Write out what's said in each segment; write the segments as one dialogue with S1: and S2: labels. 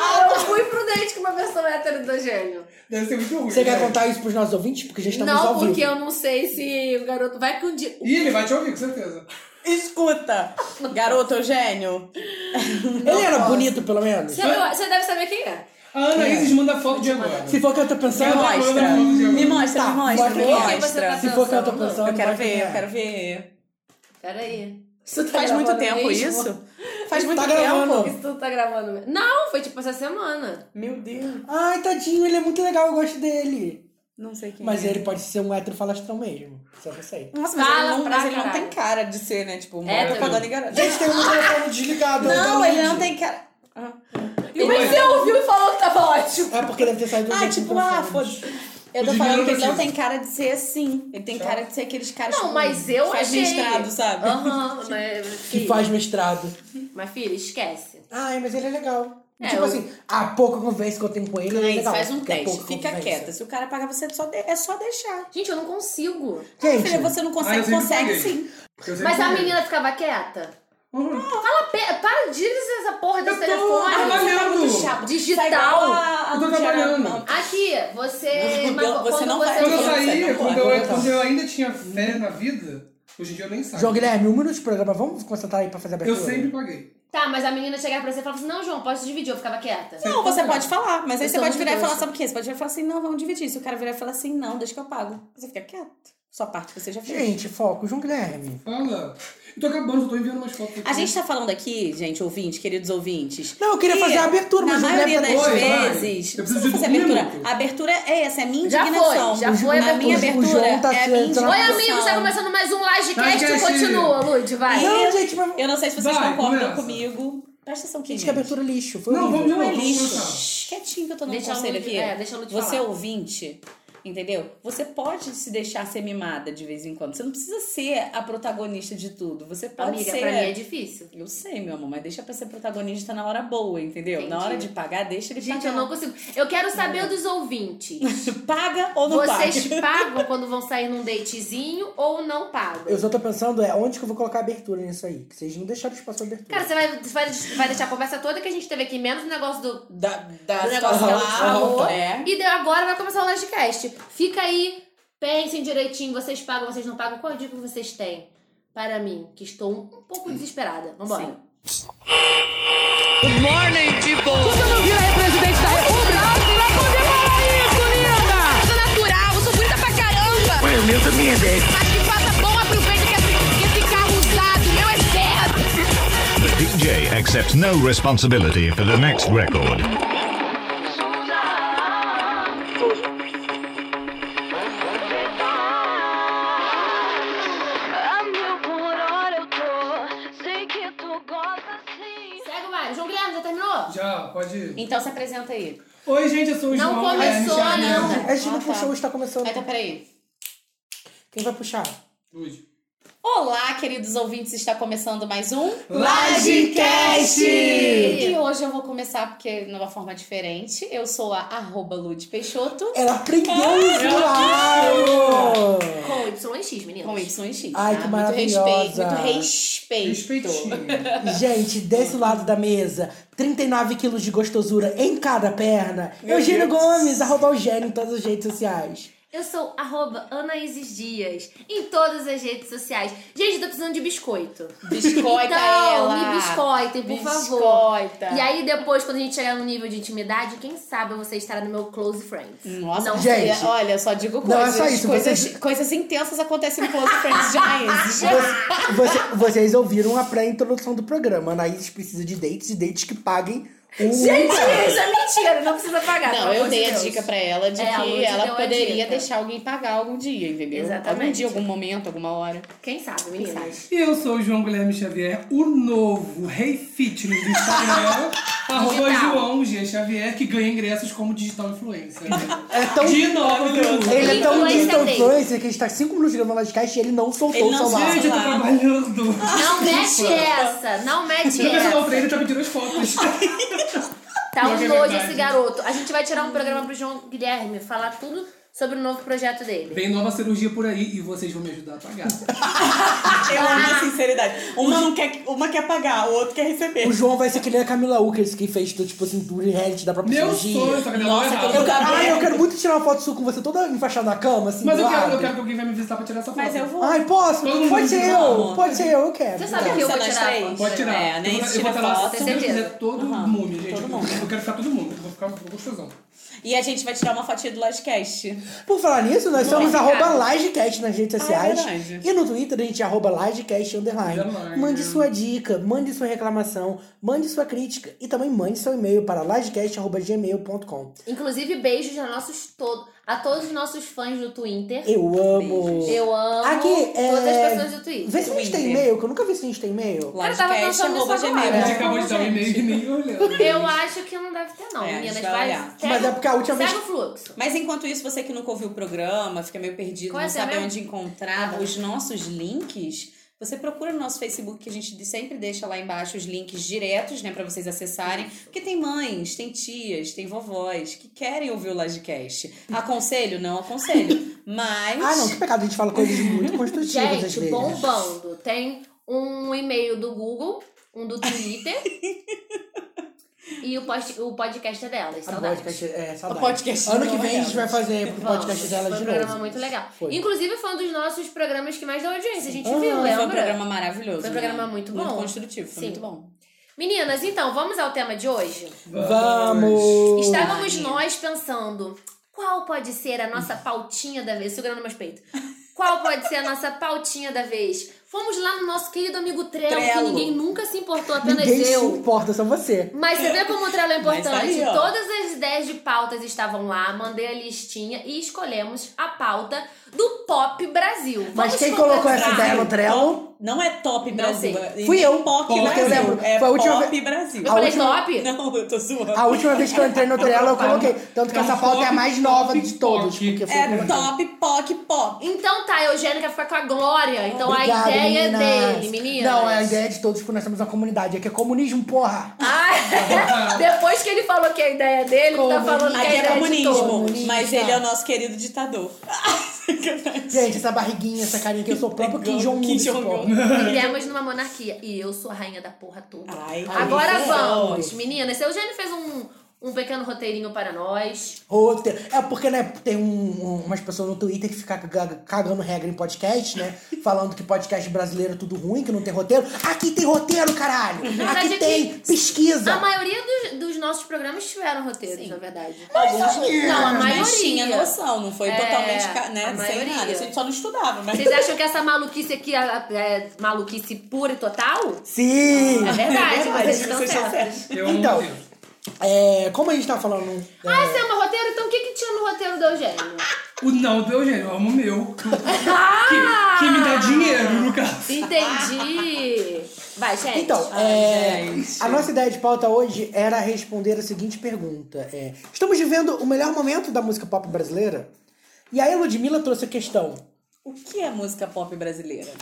S1: Ah, diferente que uma é versão hétero do gênio.
S2: Deve ser muito ruim.
S3: Você quer
S2: né?
S3: contar isso pros nossos ouvintes? Porque já estamos
S1: Não,
S3: ao vivo.
S1: porque eu não sei se o garoto vai que um dia.
S2: Ih, ele vai te ouvir, com certeza.
S4: Escuta, garoto gênio.
S3: Ele era bonito, pelo menos.
S1: Você, você deve saber quem é.
S2: A Ana Isis manda foto de agora.
S3: Se for o que eu tô
S4: Me
S3: pensando,
S2: Vai.
S4: mostra. Me mostra,
S3: Tá,
S4: me mostra,
S3: mostra. Por
S4: me
S1: que você tá
S4: mostra.
S3: se for o que eu tô pensando,
S4: Eu quero
S3: mostra quem
S4: ver,
S3: é.
S4: eu quero ver.
S1: Peraí. É
S3: Você tá
S4: Faz muito
S1: gravando
S4: tempo
S1: mesmo?
S4: isso? Faz muito
S3: Tá gravando.
S4: tempo?
S1: Isso tu tá gravando mesmo? Não, foi tipo essa semana.
S4: Meu Deus.
S3: Ai, tadinho, ele é muito legal, eu gosto dele.
S4: Não sei quem
S3: Mas
S4: é.
S3: ele pode ser um hétero falastrão mesmo. Só não sei.
S4: Nossa, mas,
S1: Fala
S4: ele, não,
S1: pra
S4: mas ele não
S1: caralho.
S4: tem cara de ser, né? Tipo,
S1: É,
S4: é, propaganda enganada.
S3: Gente, tem um telefone desligado.
S4: Não,
S3: tá
S4: ele não
S3: longe.
S4: tem cara. Ah.
S1: E você ouviu e falou que tava ótimo.
S3: É porque deve ter saído do
S4: Ah,
S3: outro
S4: tipo,
S3: microfone.
S4: ah, foda-se. Eu tô
S2: Os
S4: falando que
S2: meninos
S4: ele
S2: precisam.
S4: não tem cara de ser assim. Ele tem cara de ser aqueles caras
S1: Não,
S4: tipo,
S1: mas eu
S4: faz
S1: achei.
S4: mestrado, sabe?
S1: Aham, mas.
S3: Que
S1: filha-
S3: faz mestrado.
S1: Mas filha, esquece.
S3: Ai, mas ele é legal.
S1: É,
S3: tipo
S1: eu-
S3: assim, a pouca conversa que eu tenho com ele, ele é
S4: Aí
S3: legal.
S4: faz um
S3: porque a
S4: teste,
S3: pouca
S4: fica
S3: conversa-
S4: quieta. Se o cara pagar você, só de- é só deixar.
S1: Gente, eu não consigo.
S3: Gente,
S4: Filha, você
S2: Ah,
S4: não
S2: eu
S4: consegue,
S2: sempre
S4: consegue
S2: paguei.
S4: sim.
S2: Eu sempre
S1: Mas a
S2: paguei.
S1: menina ficava quieta?
S2: Uhum.
S1: Fala, pe- para de dizer essa porra desse
S2: Eu tô
S1: telefone.
S2: trabalhando.
S4: Você tá muito chato. Tá igual
S1: Digital.
S4: a- a
S2: Eu tô
S4: Luciana
S2: trabalhando.
S4: Huck.
S1: Aqui, você.
S4: Você
S1: mas quando
S4: não
S1: você
S4: vai-
S2: Quando eu
S4: Você não
S2: saí,
S4: consegue,
S2: quando
S3: não
S2: eu,
S3: pode.
S2: quando eu ainda tinha fé na vida, hoje em dia eu nem saio.
S3: João Guilherme, um minuto de programa. Vamos concentrar aí pra fazer a
S2: Eu
S3: abertura?
S2: sempre paguei.
S1: Tá, mas a menina chegava pra você e falava assim: não, João, posso dividir? Eu ficava quieta.
S4: Não, você pode falar, mas aí
S1: Eu
S4: você
S1: sou
S4: pode
S1: muito
S4: virar e falar,
S1: grossa.
S4: sabe o quê? Você pode virar e falar assim, não, vamos dividir. Se o cara virar e falar assim, não, deixa que eu pago. Você fica quieto. Sua parte você já fez.
S3: Gente, foco, João Guilherme.
S2: Fala. Eu tô acabando, eu tô enviando umas fotos. aqui.
S4: A gente tá falando aqui, gente, ouvinte, queridos ouvintes.
S3: Não, eu queria
S4: que
S3: fazer a abertura,
S4: na
S3: mas o
S4: maioria das
S3: Guilherme tá
S2: doido, vai.
S4: vezes.
S2: Eu
S4: Você
S2: preciso
S4: não
S2: de
S4: fazer
S2: um
S4: abertura.
S2: minuto.
S4: A abertura é essa, é a minha
S1: Já foi,
S4: indignação.
S1: já foi a
S4: a minha
S3: abertura. O
S4: abertura
S3: João tá
S4: é a
S3: tirando-
S4: minha
S3: Oi,
S4: indignação.
S1: Oi, amigos, tá começando mais um Livecast.
S2: Livecast.
S1: Continua, Lud, vai.
S4: é Não.
S3: Não, gente, mas...
S4: Eu não sei se vocês
S2: Vai,
S4: concordam
S2: começa.
S4: comigo. Presta atenção aqui,
S3: Gente, que abertura lixo. Foi
S2: Não, vamos de
S3: horrível.
S4: Não é
S2: novo. vamos começar.
S4: lixo. Quietinho que eu tô dando
S1: Deixa a
S4: conselho
S1: Lud-
S4: aqui.
S1: é, deixa a Lud
S4: Você
S1: falar.
S4: é ouvinte, entendeu? Você pode se deixar ser mimada de vez em quando. Você não precisa ser a protagonista de tudo. Você pode
S1: Amiga,
S4: ser...
S1: pra mim é difícil.
S4: Eu sei, meu amor, mas deixa pra ser protagonista na hora boa, entendeu? Na
S1: Entendi.
S4: hora de pagar, deixa ele
S1: Gente,
S4: pagar.
S1: eu não consigo. Eu quero saber dos ouvintes.
S4: Paga ou não
S1: Vocês
S4: paga?
S1: pagam quando vão sair num datezinho ou não pagam?
S3: Eu só tô pensando, é, onde que eu vou colocar a abertura nisso aí? Que vocês não deixaram espaço a abertura.
S1: Cara, você vai, você vai, vai deixar a conversa toda que a gente teve aqui, menos o negócio do.
S4: Da, da
S1: Do negócio
S4: situação
S1: que ela te falou.
S4: lá, É.
S1: E de- agora vai começar o livecast. Fica aí, pensem direitinho, vocês pagam, vocês não pagam. Qual a dica que vocês têm para mim? Que estou um, um pouco desesperada. Vambora.
S4: Sim.
S5: sou natural, eu sou bonita pra caramba. Ué, o meu também é 10. Mas que faça bom, aproveita que esse, que esse carro usado, meu é zero.
S6: The DJ accepts no responsibility for the next record.
S1: Segue o Mário. João Guilherme, já terminou?
S2: Já, pode ir.
S4: Então se apresenta aí.
S2: Oi, gente, é eu sou o
S1: Não
S2: João.
S1: começou,
S2: Guilherme
S1: não.
S2: Xavier.
S3: A gente não
S4: Ah, tá.
S3: puxou, está começando.
S4: Ah, Então, peraí.
S3: Quem vai puxar?
S2: Luz.
S4: Olá, queridos ouvintes, está começando mais um...
S2: Lagecast!
S4: E hoje eu vou começar, porque de uma forma diferente, eu sou a arroba Lud Peixoto,
S3: Ela
S4: Ah,
S3: aprendeu o usuário!
S1: Com Y e X, né? meninos.
S4: com Y e X.
S3: Ai,
S4: tá?
S3: que
S4: muito respeito,
S3: maravilhosa.
S4: muito respeito.
S2: Respeitinho.
S3: Gente, desse lado da mesa, 39 quilos de gostosura em cada perna.
S4: Meu
S3: Eugênio
S4: Deus.
S3: Gomes, arroba Eugênio em todas as redes sociais.
S1: Eu sou arroba Anaíses Dias em todas as redes sociais. Gente, eu tô precisando de biscoito.
S4: Biscoita
S1: então,
S4: é ela.
S1: me biscoitem, por favor.
S4: Biscoita.
S1: E aí, depois, quando a gente chegar no nível de intimidade, quem sabe você estará no meu close friends.
S4: Nossa,
S3: Não,
S4: gente,
S3: gente.
S4: olha, só digo
S3: Não, é
S4: coisas.
S3: só isso,
S4: coisas,
S3: vocês-
S4: coisas intensas acontecem no Close Friends, já existe.
S3: Você- você- vocês ouviram a pré-introdução do programa. Anaís precisa de dates e dates que paguem um- o.
S1: Mentira, isso é mentira, não precisa pagar. pelo
S4: Não, eu
S1: amor tá de
S4: dei a
S1: Deus.
S4: dica pra ela de
S1: É, a Lud
S4: que
S1: deu
S4: ela
S1: a
S4: poderia
S1: dica.
S4: deixar alguém pagar algum dia, entendeu? Algum
S1: Exatamente.
S4: dia, algum momento, alguma hora.
S1: Quem sabe, meninas?
S2: E eu sou o João Guilherme Xavier, o novo Rei Fitness do Instagram, arroba
S1: Digital.
S2: João G. Xavier, que ganha ingressos como digital influencer.
S3: É tão-
S2: De novo,
S3: Ele é tão
S1: Influencer
S3: digital
S1: dele.
S3: influencer que a gente tá 5 minutos gravando podcast e ele não soltou
S4: Ele
S3: o
S4: não
S3: celular.
S2: Gente, eu tô trabalhando.
S1: Não mete essa, não mete
S2: Meu personal
S1: essa.
S2: trainer tá me tirando as fotos.
S1: Tá
S2: Pior que
S1: um
S2: é
S1: nojo
S2: verdade.
S1: esse garoto. A gente vai tirar um programa pro João Guilherme falar tudo sobre o novo projeto dele.
S2: Vem nova cirurgia por aí e vocês vão me ajudar a pagar.
S7: Eu amo
S1: Ah.
S7: a sinceridade. Uma, não quer, uma quer pagar, o outro quer receber.
S3: O João vai ser que nem a Camila Ukers, que fez, tipo assim, do reality da própria
S2: Meu
S3: cirurgia.
S2: sonho, essa Camila
S7: Nossa,
S2: Nossa,
S7: que eu quero-
S3: Ai, eu quero muito tirar uma foto sua com você toda enfaixada na cama, assim,
S2: Mas
S3: do
S2: eu quero,
S3: lado.
S2: eu quero que alguém vai me visitar pra tirar essa foto.
S4: Mas eu vou.
S3: Ai, posso?
S2: Todo mundo
S3: Pode ser eu,
S4: vamos.
S3: pode ser eu, eu quero.
S1: Você sabe
S3: Então.
S1: que eu vou
S4: nós
S1: tirar
S4: três?
S1: foto.
S2: Pode tirar.
S4: É, né?
S2: eu vou, eu
S4: Tira
S2: vou estar lá,
S4: foto,
S2: se
S1: tem
S2: Deus
S1: certeza.
S2: quiser, todo
S4: Aham,
S2: mundo, gente.
S4: todo mundo.
S2: Eu, eu quero ficar todo mundo. Eu vou ficar gostosão.
S4: E a gente vai tirar uma fatia do Livecast.
S3: Por falar nisso, nós somos
S1: obrigada.
S3: arroba LajeCast nas redes sociais.
S4: verdade.
S3: e no Twitter a gente é arroba LajeCast underline.
S2: Underline.
S3: Mande sua dica, mande sua reclamação, mande sua crítica e também mande seu e-mail para lajecast.gmail.com.
S1: Inclusive, beijos a, nossos todo, a todos os nossos fãs do Twitter.
S3: Eu amo.
S1: Eu amo
S3: Aqui, é...
S1: todas as pessoas do Twitter.
S3: Vê se a gente tem
S4: Twitter.
S3: e-mail, que eu nunca vi se a gente tem e-mail.
S1: Cara, eu tava
S4: é
S1: pensando nisso
S4: Livecast.gmail.
S1: agora.
S2: A gente acabou de dar um e-mail e nem olhando.
S1: Eu acho que não deve ter, não.
S4: É, a gente
S1: Meninas,
S4: vai
S1: vai.
S4: olhar.
S1: segue-
S3: Mas é porque a última
S1: segue
S3: vez-
S1: o fluxo.
S4: Mas enquanto isso, você que nunca ouviu o programa, fica meio perdido,
S1: Qual é
S4: não
S1: esse
S4: sabe
S1: mesmo?
S4: onde encontrar os nossos links, você procura no nosso Facebook, que a gente sempre deixa lá embaixo os links diretos, né, pra vocês acessarem. Porque tem mães, tem tias, tem vovós que querem ouvir o Lajcast. Aconselho? Não aconselho. Mas.
S3: Ah, não, que pecado, a gente fala coisas muito construtivas às
S1: Gente,
S3: vezes.
S1: bombando. Tem um e-mail do Google, um do Twitter. e o, post, o podcast é dela.
S3: A
S1: Saudades.
S3: podcast, é, saudade.
S4: O podcast
S3: ano
S4: não
S3: que
S4: é
S3: vem a gente
S4: dela.
S3: vai fazer pro
S1: Vamos,
S3: podcast
S1: foi
S3: dela de
S1: um
S3: novo.
S1: programa muito legal.
S3: Foi.
S1: Inclusive, foi um dos nossos programas que mais deu audiência. A gente
S3: Aham,
S1: viu, lembra?
S4: Foi um programa maravilhoso.
S1: Foi um programa
S4: né?
S1: muito bom.
S4: Muito construtivo, foi
S1: Sim.
S4: muito bom.
S1: Meninas, então, vamos ao tema de hoje?
S3: Vamos!
S1: Estávamos nós pensando qual pode ser a nossa pautinha da vez, segurando meus peitos. Qual pode ser a nossa pautinha da vez? Fomos lá no nosso querido amigo Trello, que
S4: Trello.
S1: ninguém nunca se importou, apenas
S3: Ninguém se
S1: eu.
S3: importa, só você.
S1: Mas você vê como o Trello é
S4: Mas tá
S1: importante.
S4: aí, ó.
S1: Todas as ideias de pautas estavam lá, mandei a listinha e escolhemos a pauta do Pop Brasil.
S3: Mas
S1: Vamos
S3: quem colocou essa
S1: conversar.
S3: ideia no Trello?
S4: Não é top
S1: Não
S4: Brasil.
S1: sei.
S4: é
S3: Fui eu.
S4: Pop
S3: Porque eu
S4: Brasil.
S3: lembro,
S4: É
S3: foi a última
S4: pop
S3: vez-
S4: Brasil.
S1: Eu falei
S3: última-
S1: top?
S4: Não, eu tô zoando.
S3: A última vez que eu entrei no Trello, eu coloquei. Tanto que
S2: É um
S3: essa pauta é a mais
S2: pop,
S3: nova
S2: pop,
S3: de todos.
S2: pop.
S3: Porque foi
S4: É
S3: colocada.
S4: top, poc, pop.
S1: Então tá, a Eugênia quer ficar com a Glória. Então
S3: Obrigado,
S1: a ideia
S3: meninas.
S1: é dele, meninas.
S3: Não, é a ideia de todos, porque nós somos uma comunidade. Aqui é comunismo, porra.
S1: Ah, depois que ele falou que a ideia é dele, ele tá
S3: Comunismo.
S1: falando que a
S4: Aqui
S1: ideia
S4: é
S1: é de todos.
S4: comunismo,
S3: todos.
S4: mas ele é o nosso querido ditador. Sacanagem.
S3: Gente, essa barriguinha, essa carinha aqui, eu sou o próprio Kim Jong-un.
S4: Kim
S3: desse
S4: Jong-un.
S3: povo.
S1: Vivemos numa monarquia. E eu sou a rainha da porra toda.
S4: Ai,
S3: Ah,
S1: Agora
S4: ai,
S1: vamos, meninas. A Eugênia fez um, um pequeno roteirinho para nós.
S3: Roteiro. É porque, né, tem um- um- umas pessoas no Twitter que ficam caga- cagando regra em podcast, né? Falando que podcast brasileiro é tudo ruim, que não tem roteiro. Aqui tem roteiro, caralho!
S1: verdade
S3: Aqui
S1: é que
S3: tem pesquisa!
S1: A maioria dos, dos nossos programas tiveram roteiros, na verdade.
S4: Alguns
S1: Não, a
S4: Mas tinha
S1: maioria.
S4: noção, não foi
S1: É,
S4: totalmente ca- né,
S1: a
S4: sem
S1: maioria.
S4: nada. A gente só não estudava, mas.
S1: Vocês acham que essa maluquice aqui é, é maluquice pura e total?
S3: Sim!
S1: É verdade, vocês estão certas.
S2: Eu amo
S3: Então,
S2: Deus.
S3: é, como a gente tá falando. é,
S1: Ah, você ama roteiro? Então o que, que tinha no roteiro da Eugênia?
S2: O não do Eugênio, eu amo o meu. Que, que me dá dinheiro, no caso.
S1: Entendi. Vai, gente.
S3: Então, é, a nossa ideia de pauta hoje era responder a seguinte pergunta: é, Estamos vivendo o melhor momento da música pop brasileira? E aí a Ludmilla trouxe a questão.
S4: O que é música pop brasileira?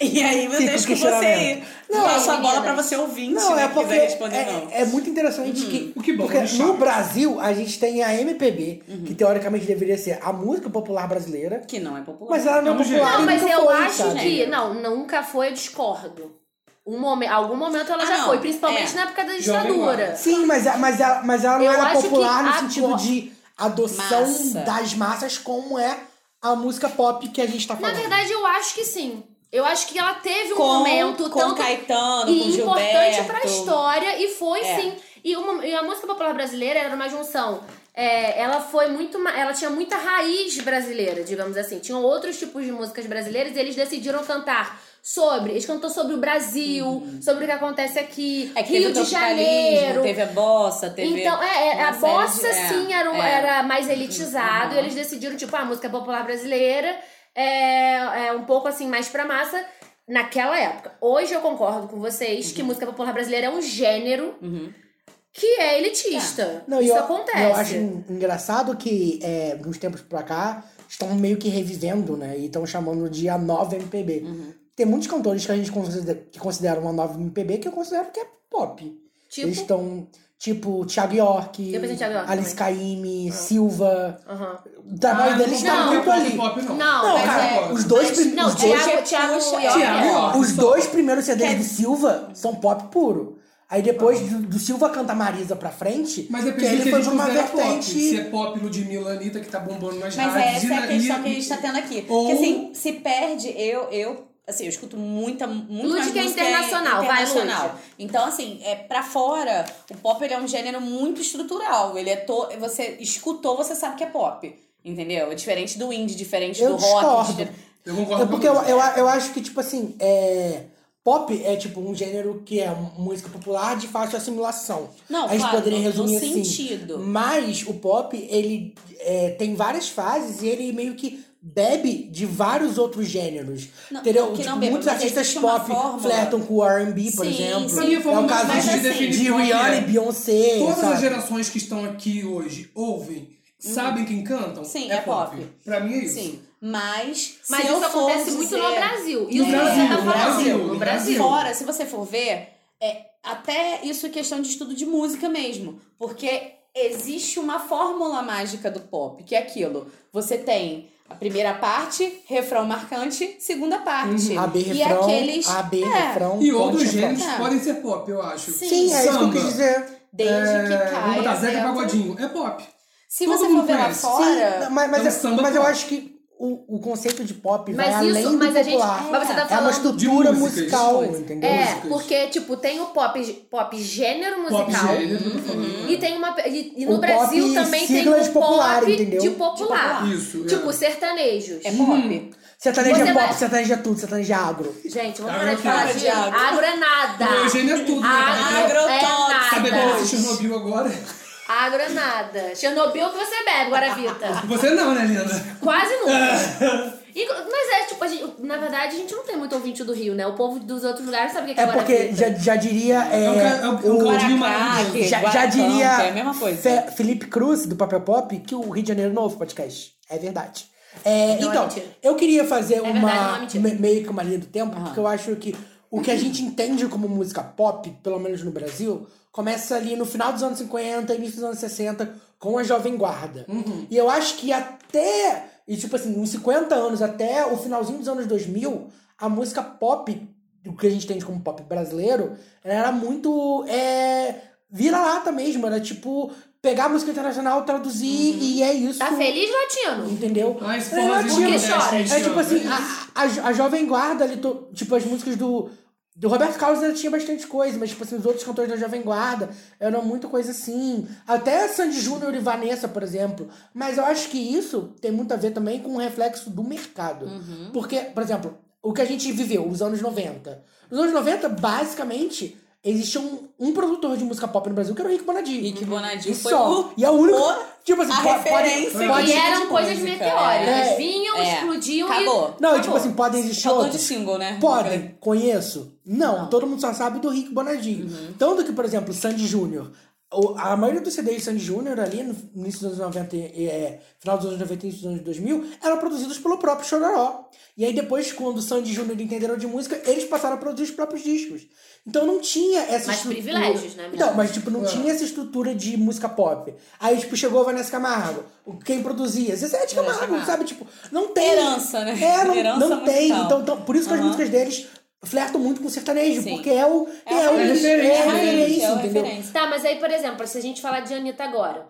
S4: E aí, eu
S3: Fica o
S4: deixo com você aí.
S3: questionamento. Não,
S4: Passo a bola
S1: meninas.
S4: pra você ouvinte,
S3: Não,
S4: né,
S3: é
S4: que
S3: porque
S4: quiser responder, não.
S3: é, é muito
S1: Uhum.
S3: interessante que,
S2: O que bom,
S3: porque
S2: né, chato.
S3: no Brasil a gente tem a MPB,
S1: Uhum.
S3: que teoricamente deveria ser a música popular brasileira,
S4: Que não é popular.
S3: mas ela não é
S2: Não, gente.
S3: popular
S1: Não,
S3: e
S1: mas
S3: nunca
S1: eu
S3: foi,
S1: acho
S3: sabe?
S1: que. Não, nunca foi, eu discordo. Um momen- algum momento ela
S4: Ah,
S1: já
S4: não.
S1: foi, principalmente
S4: É.
S1: na época da
S2: Jovem
S1: ditadura.
S3: Sim, mas, a- mas, ela- mas ela não
S1: Eu
S3: era
S1: acho que
S3: popular no
S1: a
S3: sentido
S1: po-
S3: de adoção
S4: Massa.
S3: das massas, como é a música pop que a gente tá
S1: Na
S3: falando.
S1: verdade, eu acho que sim. Eu acho que ela teve um
S4: com,
S1: momento
S4: com
S1: tanto
S4: Caetano, com
S1: e importante
S4: Gilberto.
S1: pra história, e foi
S4: É.
S1: sim. E, uma- e a música popular brasileira era uma junção. É, ela foi muito. ma- Ela tinha muita raiz brasileira, digamos assim. Tinham outros tipos de músicas brasileiras e eles decidiram cantar sobre. Eles cantou sobre o Brasil, sobre o que acontece aqui,
S4: Uhum. É que
S1: Rio
S4: teve o
S1: de
S4: tropicalismo,
S1: Janeiro.
S4: Teve a bossa, teve.
S1: Então, é, é,
S4: uma
S1: a
S4: série
S1: bossa
S4: de- é,
S1: sim era, um-
S4: é.
S1: era mais elitizado.
S4: Uhum.
S1: E eles decidiram, tipo, ah, a música popular brasileira é, é um pouco assim, mais pra massa naquela época. Hoje eu concordo com vocês que música popular brasileira é um gênero
S4: Uhum.
S1: que é elitista.
S3: Tá. Não, e
S1: Isso
S3: eu,
S1: acontece.
S3: Eu acho en- engraçado que, é, de uns tempos pra cá, estão meio que revivendo, né? E estão chamando de a nova MPB.
S1: Uhum.
S3: Tem muitos cantores que a gente considera, que consideram uma nova MPB que eu considero que é pop.
S1: Tipo,
S3: Eles estão. Tipo, Thiago York,
S1: Eu pensei em Thiago York
S3: Alice Caymmi, Silva.
S1: Aham.
S3: O trabalho deles tá
S1: Ah, não,
S3: muito
S2: é
S3: ali.
S2: pop, não.
S1: Não,
S3: Não,
S1: mas
S3: cara,
S1: é.
S3: os dois
S1: mas-
S3: prim-
S1: Não,
S3: os dois-
S1: Thiago, Thiago
S4: Puxa,
S1: York.
S2: Thiago
S1: é.
S2: York.
S3: Os dois primeiros CDs do Silva são pop puro. Aí depois do, do Silva canta Marisa pra frente,
S2: Tá Mas
S3: que
S2: depende do
S3: ele
S2: que a
S3: foi
S2: gente
S3: pra uma
S2: considera pop.
S3: vertente.
S2: Se é pop Ludmilla Anitta, que tá bombando nas
S4: Mas
S2: rádios.
S4: essa é a
S2: e-
S4: questão
S2: e-
S4: que a gente tá tendo aqui.
S2: Ou-
S4: Porque assim, se perde, eu, eu assim, eu escuto muita, muito
S1: Lud
S4: mais
S1: que é
S4: música
S1: internacional, vai,
S4: internacional.
S1: Lud.
S4: Então assim, é para fora, o pop ele é um gênero muito estrutural, ele é to... você escutou, você sabe que é pop, entendeu? É diferente do indie, diferente
S3: Eu
S4: do rock.
S3: discordo.
S4: diferente-
S2: Eu
S3: É
S2: concordo
S3: porque eu,
S2: com
S3: eu, eu acho que, tipo assim, é, pop é tipo um gênero que é música popular de fácil assimilação.
S4: Não,
S3: a gente
S4: claro,
S3: poderia
S4: no- no
S3: resumir assim.
S4: sentido.
S3: Mas o pop, ele é, tem várias fases e ele meio que bebe de vários outros gêneros.
S4: Não,
S3: entendeu?
S4: que não
S3: Tipo,
S4: bebe,
S3: muitos
S4: mas
S3: artistas
S4: existe uma
S3: pop
S4: fórmula.
S3: flertam com o R&B, por
S4: Sim,
S3: exemplo.
S4: sim.
S2: Pra mim, a
S3: é
S2: forma
S3: o
S2: mais
S3: caso
S4: fácil
S3: de,
S4: de
S2: definir pop
S3: de
S2: é-
S3: Rihanna e Beyoncé,
S2: Todas
S3: sabe?
S2: as gerações que estão aqui hoje ouvem, sabem quem cantam?
S4: Uhum. Sim,
S2: é,
S4: é pop.
S2: Pra mim é isso.
S4: Sim, mas se
S1: Mas
S4: eu
S1: isso
S4: for
S1: acontece muito no
S4: dizer-
S1: Brasil. E o
S2: No
S1: que você
S2: Brasil,
S1: tá
S2: no
S1: falando?
S2: Brasil,
S1: No
S2: no
S1: Brasil.
S4: Fora, se você for ver, é, até isso é questão de estudo de música mesmo. Porque existe uma fórmula mágica do pop, que é aquilo. Você tem a primeira parte, refrão marcante, segunda parte.
S3: Uhum. A, B,
S4: e
S3: refrão,
S4: aqueles.
S3: A, B,
S4: é,
S3: refrão,
S2: E
S3: ponte,
S2: outros
S3: refrão.
S2: gêneros
S4: É.
S2: podem ser pop, eu acho.
S3: Sim, é isso que eu
S2: Samba.
S3: quis dizer.
S4: Desde
S2: É,
S4: que
S2: Vamos botar
S4: caia.
S2: Zeca
S4: dentro-
S2: Pagodinho. É pop.
S4: Se
S2: Todo
S4: você
S2: mundo
S4: for ver lá
S2: conhece.
S4: fora.
S3: Sim, mas, mas,
S2: é um
S3: eu-
S2: samba
S3: mas eu
S2: pop.
S3: acho que o, o conceito de pop vai
S1: Mas
S3: além
S1: isso,
S3: do
S1: mas a gente.
S3: popular.
S1: Mas você tá
S3: É uma
S1: falando.
S3: estrutura
S2: De músicas.
S3: musical,
S2: Coisas.
S3: entendeu?
S1: É,
S2: músicas.
S1: porque, tipo, tem o pop, pop gênero musical.
S2: Pop gênero, eu tô falando.
S1: E tem uma. E, e no
S3: O pop
S1: Brasil
S3: em
S1: também tem o
S3: sigla é de
S1: pop
S3: popular, entendeu?
S1: de
S3: De
S1: popular.
S2: Isso, é.
S1: Tipo, sertanejos.
S4: É pop.
S3: Sertanejo
S1: Você
S3: é pop,
S1: vai-
S3: sertanejo é tudo, sertanejo é agro.
S1: Gente, vamos
S2: Agro
S1: parar
S2: é
S1: de falar
S4: tudo.
S1: de agro. Agro é nada.
S3: Tá.
S2: O Eugênio é tudo, né?
S3: Ah,
S1: Agro é
S2: Sabe é igual
S1: nada.
S2: esse Chernobyl agora?
S1: Agro é nada. Chernobyl é o que você bebe, Guaravita.
S2: Você não, né, Linda?
S1: Quase nunca. E- mas é, tipo, a gente- na verdade, a gente não tem muito ouvinte do Rio, né? O povo dos outros lugares sabe o que é,
S3: É porque
S1: Guaravita.
S3: já, já diria. É,
S2: É um ca- é um- um
S3: o-
S2: cara de-
S4: Guaracaque,
S3: já, já
S4: Guaracampo,
S3: diria
S4: É a mesma coisa.
S3: Fe- Felipe Cruz, do Papel Pop, que o Rio de Janeiro é novo podcast. É verdade. É,
S1: Não, é
S3: então,
S1: mentira.
S3: eu queria fazer uma.
S1: verdade, não é mentira.
S3: me- meio que uma linha do tempo, porque eu acho que o que a gente entende como música pop, pelo menos no Brasil, começa ali no final dos anos 50, início dos anos 60, com a Jovem Guarda. E eu acho que até. E tipo assim, uns 50 anos, até o finalzinho dos anos 2000, a música pop, o que a gente entende como pop brasileiro, ela era muito. É, vira-lata mesmo. Era tipo pegar a música internacional, traduzir e é isso.
S1: Tá feliz, latino?
S3: Entendeu?
S2: Ah, esse
S3: Era
S2: forrozinho
S3: latino.
S1: Porque
S2: do
S1: chora.
S2: Nordeste,
S3: É tipo assim,
S2: né?
S4: Ah,
S3: a, a, a Jovem Guarda ali, to- tipo, as músicas do. Do Roberto Carlos ainda tinha bastante coisa, mas, tipo assim, os outros cantores da Jovem Guarda eram muita coisa assim. Até Sandy Júnior e Vanessa, por exemplo. Mas eu acho que isso tem muito a ver também com o reflexo do mercado.
S4: Uhum.
S3: Porque, por exemplo, o que a gente viveu, os anos 90. Nos anos 90, basicamente, existia um, um produtor de música pop no Brasil, que era o Rick Bonadio.
S4: Rick Bonadio
S3: E
S4: foi
S3: só.
S4: o-
S3: E é o único...
S4: o-
S3: tipo assim,
S4: a
S3: po- pode-
S4: referência
S2: Pode
S1: e
S2: ser
S1: eram
S4: de
S1: coisas
S4: tipo música,
S1: meteóricas.
S3: é.
S1: Vinham,
S4: É.
S1: explodiam
S4: Acabou.
S1: e.
S3: Não,
S1: acabou.
S3: tipo assim, podem existir
S4: Faltou de
S3: outros.
S4: single, né?
S3: Podem, conheço? Não, todo mundo só sabe do Rick Bonadinho.
S4: Uhum.
S3: Tanto que, por exemplo, Sandy Júnior. O- A maioria dos CDs de Sandy Júnior ali no início dos anos 90, e, é, final dos anos 90 e início dos anos 2000, eram produzidos pelo próprio Chororó. E aí depois, quando o Sandy Júnior entenderam de música, eles passaram a produzir os próprios discos. Então não tinha essa
S1: Mas
S3: estrutura.
S1: privilégios, né,
S3: Então,
S1: Milena?
S3: mas tipo, não tinha essa estrutura de música pop. Aí, tipo, chegou a Vanessa Camargo. o- Quem produzia? Zezé de Camargo,
S4: Camargo.
S3: sabe? Tipo, não tem.
S4: Herança, né?
S3: É, não,
S4: Herança
S3: não tem.
S4: musical.
S3: Então, então, por isso que as
S4: Aham.
S3: músicas deles flertam muito com o sertanejo,
S4: Sim.
S3: porque é o.
S4: É a
S3: o
S4: referência,
S3: é a
S4: é a
S3: referência,
S4: referência,
S3: entendeu?
S1: Tá, mas aí, por exemplo, se a gente falar de Anitta agora,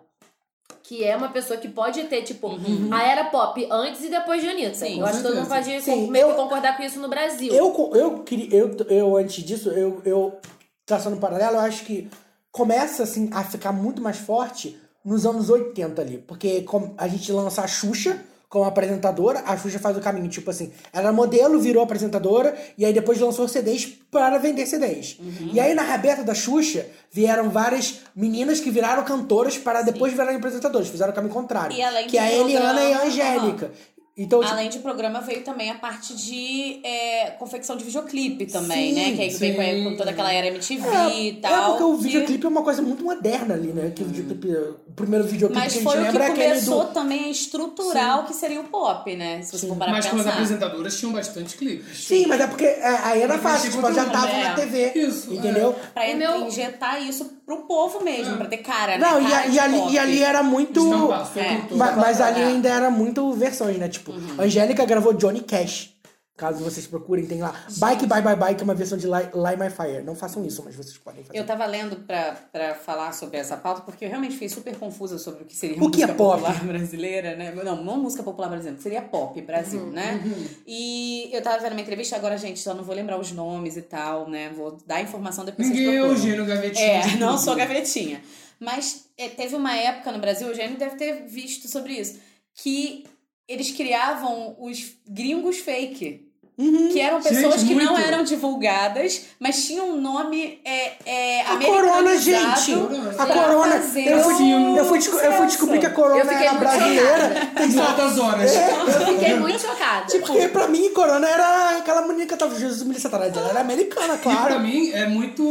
S1: que é uma pessoa que pode ter, tipo, a era pop antes e depois de Anitta.
S4: Uhum. Sim,
S1: eu acho que todo mundo pode
S3: Sim,
S1: meio que
S3: eu-
S1: concordar com isso no Brasil.
S3: Eu, co- eu queria. Eu, eu, antes disso, eu, eu traçando um paralelo, eu acho que começa assim a ficar muito mais forte nos anos 80 ali. Porque com- a gente lança a Xuxa como apresentadora, a Xuxa faz o caminho, tipo assim, ela era modelo, virou apresentadora, e aí depois lançou CDs para vender CDs. E aí na rabeta da Xuxa vieram várias meninas que viraram cantoras para depois virarem apresentadoras, fizeram o caminho contrário.
S4: E além
S3: que é
S4: do
S3: a Eliana e a
S4: programa,
S3: Angélica. Então, tipo,
S4: Além de programa, veio também a parte de é, confecção de videoclipe também,
S3: Sim,
S4: né? Que aí veio com, com toda aquela era MTV
S3: É,
S4: e tal.
S3: é porque o
S4: que-
S3: videoclipe é uma coisa muito moderna ali, né? Que o, videoclipe, o primeiro videoclipe
S4: Mas
S3: que a
S4: foi
S3: gente
S4: o que
S3: lembra é aquele
S4: começou
S3: do.
S4: também a estrutural, que seria o pop, né? Se você for parar pra
S2: Mas quando as
S4: pensar.
S2: apresentadoras tinham bastante clipes.
S3: Sim, mas é porque é, aí era
S2: Mas
S3: fácil, tipo,
S2: chegou
S3: já
S2: todo
S3: tava
S4: mundo,
S3: na
S4: é.
S3: TV.
S2: Isso,
S3: Entendeu?
S4: Pra
S1: O meu-
S4: injetar isso pro povo mesmo, pra ter cara, né?
S3: Não, e,
S4: Cara
S3: a- e
S4: de
S3: ali,
S4: pop.
S3: e ali era muito.
S2: Estampado, um foi
S4: É.
S2: com tudo.
S3: Ma- Mas ali
S4: É.
S3: ainda era muito versões, né? Tipo,
S4: Uhum.
S3: Angélica gravou Johnny Cash. Caso vocês procurem, tem lá. Bike, Bye, Bye, Bye, que é uma versão de Lie, Lie My Fire. Não façam isso, mas vocês podem fazer.
S4: Eu tava lendo pra, pra falar sobre essa pauta, porque eu realmente fiquei super confusa sobre o que seria
S3: O que é
S4: música
S3: pop?
S4: popular brasileira, né? Não, não música popular brasileira, seria pop
S3: Uhum,
S4: Brasil, né? E eu tava vendo uma entrevista, agora, gente, só não vou lembrar os nomes e tal, né? Vou dar a informação depois vocês
S2: Ninguém é
S4: procuram.
S2: Eugênio Gavetinho.
S4: É, não sou gavetinha. Mas é, teve uma época no Brasil, o Eugênio deve ter visto sobre isso, que eles criavam os gringos fake.
S3: Uhum.
S4: Que eram
S2: Gente,
S4: pessoas que não
S2: muito.
S4: eram divulgadas, mas tinham um nome é, é,
S3: A corona, gente!
S4: americanizado
S3: A
S4: pra
S3: corona.
S4: fazer
S3: Eu fui,
S4: um
S3: eu fui, desco- eu fui
S4: sucesso.
S3: descobrir que a corona
S1: Eu fiquei
S3: era
S1: muito
S3: brasileira.
S1: chocada.
S3: Tem
S2: Em
S3: só-
S2: altas horas.
S3: É,
S1: Eu fiquei muito chocada.
S3: Porque pra mim, corona era aquela menina que tava Jesus Milha Satanás. Ela era americana,
S2: E pra
S3: claro.
S2: mim é muito,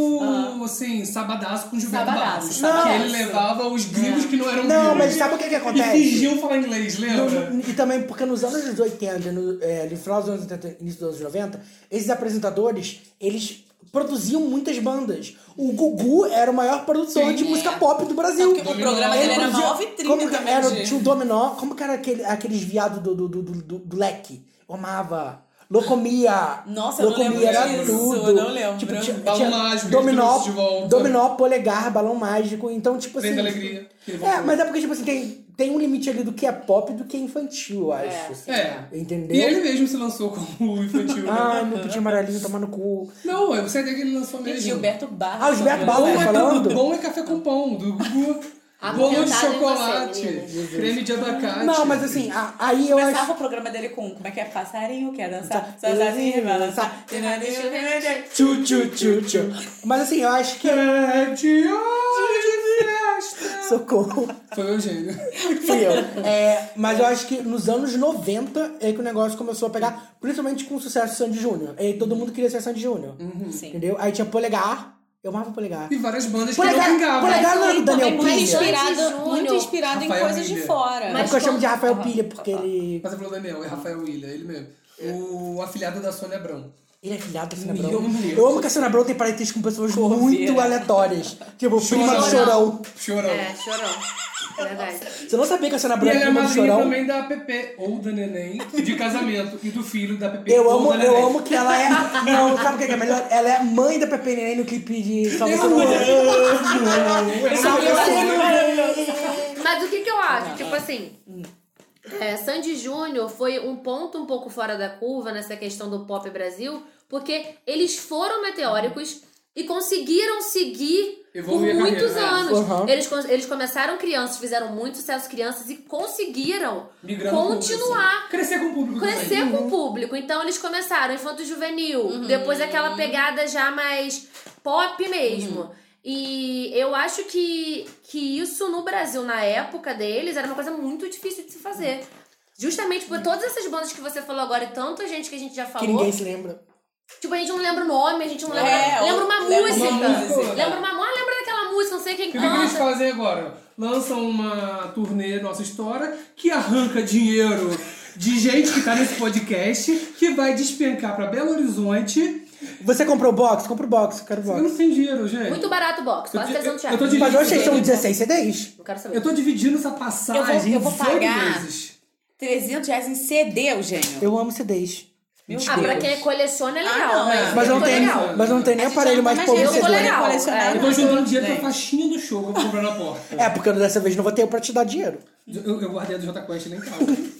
S2: assim, sabadaço com Gilberto
S4: Ah. Sabadaço, É.
S2: Barros.
S3: sabadaço.
S2: Que ele levava os gringos que não eram
S3: Não,
S2: gringos.
S3: mas sabe o que, que acontece?
S2: E fingiam falar inglês, lembra?
S3: No- E também porque nos anos 80, no, é, no final dos anos 80, início dos anos 90, esses apresentadores, eles produziam muitas bandas. O Gugu era o maior produtor de música pop do Brasil.
S4: Porque o programa dele era
S3: produzia-
S4: maior vitrine
S3: como que
S4: também
S3: era,
S4: de-
S3: Tinha o Dominó, como que era aquele, aqueles viados do, do, do, do, do- do leque? Eu amava. Locomia.
S4: Nossa, eu não
S3: Locomia
S4: lembro
S3: era
S4: disso,
S3: tudo.
S4: eu não lembro.
S3: Tipo, tinha,
S2: Balão
S3: tinha
S2: mágico,
S3: dominó,
S2: trouxe de volta.
S3: dominó, polegar, balão mágico. Então, tipo
S2: Trem
S3: assim.
S2: da Alegria, que ele
S3: É,
S2: voltou.
S3: mas é porque, tipo assim, tem, tem um limite ali do que é pop e do que é infantil, eu acho. assim.
S2: É.
S3: Entendeu?
S2: E ele mesmo se lançou como infantil. né?
S3: Ah, meu pedido amarelinho tomar no cu.
S2: Não, é, eu sei até que ele lançou
S4: E
S2: mesmo.
S4: Gilberto Barros.
S3: Ah, o Gilberto Barros
S2: Bom é,
S3: falando?
S2: bom é café com pão, do Gugu.
S1: Apontado
S2: Bolo de
S1: em
S2: chocolate,
S1: você, meninas.
S2: creme de abacate.
S3: Não, mas assim, a- aí eu
S4: Começava
S3: acho.
S4: o programa dele com como é que é? Passarinho quer dançar,
S3: Tá.
S4: sozinho vai dançar.
S3: Tchu, tchu, tchu, tchu. Mas assim, eu acho que.
S2: É de hora de festa.
S3: Socorro.
S2: Foi o Eugênio.
S3: Fui eu. É, mas eu acho que nos anos 90 é que o negócio começou a pegar, principalmente com o sucesso de Sandy Júnior. E todo mundo queria ser Sandy Júnior.
S4: Uhum.
S3: Entendeu? Aí tinha Polegar. Eu amava Polegar.
S2: E várias bandas que
S3: Polegar,
S2: não vingavam.
S3: Polegar não era do Daniel
S4: muito
S1: Pires.
S3: Pilha.
S4: inspirado,
S1: Júnior.
S4: muito inspirado em
S2: Rafael
S4: coisas de
S2: Miller.
S4: fora.
S3: É
S1: Mas
S3: porque eu chamo de
S1: como-
S3: Rafael Pilha, porque ele.
S2: Mas você falou Daniel, é Rafael William, ele mesmo. O afilhado da Sônia Abrão.
S3: Ele é filhado da Cassina
S2: Meu
S3: Brown.
S2: Deus.
S3: Eu amo que a Cassina Brown tem parentesco com pessoas muito aleatórias. Tipo, prima do Chorão.
S1: Chorão.
S2: Chorão.
S1: É, chorou. É Verdade.
S3: Você não sabia que a Cassina
S2: E
S3: Brown é
S2: ela é
S3: prima do
S2: madrinha
S3: Chorão?
S2: também da Pepe, ou da Neném, de casamento, e do filho da Pepe.
S3: Eu
S2: ou
S3: amo,
S2: da Neném.
S3: eu amo que ela é. Não, sabe o que é que é melhor? Ela é mãe da Pepe Neném no clipe de Salve Seu Nome.
S2: é
S3: Salve Seu Nome.
S1: Mas o que que eu acho? Tipo assim... é, Sandy Júnior foi um ponto um pouco fora da curva nessa questão do pop Brasil, porque eles foram meteóricos e conseguiram seguir
S2: Evoluir a
S1: por muitos
S2: carreira, né?
S1: anos.
S3: Uhum.
S1: Eles, con- eles começaram crianças, fizeram muito sucesso crianças e conseguiram
S2: Migrando com o público,
S1: continuar
S2: assim. Crescer com o público.
S1: Crescer
S2: Uhum.
S1: com o público. Então eles começaram infanto juvenil,
S4: Uhum.
S1: depois aquela pegada já mais pop mesmo.
S4: Uhum.
S1: E eu acho que, que isso no Brasil, na época deles, era uma coisa muito difícil de se fazer. Justamente por todas essas bandas que você falou agora e tanta gente que a gente já
S3: Que
S1: falou.
S3: ninguém se lembra.
S1: Tipo, a gente não lembra o nome, a gente não lembra.
S4: É,
S1: lembra uma
S4: lembra
S1: música.
S4: uma música.
S1: Lembra uma música, lembra daquela música, não sei quem
S2: E o que, que eles
S1: canta.
S2: fazem agora? Lançam uma turnê Nossa História que arranca dinheiro de gente que tá nesse podcast, que vai despencar pra Belo Horizonte.
S3: Você comprou o box? Compra o box, eu quero o
S2: Eu
S3: box.
S2: não tenho dinheiro, gente.
S1: Muito barato o box, quase
S2: Eu- eu-
S1: 300
S2: eu
S1: reais.
S2: tô de-
S3: Mas hoje vocês são 16 CDs.
S1: Não quero saber.
S2: Eu tô dividindo essa passagem
S4: Eu vou- eu vou
S2: em oito
S4: pagar.
S2: vezes.
S4: 300 reais em CD, Eugênio.
S3: Eu amo CDs.
S4: Meu
S1: Ah, pra
S4: Deus.
S1: quem coleciona é legal.
S4: Ah, não, é.
S3: Mas eu não
S1: ficou
S3: tenho,
S1: legal.
S3: mas eu não tenho nem
S4: A gente
S3: aparelho
S4: não
S3: mais
S4: tem
S3: pra
S4: mais
S3: ouvir
S1: jeito, eu vou
S3: CD.
S1: legal.
S4: colecionar.
S1: É,
S2: Eu tô juntando dinheiro pra faixinha do show que eu vou comprar na porta.
S3: É, porque dessa vez não vou ter, eu pra te dar dinheiro.
S2: Eu, eu guardei a do Jota Quest lá em casa.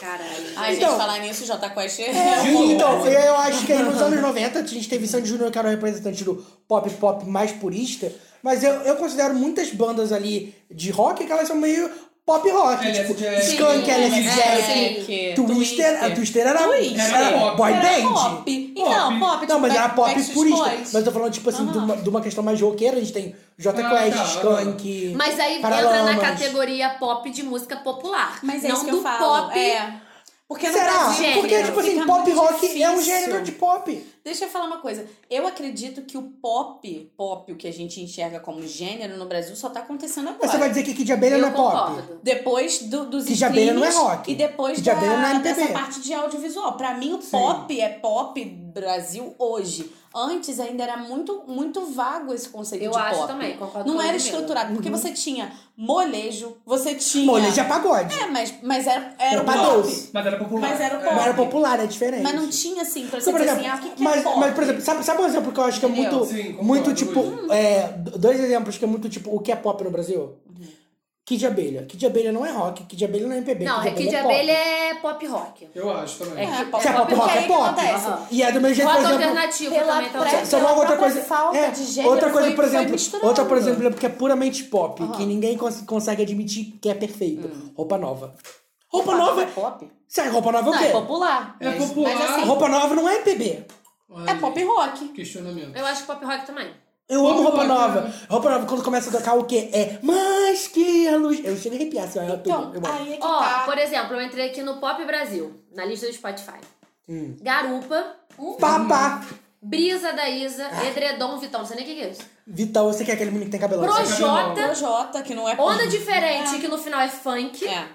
S1: Caralho.
S4: Ai, gente,
S3: Então-
S4: falar nisso, Jota Quest.
S3: É, então, eu acho que aí nos anos 90 a gente teve Sandy Júnior, que era o representante do pop pop mais purista, mas eu, eu considero muitas bandas ali de rock que elas são meio pop rock.
S2: LS
S3: Tipo,
S2: Jack.
S3: Skunk,
S4: Sim,
S3: LS
S4: é,
S3: Jack,
S4: sim.
S3: Twister. A Twister era,
S4: Twister.
S2: Era
S3: era
S2: pop.
S3: boy
S4: Era
S3: band.
S4: é pop. Então,
S2: Pop.
S4: pop.
S3: Não, mas
S4: tipo,
S3: era pop
S4: Backstreet
S3: purista.
S4: Boys.
S3: Mas eu tô falando, tipo assim, de, uma, de uma questão mais roqueira, a gente tem J
S2: Ah,
S3: Quest,
S2: tá.
S3: Skunk.
S1: Mas aí entra
S3: Paralamas.
S1: na categoria pop de música popular.
S4: Mas é
S1: não
S4: isso que
S1: do
S4: eu falo.
S1: pop.
S4: É. Porque no
S3: Será?
S4: Brasil,
S3: Porque, tipo assim,
S4: né? fica
S3: pop
S4: muito
S3: rock é um
S4: difícil.
S3: gênero de pop.
S4: Deixa eu falar uma coisa. Eu acredito que o pop, pop, o que a gente enxerga como gênero no Brasil, só tá acontecendo agora.
S3: Mas você vai dizer que Kid Abelha
S1: Eu
S3: não é pop?
S1: concordo.
S4: Depois do, dos
S3: Que já bem não é
S4: streams
S3: rock.
S4: E depois
S3: Que já
S4: da,
S3: bem não é MPB.
S4: dessa parte de audiovisual. Pra mim, o pop é pop Brasil hoje. Antes ainda era muito, muito vago esse conceito
S1: Eu
S4: de
S1: acho
S4: pop.
S1: também, concordo
S4: Não
S1: com
S4: era
S1: você mesmo.
S4: estruturado, porque você tinha molejo, você tinha.
S3: Uhum. Molejo é pagode.
S4: É, mas, mas era, era
S3: Era
S4: o
S3: pra
S4: pop.
S3: doce.
S2: Mas era popular.
S4: Mas era o
S3: Mas
S4: pop.
S3: era popular, é diferente.
S4: Mas não tinha assim, pra você
S3: Então, por
S4: dizer
S3: exemplo,
S4: assim, ah, o que, que é
S3: mas,
S4: pop?
S3: mas, por exemplo, sabe, sabe um exemplo que eu acho que é
S4: Entendeu?
S3: muito,
S2: Sim, concordo,
S3: muito tipo,
S2: Luiz.
S3: é, do- dois exemplos que é muito tipo, o que é pop no Brasil?
S4: Uhum.
S3: Kid Abelha. Kid Abelha não é rock, Kid Abelha não é MPB.
S1: Não, Kid
S3: pop.
S1: Abelha é pop rock.
S2: Eu acho também.
S1: É, que-
S3: Se é pop rock,
S4: porque
S3: é
S4: aí o que
S3: pop.
S4: acontece?
S1: Aham.
S3: E é do mesmo jeito,
S1: Rock
S3: por exemplo...
S1: alternativo
S4: pela
S1: também, tá
S4: pré-
S1: talvez.
S3: Só
S4: Pela
S3: uma outra
S4: própria
S3: coisa.
S4: falta
S3: é,
S4: de gênero
S3: outra coisa,
S4: foi-
S3: por
S4: foi
S3: exemplo.
S4: misturando.
S3: Outra, por exemplo, que é puramente pop, que ninguém cons- consegue admitir que é perfeito.
S4: Hum.
S3: Roupa nova. Roupa nova.
S4: é pop?
S3: Sério, roupa nova é o
S4: Não,
S3: quê?
S4: é popular.
S2: É
S4: mas,
S2: popular.
S4: Mas assim,
S3: Roupa nova não é MPB.
S2: Olha
S4: é
S2: aí.
S4: pop rock.
S2: Questionamento.
S1: Eu acho que pop rock também.
S3: Eu amo
S2: Roupa
S3: roupa
S4: Uhum.
S2: nova.
S3: nova. Roupa nova, quando começa a tocar o quê? É mais que a luz. Eu chego a arrepiar, assim, ó, eu tô-
S4: Então,
S3: eu amo.
S4: aí é que
S1: Ó,
S4: tá.
S1: por exemplo, eu entrei aqui no Pop Brasil, na lista do Spotify.
S3: Hum.
S1: Garupa,
S4: Hum.
S3: Papá!
S1: Brisa da Isa, Edredom Vitão. Não sei nem o que que é isso.
S3: Vitão, você quer aquele menino que tem assim. cabelão?
S2: Proje-
S1: Projota,
S4: Projota, que não é pop.
S1: Onda Diferente, que no final é funk.
S4: É.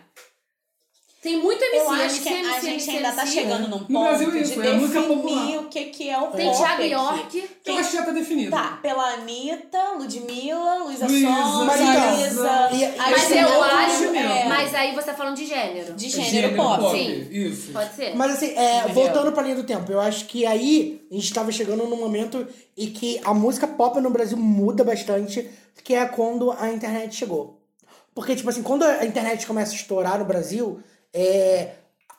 S1: Tem muito MC,
S4: Eu acho
S1: MC,
S4: que a
S1: MC,
S4: gente
S1: MC,
S4: ainda tá
S1: MC.
S4: chegando num ponto
S2: No Brasil é isso,
S4: de
S2: é música
S4: definir
S2: popular.
S4: o que, que é o pop.
S1: Tem Thiago
S4: aqui.
S1: York.
S2: Eu acho que já tá definido.
S4: Tá, pela Anitta, Ludmilla, Luísa
S2: Luísa,
S4: Sonza,
S3: Marisa.
S4: Isa.
S3: E- e-
S4: Aí
S1: Mas
S4: você
S1: eu
S4: não-
S1: acho,
S4: é,
S1: mas aí você tá falando de gênero.
S4: de
S2: É
S4: gênero, pop.
S1: sim.
S2: Isso.
S1: Pode ser?
S3: Mas assim, é,
S4: Entendeu?
S3: voltando pra linha do tempo, eu acho que aí a gente tava chegando num momento em que a música pop no Brasil muda bastante, que é quando a internet chegou. Porque, tipo assim, quando a internet começa a estourar no Brasil, é,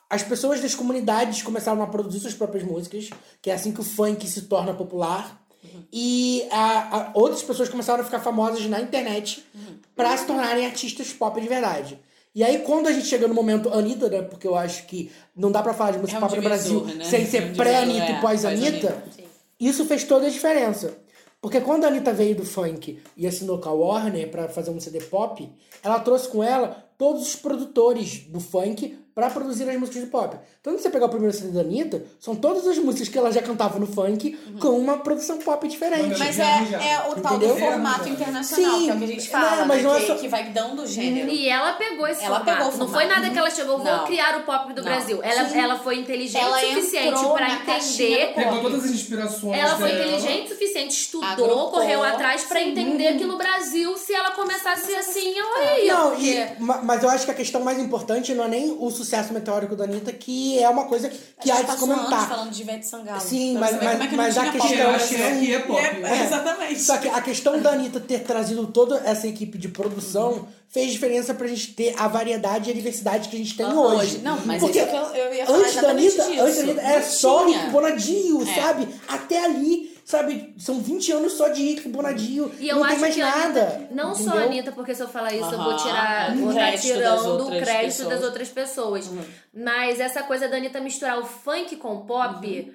S3: as pessoas das comunidades começaram a produzir suas próprias músicas, que é assim que o funk se torna popular.
S4: Uhum.
S3: E a- a- outras pessoas começaram a ficar famosas na internet
S4: Uhum.
S3: pra se tornarem artistas pop de verdade. E aí, quando a gente chega no momento Anitta, né? Porque eu acho que não dá pra falar de música
S4: É um
S3: pop no
S4: divisor,
S3: Brasil
S4: né?
S3: sem
S4: É um
S3: ser
S4: divisor,
S3: pré-Anitta
S4: é,
S3: e pós-Anitta,
S4: pós-Anitta.
S3: isso fez toda a diferença. Porque quando a Anitta veio do funk e assinou com a Warner pra fazer um CD pop, ela trouxe com ela todos os produtores do funk pra produzir as músicas de pop. Então, se você pegar o primeiro CD da Anitta, são todas as músicas que ela já cantava no funk com uma produção pop diferente.
S4: Mas
S2: Entendeu?
S4: é, é o tal
S3: Entendeu?
S4: do formato internacional,
S3: Sim.
S4: que é o que a gente fala,
S3: Não, mas
S4: né?
S3: não é
S4: que,
S3: só-
S4: que vai dando gênero.
S1: E ela pegou esse
S4: Ela
S1: formato.
S4: pegou o
S1: Não foi
S4: formato.
S1: nada que ela chegou, vou
S4: Não.
S1: criar o pop do
S4: Não.
S1: Brasil. Ela,
S4: Sim.
S1: ela foi inteligente
S4: Ela
S1: o suficiente
S4: entrou
S1: pra
S4: na caixinha
S1: entender.
S4: do
S2: Pegou
S4: pop.
S2: todas as inspirações
S1: Ela foi
S2: dela.
S1: inteligente o suficiente, estudou,
S4: Agrupou.
S1: correu atrás pra entender que no Brasil, se ela começasse assim, eu ia.
S3: Não,
S1: porque...
S4: é.
S3: e- ma- mas eu acho que a questão mais importante não é nem o sucesso meteórico da Anitta, que é uma coisa que há de se
S4: passou anos
S3: comentar.
S4: tá falando de Ivete Sangalo.
S3: Sim,
S4: pra
S3: mas-
S4: você ver
S3: mas-
S4: como é que
S3: mas
S4: não
S3: a
S4: tinha
S2: Que
S3: questão
S2: eu
S4: pop.
S2: acho que é, que é pop.
S7: É, exatamente.
S3: Só que a questão da Anitta ter trazido toda essa equipe de produção fez diferença pra gente ter a variedade e a diversidade que a gente tem
S4: Ah,
S3: hoje.
S4: hoje. Não, mas
S3: Porque
S4: isso que eu- eu ia falar
S3: antes da
S4: exatamente
S3: Anitta,
S4: disso.
S3: antes da Anitta
S4: Não
S3: era só
S4: tinha.
S3: Rick Bonadio,
S4: É.
S3: sabe? Até ali, sabe? São 20 anos só de Rick Bonadio.
S1: E eu
S3: não
S1: acho
S3: tem mais
S1: que a
S3: nada.
S1: Anitta, não só a
S3: entendeu?
S1: Anitta, porque se eu falar isso, eu vou
S4: Aham.
S1: tirar,
S4: O
S1: vou estar
S4: crédito das
S1: tirando o
S4: outras
S1: crédito
S4: pessoas. Uhum.
S1: das outras pessoas. Mas essa coisa da Anitta misturar o funk com o pop,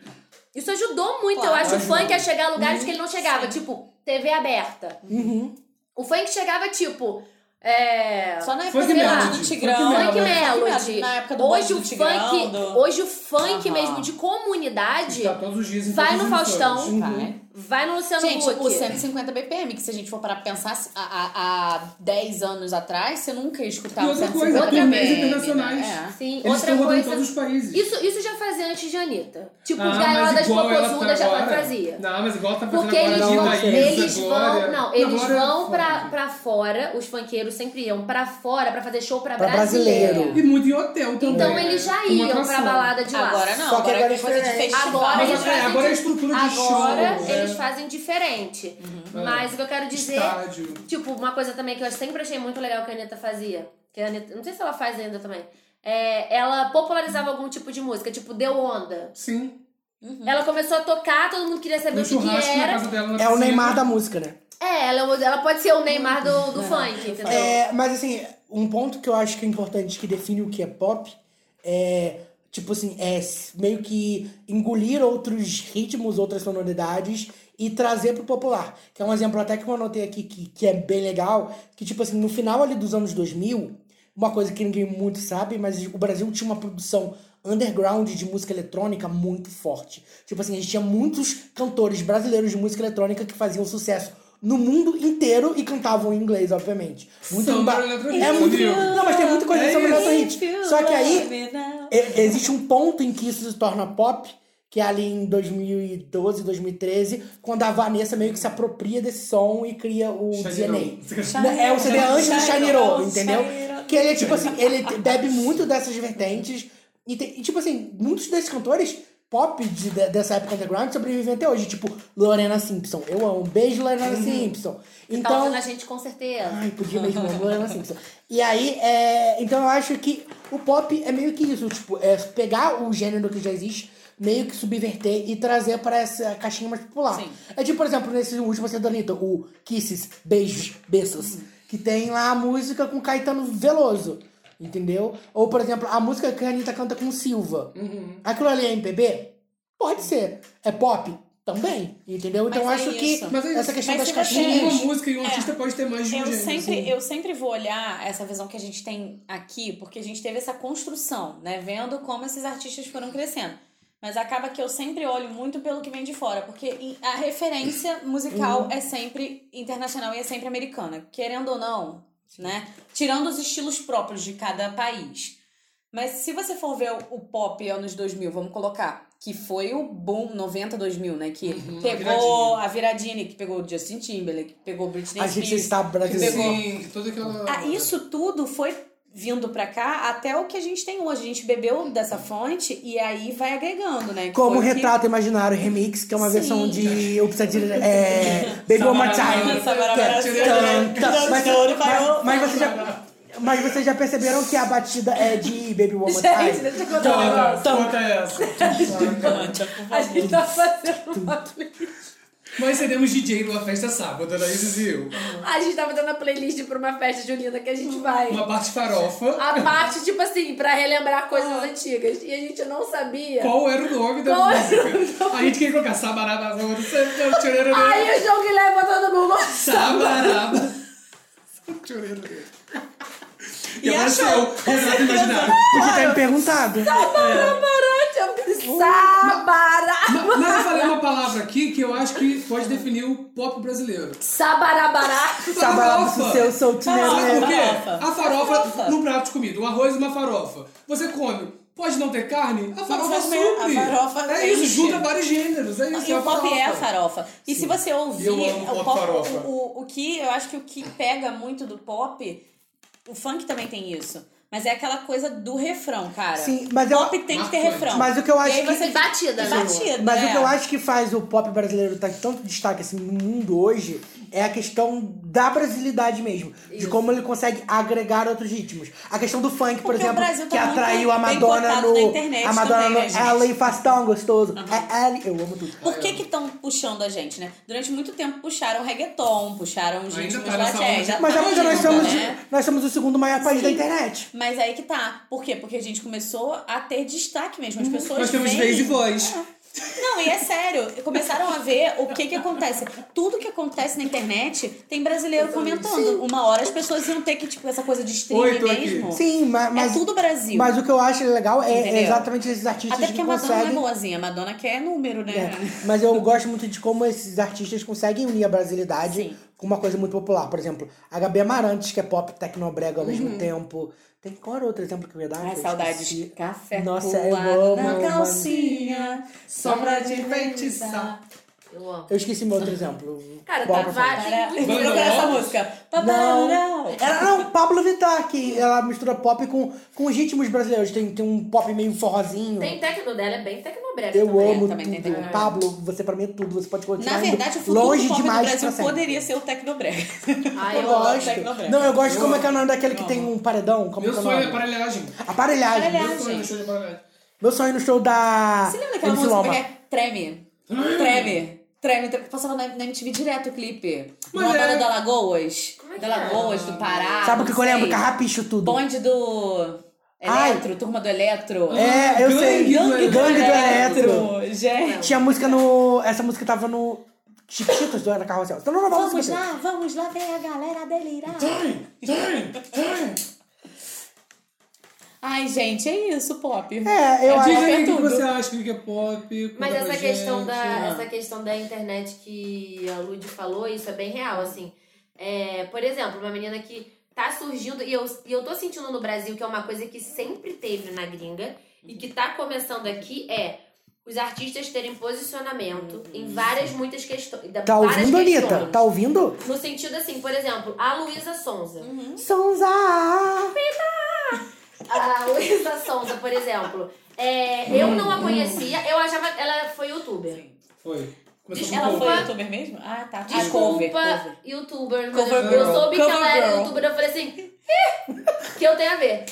S1: isso ajudou muito, eu
S4: Uhum. Claro,
S1: acho,
S4: Uhum.
S1: o funk a chegar a lugares que ele não chegava, tipo, TV aberta.
S3: Uhum.
S1: O funk chegava, tipo. É...
S4: Só na época
S2: Funk
S4: do Melody
S2: Melody,
S4: do Tigrão.
S1: Funk
S4: Funk
S1: Melody.
S4: Na época do
S1: Hoje
S4: bonde
S1: o
S4: do Tigrão,
S1: funk,
S4: do-
S1: hoje o funk
S4: Aham.
S1: mesmo de comunidade
S3: é
S2: Tá todos os dias em
S1: vai
S2: todas
S1: no
S2: as emissoras. Uhum.
S1: Faustão,
S4: Vai.
S1: vai no Luciano
S4: Gente,
S1: Huck.
S4: o 150 BPM, que se a gente for parar pra pensar se- há, há, há 10 anos atrás, você nunca ia escutar
S2: E
S4: o
S2: outra
S4: 150
S2: coisa,
S4: BPM.
S2: turnês
S4: né?
S2: internacionais.
S4: É.
S1: Sim,
S2: Eles
S1: outra
S2: estão rodando em
S1: coisa.
S2: todos os países.
S1: Isso, isso já fazia antes de Anitta. Tipo,
S2: Ah,
S1: os gaiola
S2: mas
S1: das
S2: igual ela tá
S1: Popozudas já
S2: agora.
S1: fazia.
S2: Não, mas igual tá fazendo
S1: Porque
S2: agora
S1: eles
S2: a Dita
S1: vão,
S2: Isa,
S1: eles
S2: Glória.
S1: vão, não, eles
S2: Glória
S1: vão
S2: é
S1: pra,
S2: foda.
S1: pra fora, os funkeiros sempre iam pra fora pra fazer show pra,
S3: Pra
S1: brasileiro.
S3: brasileiro.
S2: E muito em hotel também.
S1: Então
S2: né?
S1: eles já
S2: Como
S1: iam pra
S2: atração.
S1: balada de lá.
S4: Agora não,
S3: Só que
S4: agora,
S3: agora
S4: é coisa de
S3: é diferente.
S4: festival.
S1: Agora,
S2: Mas
S1: eles
S2: é,
S1: fazem
S2: agora é
S1: di-
S2: estrutura de
S1: agora
S2: show, Uhum.
S1: eles
S2: é.
S1: fazem diferente. Mas o que eu quero dizer,
S2: Estádio.
S1: tipo, uma coisa também que eu sempre achei muito legal que a Anitta fazia, que a Anitta, não sei se ela faz ainda também, é, ela popularizava algum tipo de música, tipo Deu Onda.
S2: Sim.
S1: Ela começou a tocar, todo mundo queria saber o
S2: No
S1: É que,
S2: churrasco
S1: que
S2: na
S1: era.
S2: casa dela. na
S3: É o
S2: piscina.
S3: Neymar da música, né?
S1: É, ela, ela pode ser o Neymar do, do funk, entendeu?
S3: É, mas assim, um ponto que eu acho que é importante que define o que é pop é tipo assim, é s- meio que engolir outros ritmos, outras sonoridades e trazer pro popular. Que é um exemplo até que eu anotei aqui que, que é bem legal, que tipo assim, no final ali dos anos 2000, uma coisa que ninguém muito sabe, mas o Brasil tinha uma produção underground de música eletrônica muito forte. Tipo assim, a gente tinha muitos cantores brasileiros de música eletrônica que faziam sucesso no mundo inteiro e cantavam em inglês, obviamente. Muito
S2: Samba
S3: ba-
S2: eletrônico.
S3: é muito
S2: Viu?
S3: Não, mas tem muita coisa
S2: É
S3: sobre
S2: isso.
S3: essa hit. Só que aí e- existe um ponto em que isso se torna pop, que é ali em 2012, 2013, quando a Vanessa meio que se apropria desse som e cria o DNA. É o CD antes do Shiny Row, entendeu? Que ele é tipo assim, ele bebe muito dessas vertentes. E, tem- e, tipo assim, muitos desses cantores pop de- de- dessa época underground sobrevivem até hoje. Tipo, Lorena Simpson. Eu amo. Beijo, Lorena Simpson.
S1: Tá
S3: Então.
S1: ouvindo a gente com certeza.
S3: Ai, podia mesmo, eu vou levar Simpson. E aí, é, então eu acho que o pop é meio que isso, tipo, é pegar o gênero que já existe, meio que subverter e trazer pra essa caixinha mais popular. É tipo, por exemplo, nesse último CD da Anitta, o Kisses, Beijos, Beços, que tem lá a música com Caetano Veloso, entendeu? Ou, por exemplo, a música que a Anitta canta com Silva.
S4: Uhum.
S3: Aquilo ali é MPB? Pode ser. É pop? Também, entendeu? Então eu
S4: Mas é
S3: acho que
S4: isso.
S2: Mas é
S3: essa
S2: isso.
S3: questão
S4: Mas
S3: das
S4: se você-
S3: caixinhas...
S2: Uma música e
S1: É.
S2: um artista pode ter mais de um
S4: Eu
S2: gênero,
S4: sempre,
S2: assim.
S4: eu sempre vou olhar essa visão que a gente tem aqui, porque a gente teve essa construção, né? Vendo como esses artistas foram crescendo. Mas acaba que eu sempre olho muito pelo que vem de fora, porque em- a referência musical é sempre internacional e é sempre americana. Querendo ou não, né? Tirando os estilos próprios de cada país. Mas se você for ver o- o pop anos 2000, vamos colocar, que foi o boom 90-2000, né? Que pegou a Viradine, que pegou o Justin Timberlake, que pegou o Britney
S3: A
S4: Spears.
S3: gente tá está brasileiro.
S2: Sim, toda aquela...
S4: Ah, isso tudo foi vindo pra cá até o que a gente tem hoje. A gente bebeu dessa fonte e aí vai agregando, né? Que
S3: Como
S4: foi o que-
S3: Retrato Imaginário Remix, que é uma
S4: Sim.
S3: versão de Upside é, Baby One More Time.
S4: Sabará,
S3: que é- tan,
S4: Sabará,
S3: tan.
S7: Sabará,
S3: Mas-
S7: Sabará,
S3: mas- Mas vocês já... Mas vocês já perceberam que a batida é de Baby One More
S4: Gente,
S3: Time?
S4: deixa eu contar um
S2: Conta,
S4: negócio.
S2: essa, conta é essa.
S4: A gente tá fazendo uma playlist.
S2: Nós seremos DJ numa festa sábado, Anaíses e eu.
S1: A gente tava dando a playlist pra uma festa junina que a gente vai.
S2: Uma parte farofa.
S1: A parte, tipo assim, pra relembrar coisas antigas. E a gente não sabia.
S2: Qual era o nome da
S1: Qual era
S2: música?
S1: o
S2: A gente queria colocar Sabará Bazona.
S1: Aí o João Guilherme botou no Google.
S2: Sabará E agora sou eu, Renato Imaginário.
S3: Porque tá me perguntado.
S4: é um
S1: Sabará.
S2: Ma- Mas eu falei uma palavra aqui que eu acho que pode definir o pop brasileiro.
S1: Sabarabará.
S3: Sabará
S2: tá Farofa.
S3: do seu seu
S2: Sabe por
S3: tinelo.
S2: quê?
S7: Farofa.
S2: A farofa num prato de comida, um arroz e uma farofa. Você come, pode não ter carne, a farofa
S7: faz bem, a
S2: supre.
S7: farofa
S2: é isso,
S7: enche.
S2: junta vários gêneros, é isso.
S4: E
S2: é
S4: o
S2: a
S4: pop é a farofa. E se você ouvir
S2: Eu amo
S4: o
S2: pop
S4: pop,
S2: farofa.
S4: o, o- o que eu acho que o que pega muito do pop, o funk também tem isso. Mas é aquela coisa do refrão, cara.
S3: Sim, mas eu-
S4: pop tem que ter
S2: Marcante.
S4: refrão.
S3: Mas o que eu acho
S4: e aí
S3: que-
S4: você
S1: E batida,
S4: e
S1: né?
S4: batida,
S3: Mas
S4: é.
S3: o que eu acho que faz o pop brasileiro estar em tanto destaque assim, no mundo hoje é a questão da brasilidade mesmo. De como ele consegue agregar outros ritmos. A questão do funk, por
S4: Porque o
S3: exemplo,
S4: Brasil tá
S3: que
S4: muito
S3: atraiu a
S4: bem
S3: Madonna
S4: cotado
S3: no.
S4: na internet
S3: a Madonna
S4: também, né,
S3: no
S4: gente?
S3: Ellen faz tão gostoso. É Ellen. Eu amo tudo.
S4: Por que que estão puxando a gente, né? Durante muito tempo puxaram reggaeton, puxaram gente
S2: Ainda
S4: nos
S2: tá nessa
S4: latim,
S2: onda.
S4: já
S3: Mas
S4: tá
S3: é porque nós
S4: indo,
S3: somos,
S4: né?
S3: nós somos o segundo maior país da internet.
S4: Mas aí que tá. Por quê? Porque a gente começou a ter destaque mesmo. As pessoas
S2: Uhum. Nós temos
S4: veem-
S2: vez e voz.
S4: Não, e é sério. Começaram a ver o que que acontece. Tudo que acontece na internet tem brasileiro comentando. Uma hora as pessoas iam ter que, tipo, essa coisa de streaming
S2: Oi, tô aqui.
S4: mesmo.
S3: Sim, ma- mas.
S4: É tudo Brasil.
S3: Mas o que eu acho legal é- é,
S4: Entendeu?
S3: exatamente esses artistas
S4: Até porque
S3: que
S4: a Madonna não é
S3: conseguem.
S4: boazinha. A Madonna quer número, né?
S3: É, Mas eu gosto muito de como esses artistas conseguem unir a brasilidade
S4: Sim.
S3: com uma coisa muito popular. Por exemplo, a Gabi Amarantes, que é pop tecnobrega ao mesmo tempo. Tem qual era outro exemplo que eu ia dar?
S4: Uhum. Ai,
S3: Eu esqueci.
S4: saudades. Café
S3: Nossa, eu
S4: colado
S3: amo,
S4: na
S3: mano.
S4: calcinha. Só pra te
S2: enfeitiçar.
S4: enfeitiçar.
S1: Eu amo.
S3: Eu esqueci meu outro exemplo.
S1: Cara,
S3: Qual
S1: tá
S3: pra falar?
S1: vários. tem muito-
S2: Banda
S4: Procura essa
S2: Ovos?
S4: música.
S3: Não.
S4: Paparau.
S3: Ela, não, Pablo Vittar, que ela mistura pop com, com os ritmos brasileiros. Tem, tem um pop meio forrozinho.
S1: Tem tecno dela, é bem tecnobrega.
S3: eu
S1: também.
S3: amo
S4: também tem
S3: tudo.
S4: tecno.
S3: Pablo, você pra mim é tudo. Você pode continuar
S4: Na
S3: indo
S4: verdade, o futuro
S3: longe
S4: pop do
S3: demais pra
S4: Brasil
S3: sempre. Ah,
S4: poderia ser o Tecnobrega.
S1: Ai,
S3: Eu
S1: eu amo.
S3: gosto.
S4: tecnobrega.
S3: Não, eu gosto como é que é o nome daquele que tem um paredão. Como
S2: Meu
S3: é que é o
S2: sonho é
S3: nome?
S2: aparelhagem.
S3: Aparelhagem.
S2: Meu sonho é show de aparelhagem.
S3: Meu sonho no show da.
S4: Você lembra daquela
S3: MC
S4: música
S3: Loma?
S4: que é Treme? Treme. Treme, treme. Passava na, na MTV direto o clipe.
S2: Mas
S4: Uma
S2: é-
S4: banda da Lagoas.
S1: Como é que
S4: da
S1: é?
S4: Lagoas, do Pará.
S3: Sabe o que,
S4: não
S3: que eu lembro?
S4: sei.
S3: Carrapicho tudo.
S4: Bonde do
S3: Ai.
S4: Eletro, Turma do Eletro.
S3: É, eu
S2: Gangue
S3: sei.
S2: do
S3: Gangue do Eletro. É,
S4: Gente.
S3: Tinha música no. Essa música tava no. Chiquitos do Ana Carrossel. Então não, não, não,
S4: Vamos
S3: música.
S4: lá, vamos lá ver a galera delirar. Ai, gente, é isso, pop.
S3: É, eu
S4: É
S3: acho.
S2: Diz aí o que
S4: tudo.
S2: você acha que é pop. conta
S1: Mas
S2: pra
S1: essa questão,
S2: gente.
S1: da, essa questão da internet que a Lud falou, isso é bem real, assim. É, por exemplo, uma menina que tá surgindo, e eu, e eu tô sentindo no Brasil que é uma coisa que sempre teve na gringa e que tá começando aqui, é os artistas terem posicionamento em várias, muitas questões. da-
S3: Tá
S1: várias
S3: ouvindo,
S1: questões.
S3: Anitta? Tá ouvindo?
S1: No sentido assim, por exemplo, a Luísa Sonza.
S4: Uhum.
S3: Sonza!
S1: A Luísa Sonza, por exemplo. é, eu não a conhecia, eu achava que ela foi youtuber.
S2: Foi. Começou
S1: Ela foi-
S2: com cover.
S1: Desculpa.
S4: youtuber mesmo? Ah, tá.
S1: Desculpa,
S4: Ah, cover, cover.
S1: youtuber. mas
S4: Cover
S1: eu,
S2: girl.
S1: eu soube que
S4: Cover
S1: ela era
S4: girl.
S1: youtuber, eu falei assim, "Ih, que eu tenho a ver.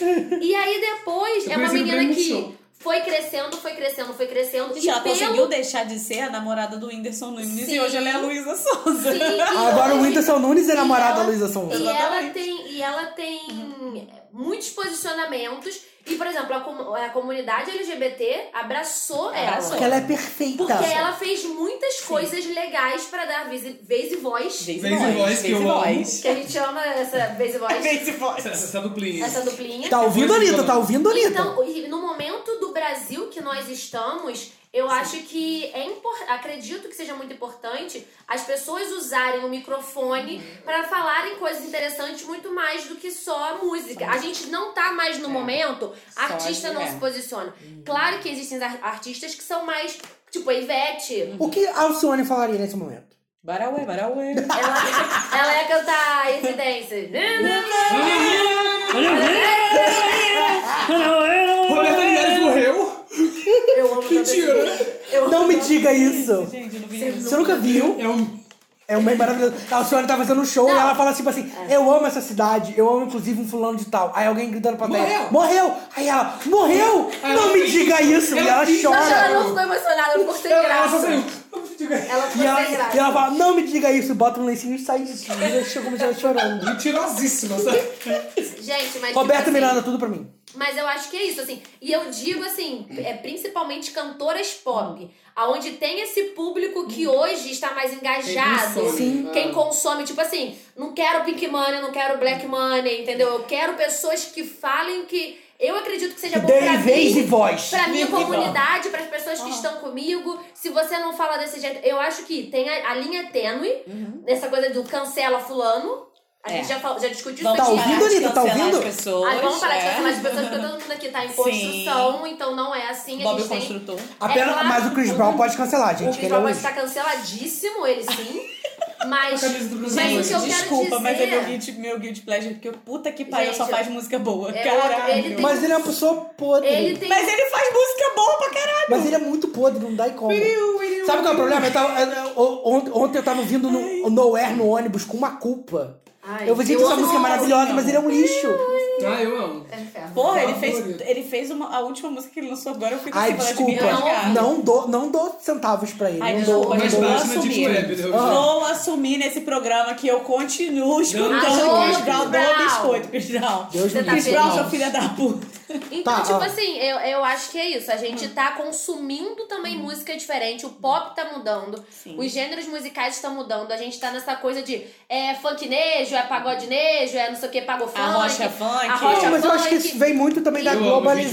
S1: E aí depois
S2: Eu
S1: é uma
S2: conheci no
S1: menina
S2: Prêmio
S1: que
S2: Show.
S1: foi crescendo, foi crescendo, foi crescendo.
S4: Gente,
S1: e
S4: ela
S1: pelo-
S4: conseguiu deixar de ser a namorada do Whindersson Nunes
S1: Sim.
S4: e hoje ela é a Luísa Souza.
S1: Sim, e
S3: Agora o
S1: hoje-
S3: Whindersson Nunes é namorado
S1: ela-
S3: da Luísa Sonza.
S1: E ela
S4: Exatamente.
S1: tem, e ela tem muitos posicionamentos. E, por exemplo, a, com- a comunidade LGBT abraçou ela.
S4: Abraçou.
S3: Porque ela é perfeita.
S1: Porque ela fez muitas coisas legais pra dar vez, e- vez e voz.
S2: Vez e voz, que eu amo.
S4: voz.
S1: Que a gente chama essa vez e voz,
S7: Face voz.
S2: Essa, essa duplinha.
S1: essa duplinha.
S3: Tá ouvindo, Anitta? Tá ouvindo, Anitta?
S1: Então, e no momento do Brasil que nós estamos, eu acho que é importante, acredito que seja muito importante as pessoas usarem o microfone pra falarem coisas interessantes muito mais do que só a música. A gente não tá mais no momento, artista
S4: de-
S1: não
S4: é.
S1: se posiciona. Claro que existem ar- artistas que são mais, tipo a Ivete.
S3: O que a Alcione falaria nesse momento?
S4: Barauê, barauê.
S1: Ela, ela ia cantar Incidência.
S2: Roberta Linhares morreu.
S1: Eu amo
S2: Que
S1: tanta
S2: tiro,
S1: gente.
S2: né?
S3: Não me diga isso.
S4: Gente, eu não vi isso.
S3: Você nunca viu?
S2: É um...
S3: É uma maravilhosa. A senhora tá fazendo um show e ela fala tipo assim:
S1: É.
S3: Eu amo essa cidade, eu amo inclusive um fulano de tal. Aí alguém gritando pra
S2: Morreu!
S3: dela: Morreu! Aí ela: Morreu!
S2: Aí
S3: não
S2: ela
S3: me
S2: fez-
S3: diga isso! E
S2: ela
S3: ela
S2: fez-
S1: Não, ela
S3: chora.
S1: não ficou emocionada, ela ficou sem
S2: Ela, ela só
S1: graça.
S3: um.
S2: saiu. é.
S1: Ela
S3: E
S1: ficou
S3: ela,
S1: sem graça.
S3: e ela fala: Não me diga isso! Bota um lencinho e sai disso. E já chegou já chorando.
S2: é Mentirosíssima, sabe?
S1: Gente, mas.
S3: Roberta
S1: tipo assim,
S3: Miranda, tudo pra mim.
S1: Mas eu acho que é isso, assim. E eu digo, assim, é principalmente cantoras pop, aonde tem esse público que hoje está mais engajado.
S2: consome, Sim.
S1: Quem
S2: é.
S1: consome, tipo assim, não quero Pink Money, não quero Black Money, entendeu? Eu quero pessoas que falem que. Eu acredito que seja
S3: Que
S1: bom pra
S3: deem vez
S1: mim,
S3: e voz.
S1: pra minha
S7: Viva.
S1: comunidade, pras pessoas que estão comigo. Se você não fala desse jeito, eu acho que tem a, a linha tênue, essa coisa do cancela fulano. A gente
S4: É.
S1: já, fal- já discutiu
S4: Vamos
S1: isso aqui.
S3: ouvindo,
S4: parar de
S3: Anitta? Tá
S4: cancelar
S3: ouvindo?
S4: As pessoas,
S1: Aí Ah, vamos parar de
S4: é.
S1: cancelar as pessoas, porque todo mundo aqui tá em construção, então não é assim.
S4: Bob
S1: a
S4: o
S1: gente tem...
S4: construtor.
S3: Apenas,
S1: É claro.
S3: mas o Chris Brown pode cancelar,
S1: O
S3: gente. que ele é
S1: Vitor
S3: um-
S1: pode estar canceladíssimo, ele sim. Mas.
S2: A camisa do Brasil
S1: Gente,
S2: hoje.
S1: eu quero
S4: Desculpa,
S1: dizer...
S4: mas é meu guilty, meu guilty pleasure, porque puta que pariu,
S1: Gente,
S4: só faz
S1: eu-
S4: música boa.
S1: é outro-
S4: caralho.
S1: ele tem-
S3: Mas ele é uma pessoa podre.
S1: Ele tem.
S4: Mas é- ele faz música boa pra caralho.
S3: Mas ele é muito podre, não dá e como. Sabe qual é o problema? Eu tava- eu- eu- ont- ontem eu tava ouvindo no Nowhere no ônibus com uma culpa.
S1: Ai,
S3: eu falei, gente,
S1: eu
S3: essa
S1: amo
S3: música é
S1: esse
S3: maravilhosa, mas ele é um lixo.
S2: Ah, eu amo.
S1: É inferno.
S4: Porra, ele
S2: Por
S4: fez,
S2: favor.
S4: ele fez uma, a última música que ele lançou agora, eu fico
S3: Ai,
S4: sem vontade de me
S3: desculpa.
S4: rasgar.
S3: Não dou, não dou centavos pra ele.
S4: Ai,
S3: não
S4: desculpa,
S3: dou, não
S2: Mas
S4: vou
S3: dou.
S2: bate na Deep
S4: assumir.
S2: Web. né?
S4: Vou assumir nesse programa que eu continuo escutando
S1: Alô,
S4: Chris Brown. Dou
S1: Brown.
S4: biscoito, Chris Brown.
S3: Deus me
S1: Você tá
S4: Chris
S3: livre.
S1: feliz?
S4: Brown, seu filho da puta.
S1: Então,
S3: Tá,
S1: tipo
S3: ó.
S1: assim, eu, eu acho que é isso. A gente tá consumindo também música diferente, o pop tá mudando, os gêneros musicais estão mudando. A gente tá nessa coisa de é funknejo, é pagodenejo, é não sei o que, pago funk.
S4: A rocha é funk.
S1: a rocha
S3: Não,
S1: é
S3: mas eu acho que
S1: funk.
S3: isso vem muito também da
S2: Eu amo vídeos do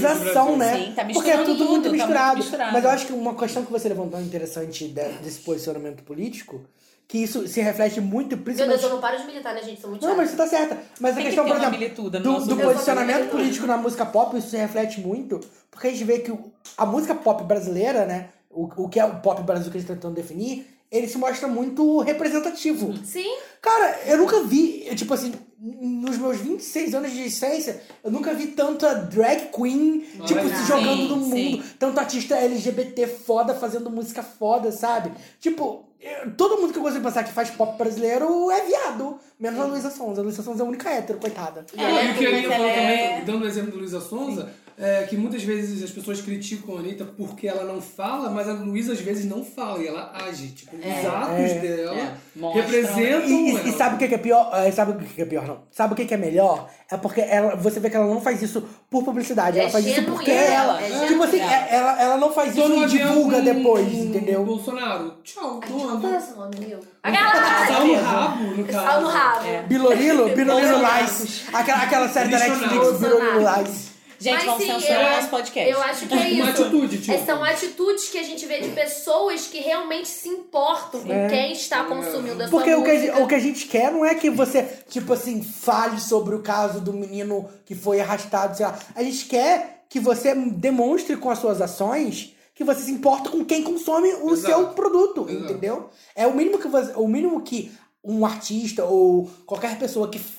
S2: Brasil.
S3: globalização, né?
S4: Sim, tá misturando
S3: Porque é tudo,
S4: tudo,
S3: muito,
S4: tá muito
S3: misturado.
S4: misturado.
S3: Mas eu acho que uma questão que você levantou interessante de- desse posicionamento político, que isso se reflete muito,
S1: Meu
S3: principalmente
S1: Deus, eu não paro de militar, né, gente? Sou muito
S3: Não,
S1: chata.
S3: mas você tá certa. Mas a
S4: Tem que
S3: questão,
S4: ter
S3: por
S4: uma
S3: exemplo,
S4: milituda no
S3: do,
S4: nosso
S3: do
S4: Brasil.
S3: posicionamento
S1: Eu sou
S3: político na música pop, isso se reflete muito, porque a gente vê que o- a música pop brasileira, né, o, o que é o pop brasileiro que a gente tá tentando definir, ele se mostra muito representativo.
S1: Sim.
S3: Cara, eu nunca vi, eu, tipo assim, nos meus 26 anos de existência, eu nunca vi tanta drag queen, tipo, se
S2: sim,
S3: jogando no mundo,
S4: sim.
S3: tanto artista LGBT foda fazendo música foda, sabe? Tipo, eu- todo mundo que eu consigo pensar que faz pop brasileiro é viado, menos a Luísa Sonza. A Luísa Sonza é a única hétero, coitada.
S2: Não, e o que a Anitta
S4: mas
S2: falou
S4: ela é-
S2: também, dando o exemplo do Luísa Sonza, é que muitas vezes as pessoas criticam a Anitta porque ela não fala, mas a Luísa às vezes não fala e ela age. Tipo, os atos dela
S4: É. Mostram.
S2: representam.
S3: E, e-
S2: ela.
S3: e sabe o que que é pior? Eh, Sabe o que que é pior, não? Sabe o que que é melhor? É porque ela, você vê que ela não faz isso por publicidade,
S1: É
S3: ela faz isso
S1: genuína,
S3: porque é ela.
S1: é
S3: tipo assim,
S4: genuína.
S3: é- ela, ela não faz isso
S2: Todo
S3: e
S2: avião
S3: divulga
S2: com
S3: depois, entendeu?
S2: um Bolsonaro, tchau,
S1: A gente não
S2: doando.
S1: fala esse nome, viu? Aquela!
S2: Sal no rabo, no caso.
S1: Sal no rabo.
S4: É.
S3: Bilorilo? Bilorilo
S4: Bolsonaro.
S3: Lies. Aquela, aquela série da
S2: Bolsonaro.
S3: Netflix, Bilorilo
S1: Bolsonaro.
S3: Lies.
S4: Gente,
S1: Mas,
S4: vamos
S1: sim,
S4: censurar
S1: eu-
S4: nosso podcast.
S1: Eu acho que é isso.
S2: Uma atitude, tipo.
S1: É, São atitudes que a gente vê de pessoas que realmente se importam com
S4: É.
S1: quem está consumindo a sua
S3: Porque o que, a
S1: música.
S3: gente, o que a gente quer não é que você, tipo assim, fale sobre o caso do menino que foi arrastado, sei lá. A gente quer que você demonstre com as suas ações que você se importa com quem consome o
S2: Exato.
S3: seu produto,
S2: Exato.
S3: entendeu? É o mínimo que você, o mínimo que um artista ou qualquer pessoa que f-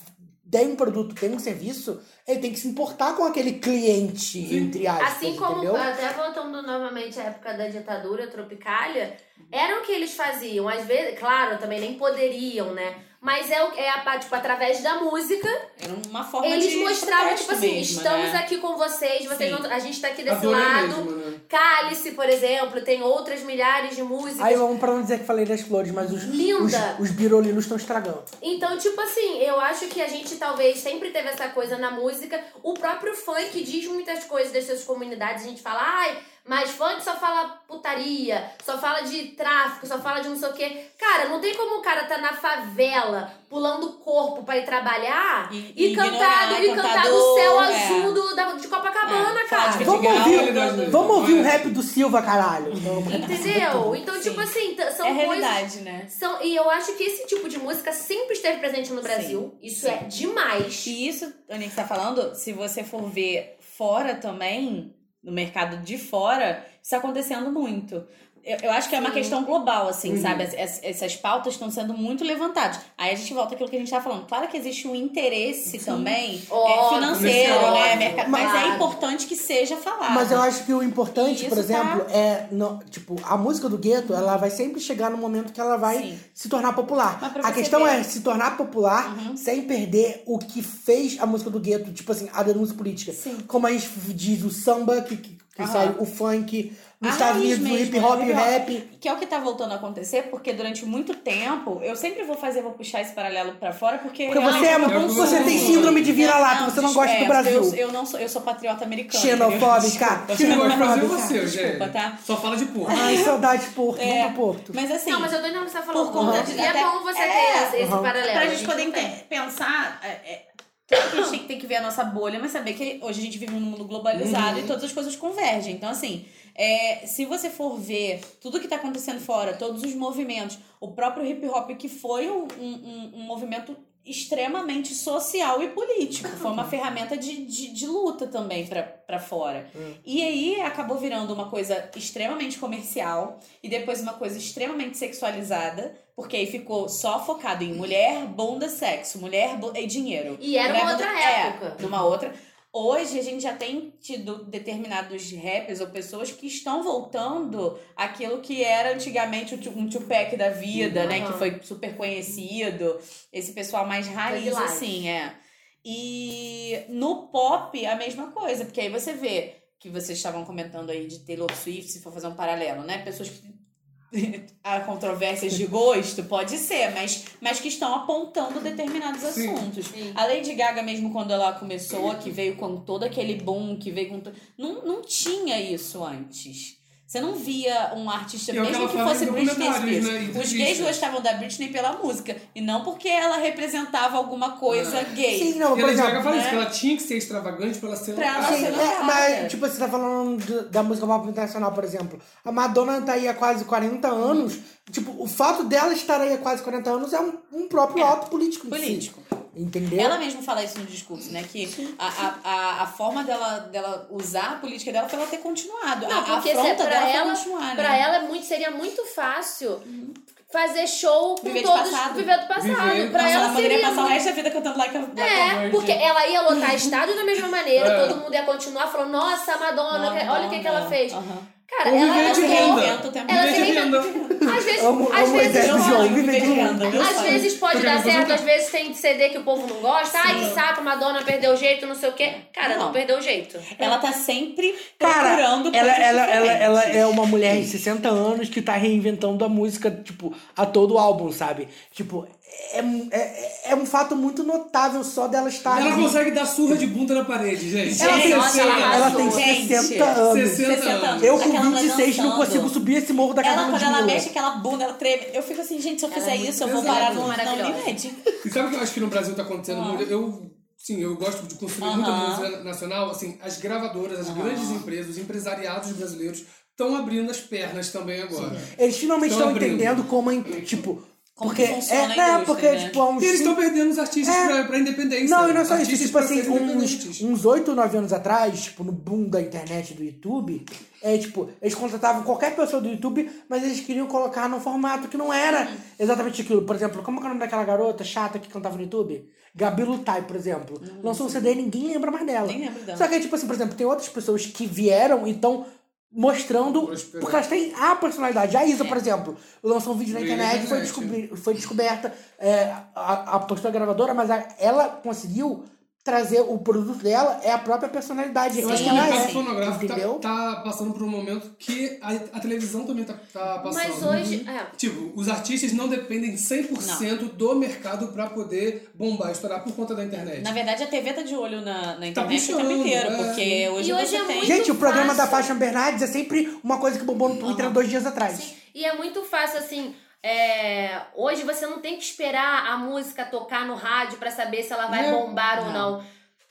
S3: tem um produto, tem um serviço, ele tem que se importar com aquele cliente, entre aspas,
S1: Assim como,
S3: entendeu?
S1: até voltando novamente à época da ditadura tropicalha, era o que eles faziam. Às vezes, claro, também nem poderiam, né? Mas é, o- é a, pa- tipo, através da música,
S4: Era uma forma
S1: eles
S4: de
S1: mostravam,
S4: protesto
S1: tipo assim,
S4: mesmo,
S1: estamos
S4: né?
S1: aqui com vocês, vocês
S4: Sim.
S1: não- a gente tá aqui
S2: A
S1: desse
S2: dor é
S1: lado.
S2: mesmo, né?
S1: Cálice, por exemplo, tem outras milhares de músicas.
S3: Aí vamos pra não dizer que falei das flores, mas os, os,
S1: Linda.
S3: os birolinos estão estragando.
S1: Então, tipo assim, eu acho que a gente talvez sempre teve essa coisa na música. O próprio funk diz muitas coisas das suas comunidades. A gente fala, ai, mas funk só fala putaria, só fala de tráfico, só fala de não sei o quê. Cara, não tem como o cara tá na favela pulando corpo pra ir trabalhar
S4: E-
S1: e,
S4: e
S1: cantar,
S4: ignorar,
S1: e cantar do
S4: cantador,
S1: céu
S4: é.
S1: azul do, da, de Copacabana,
S4: É,
S1: cara.
S4: falar de
S3: Vamos
S4: Vidigal,
S3: ouvir,
S4: Leandro.
S3: vamos ouvir um rap do Silva, caralho.
S1: Entendeu? Então, tipo assim, t- são
S4: É
S1: coisas
S4: realidade, né?
S1: São, e eu acho que esse tipo de música sempre esteve presente no Brasil. Isso é demais.
S4: E isso, Aninha, que tá falando, se você for ver fora também, no mercado de fora, isso tá acontecendo muito. Eu, eu acho que é uma
S1: Sim.
S4: questão global, assim, sabe? Es- es- essas pautas estão sendo muito levantadas. Aí a gente volta àquilo que a gente tá falando. Claro que existe um interesse também é,
S1: Óbvio,
S4: financeiro,
S2: comercial,
S4: né?
S1: óbvio,
S4: Merca- Mas
S1: claro.
S4: é importante que seja falado.
S3: Mas eu acho que o importante,
S4: Isso
S3: por
S4: tá-
S3: exemplo, é. no- tipo, a música do gueto, ela vai sempre chegar no momento que ela vai
S4: Sim.
S3: se tornar popular.
S4: Mas
S3: A
S4: pra você
S3: questão
S4: ver- Uhum.
S3: é se tornar popular sem perder o que fez a música do gueto, tipo assim, a denúncia política.
S4: Sim.
S3: Como a gente diz o samba, que, que, que
S4: Aham.
S3: sai o funk, nos
S4: A
S3: Estados
S4: raiz
S3: Unidos, o
S4: mesmo,
S3: hip hop,
S4: né?
S3: o rap.
S4: Que é o que tá voltando a acontecer, porque durante muito tempo, eu sempre vou fazer, vou puxar esse paralelo pra fora, porque.
S3: Porque você, é,
S4: realmente eu
S2: uma-
S4: não sou-
S3: você tem
S2: consumidor.
S3: síndrome de vira-lata, você não
S4: desculpa,
S3: gosta do
S4: é,
S3: Brasil.
S4: Eu, eu não sou, eu sou patriota americana.
S2: Quem não gosta de fazer é
S3: Xenofóbica.
S4: entendeu?
S3: Desculpa,
S2: você, gente.
S4: Desculpa, tá?
S2: Só fala de porra.
S3: Ai, saudade, Porto.
S4: É,
S3: Vamos pro Porto.
S4: Mas assim,
S1: Não, mas eu tô entendendo o que você tá falando.
S4: Por conta de-
S1: e é
S4: até-
S1: bom você ter
S4: é,
S1: esse, esse
S3: aham.
S1: paralelo.
S4: pra
S1: a
S4: gente poder
S1: não tem.
S4: ente- pensar. é, é, claro que a gente tem, tem que ver a nossa bolha, mas saber que hoje a gente vive num mundo globalizado
S3: Uhum.
S4: e todas as coisas convergem. Então, assim, é, se você for ver tudo que tá acontecendo fora, todos os movimentos, o próprio hip hop, que foi um, um- um movimento extremamente social e político. Foi uma ferramenta de, de, de luta também pra- pra fora. E aí acabou virando uma coisa extremamente comercial e depois uma coisa extremamente sexualizada, porque aí ficou só focado em mulher, bunda, sexo, mulher bo- e dinheiro.
S1: E era uma
S4: Mulher,
S1: outra
S4: bunda- é,
S1: época.
S4: numa outra. Hoje a gente já tem tido determinados rappers ou pessoas que estão voltando àquilo que era antigamente o tu- um Tupac da vida, né?
S1: Aham.
S4: Que foi super conhecido. Esse pessoal mais
S1: Thug
S4: raiz,
S1: Life.
S4: assim, é. E no pop, a mesma coisa, porque aí você vê que vocês estavam comentando aí de Taylor Swift, se for fazer um paralelo, né? Pessoas que. Há controvérsias de gosto, pode ser, mas, mas que estão apontando determinados
S2: Sim,
S4: assuntos.
S1: sim.
S4: A Lady Gaga, mesmo quando ela começou, que veio com todo aquele boom, que veio com. to- Não, não tinha isso antes. Você não via um artista,
S2: E é o que
S4: mesmo
S2: ela
S4: que
S2: fala
S4: fosse
S2: em
S4: Britney
S2: documentários,
S4: Spears.
S2: né, em
S4: Os gays
S2: entrevistas.
S4: gostavam da Britney pela música, e não porque ela representava alguma
S2: É.
S4: coisa gay.
S3: Sim, não,
S2: E
S3: por
S2: a Lady
S3: exemplo.
S2: Gaga fala isso,
S4: né?
S2: que ela tinha que ser extravagante pra ela ser
S4: Pra ela
S2: Ah,
S4: ser
S3: Sim,
S4: Você não
S3: é,
S4: sabe.
S3: mas, tipo, você tá falando de- da música pop internacional, por exemplo. A Madonna tá aí há quase 40 anos. Tipo, o fato dela estar aí há quase 40 anos é um, um próprio ato político. em si.
S4: Político.
S3: entendeu?
S4: Ela tá mesma fala isso no discurso, né? Que a, a, a, a forma dela, dela usar a política dela foi ela ter continuado.
S1: Não,
S4: a, a
S1: porque se é
S4: afronta
S1: pra
S4: dela foi
S1: ela-
S4: continuar,
S1: Pra
S4: né?
S1: ela é muito, seria muito fácil fazer show com
S4: Viver de
S1: todos.
S4: passado.
S1: Uhum. Viver do passado.
S2: Viver-
S1: pra
S4: Nossa,
S1: ela,
S4: ela poderia
S1: seria.
S4: passar um o resto da vida cantando Like a Black
S1: É,
S4: Bird.
S1: porque ela ia lotar estádio da mesma maneira,
S2: É.
S1: todo mundo ia continuar falando, nossa, Madonna, que- olha o que, que ela fez.
S4: Aham.
S1: Cara,
S2: Ou
S1: ela
S2: viver um de
S4: se
S1: apoiou-
S2: renda.
S4: reinventa o tempo
S1: Ela
S2: Viver
S1: se
S2: de
S1: reinventa.
S2: renda.
S1: Às vezes,
S3: Amo-
S1: às
S3: amo é a
S1: vezes
S3: ideia do
S4: Eu
S3: João,
S4: amo,
S3: viver de
S4: viver de
S3: renda.
S4: renda. Eu
S1: Às
S4: sei.
S1: vezes pode
S2: Porque
S1: dar
S2: não foi
S1: certo,
S2: junto.
S1: às vezes tem CD que o povo não gosta. Ai, que saco, Madonna perdeu o jeito, não sei o quê. Cara, não,
S4: Não.
S1: perdeu o jeito.
S4: Ela tá sempre
S3: Cara,
S4: procurando
S3: ela,
S4: coisas
S3: ela, ela,
S4: diferentes.
S3: ela é uma mulher de 60 anos que tá reinventando a música, tipo, a todo álbum, sabe? Tipo, é, um- é, é um fato muito notável só dela estar
S2: Ela
S3: ali.
S2: consegue dar surra de bunda na parede, gente. é
S3: Ela tem,
S4: Nossa, ela
S3: ela tem
S4: arrasou.
S3: 60
S4: Gente,
S3: anos.
S2: 60 anos.
S3: Eu com
S4: Aquela mulher
S3: 26 não
S4: é dançando.
S3: consigo subir esse morro da
S4: Ela,
S3: casa
S4: quando
S3: de
S4: ela
S3: Mula.
S4: mexe aquela bunda, ela treme. Eu fico assim, gente, se eu
S1: Ela é
S4: fizer
S1: muito é
S4: isso, eu vou
S2: pesada,
S4: parar no, no
S1: maravilhosa.
S4: limite.
S2: E sabe o que eu acho que no Brasil tá acontecendo muito? Eu, sim, eu gosto de consumir muita
S4: Aham.
S2: música nacional. Assim, as gravadoras, as grandes empresas, os empresariados brasileiros estão abrindo as pernas também agora.
S3: Eles finalmente
S2: Estão
S3: estão
S2: abrindo.
S3: entendendo como, em- tipo,
S4: Como
S3: Porque,
S4: que funciona
S3: é,
S4: a
S3: né,
S4: indústria,
S3: porque,
S4: né?
S3: tipo, há uns
S2: E eles
S3: cinco-
S2: estão perdendo os artistas
S3: É.
S2: pra, pra independência.
S3: Não, e não é só isso.
S2: né? artistas
S3: Tipo assim,
S2: pra serem
S3: uns,
S2: independentes.
S3: uns 8 ou 9 anos atrás, tipo, no boom da internet e do YouTube, é tipo, eles contratavam qualquer pessoa do YouTube, mas eles queriam colocar num formato que não era exatamente aquilo. Por exemplo, como é que é o nome daquela garota chata que cantava no YouTube? Gabi Lutai, por exemplo. Lançou um CD e ninguém lembra mais dela.
S4: Nem lembro dela.
S3: Só que, tipo assim, por exemplo, tem outras pessoas que vieram e estão mostrando,
S2: Prosperando.
S3: porque elas têm a personalidade. A Isa, por exemplo, lançou um vídeo na
S2: Veio
S3: internet,
S2: na
S3: foi,
S2: internet,
S3: descobri- foi descoberta é, a, a postura gravadora, mas a- ela conseguiu trazer o produto dela, é a própria personalidade.
S2: Eu acho que o
S4: Sim,
S3: ela
S2: mercado
S3: é,
S2: fonográfico tá-
S3: entendeu?
S2: tá, passando por um momento que a, a televisão também tá, tá passando.
S1: Mas hoje. É,
S2: Tipo, os artistas não dependem 100% do mercado pra poder bombar, estourar por conta da internet.
S4: Na verdade, a TV tá de olho na, na internet o
S2: puxando,
S4: tempo inteiro,
S2: é.
S4: porque hoje,
S1: E hoje
S4: você
S1: é
S4: tem.
S1: muito-
S3: Gente, o programa
S1: fácil.
S3: da Fashion Bernardes é sempre uma coisa que bombou no Twitter há dois dias atrás.
S1: E é muito fácil, assim. é, hoje você não tem que esperar a música tocar no rádio pra saber se ela vai
S2: Não.
S1: bombar ou não.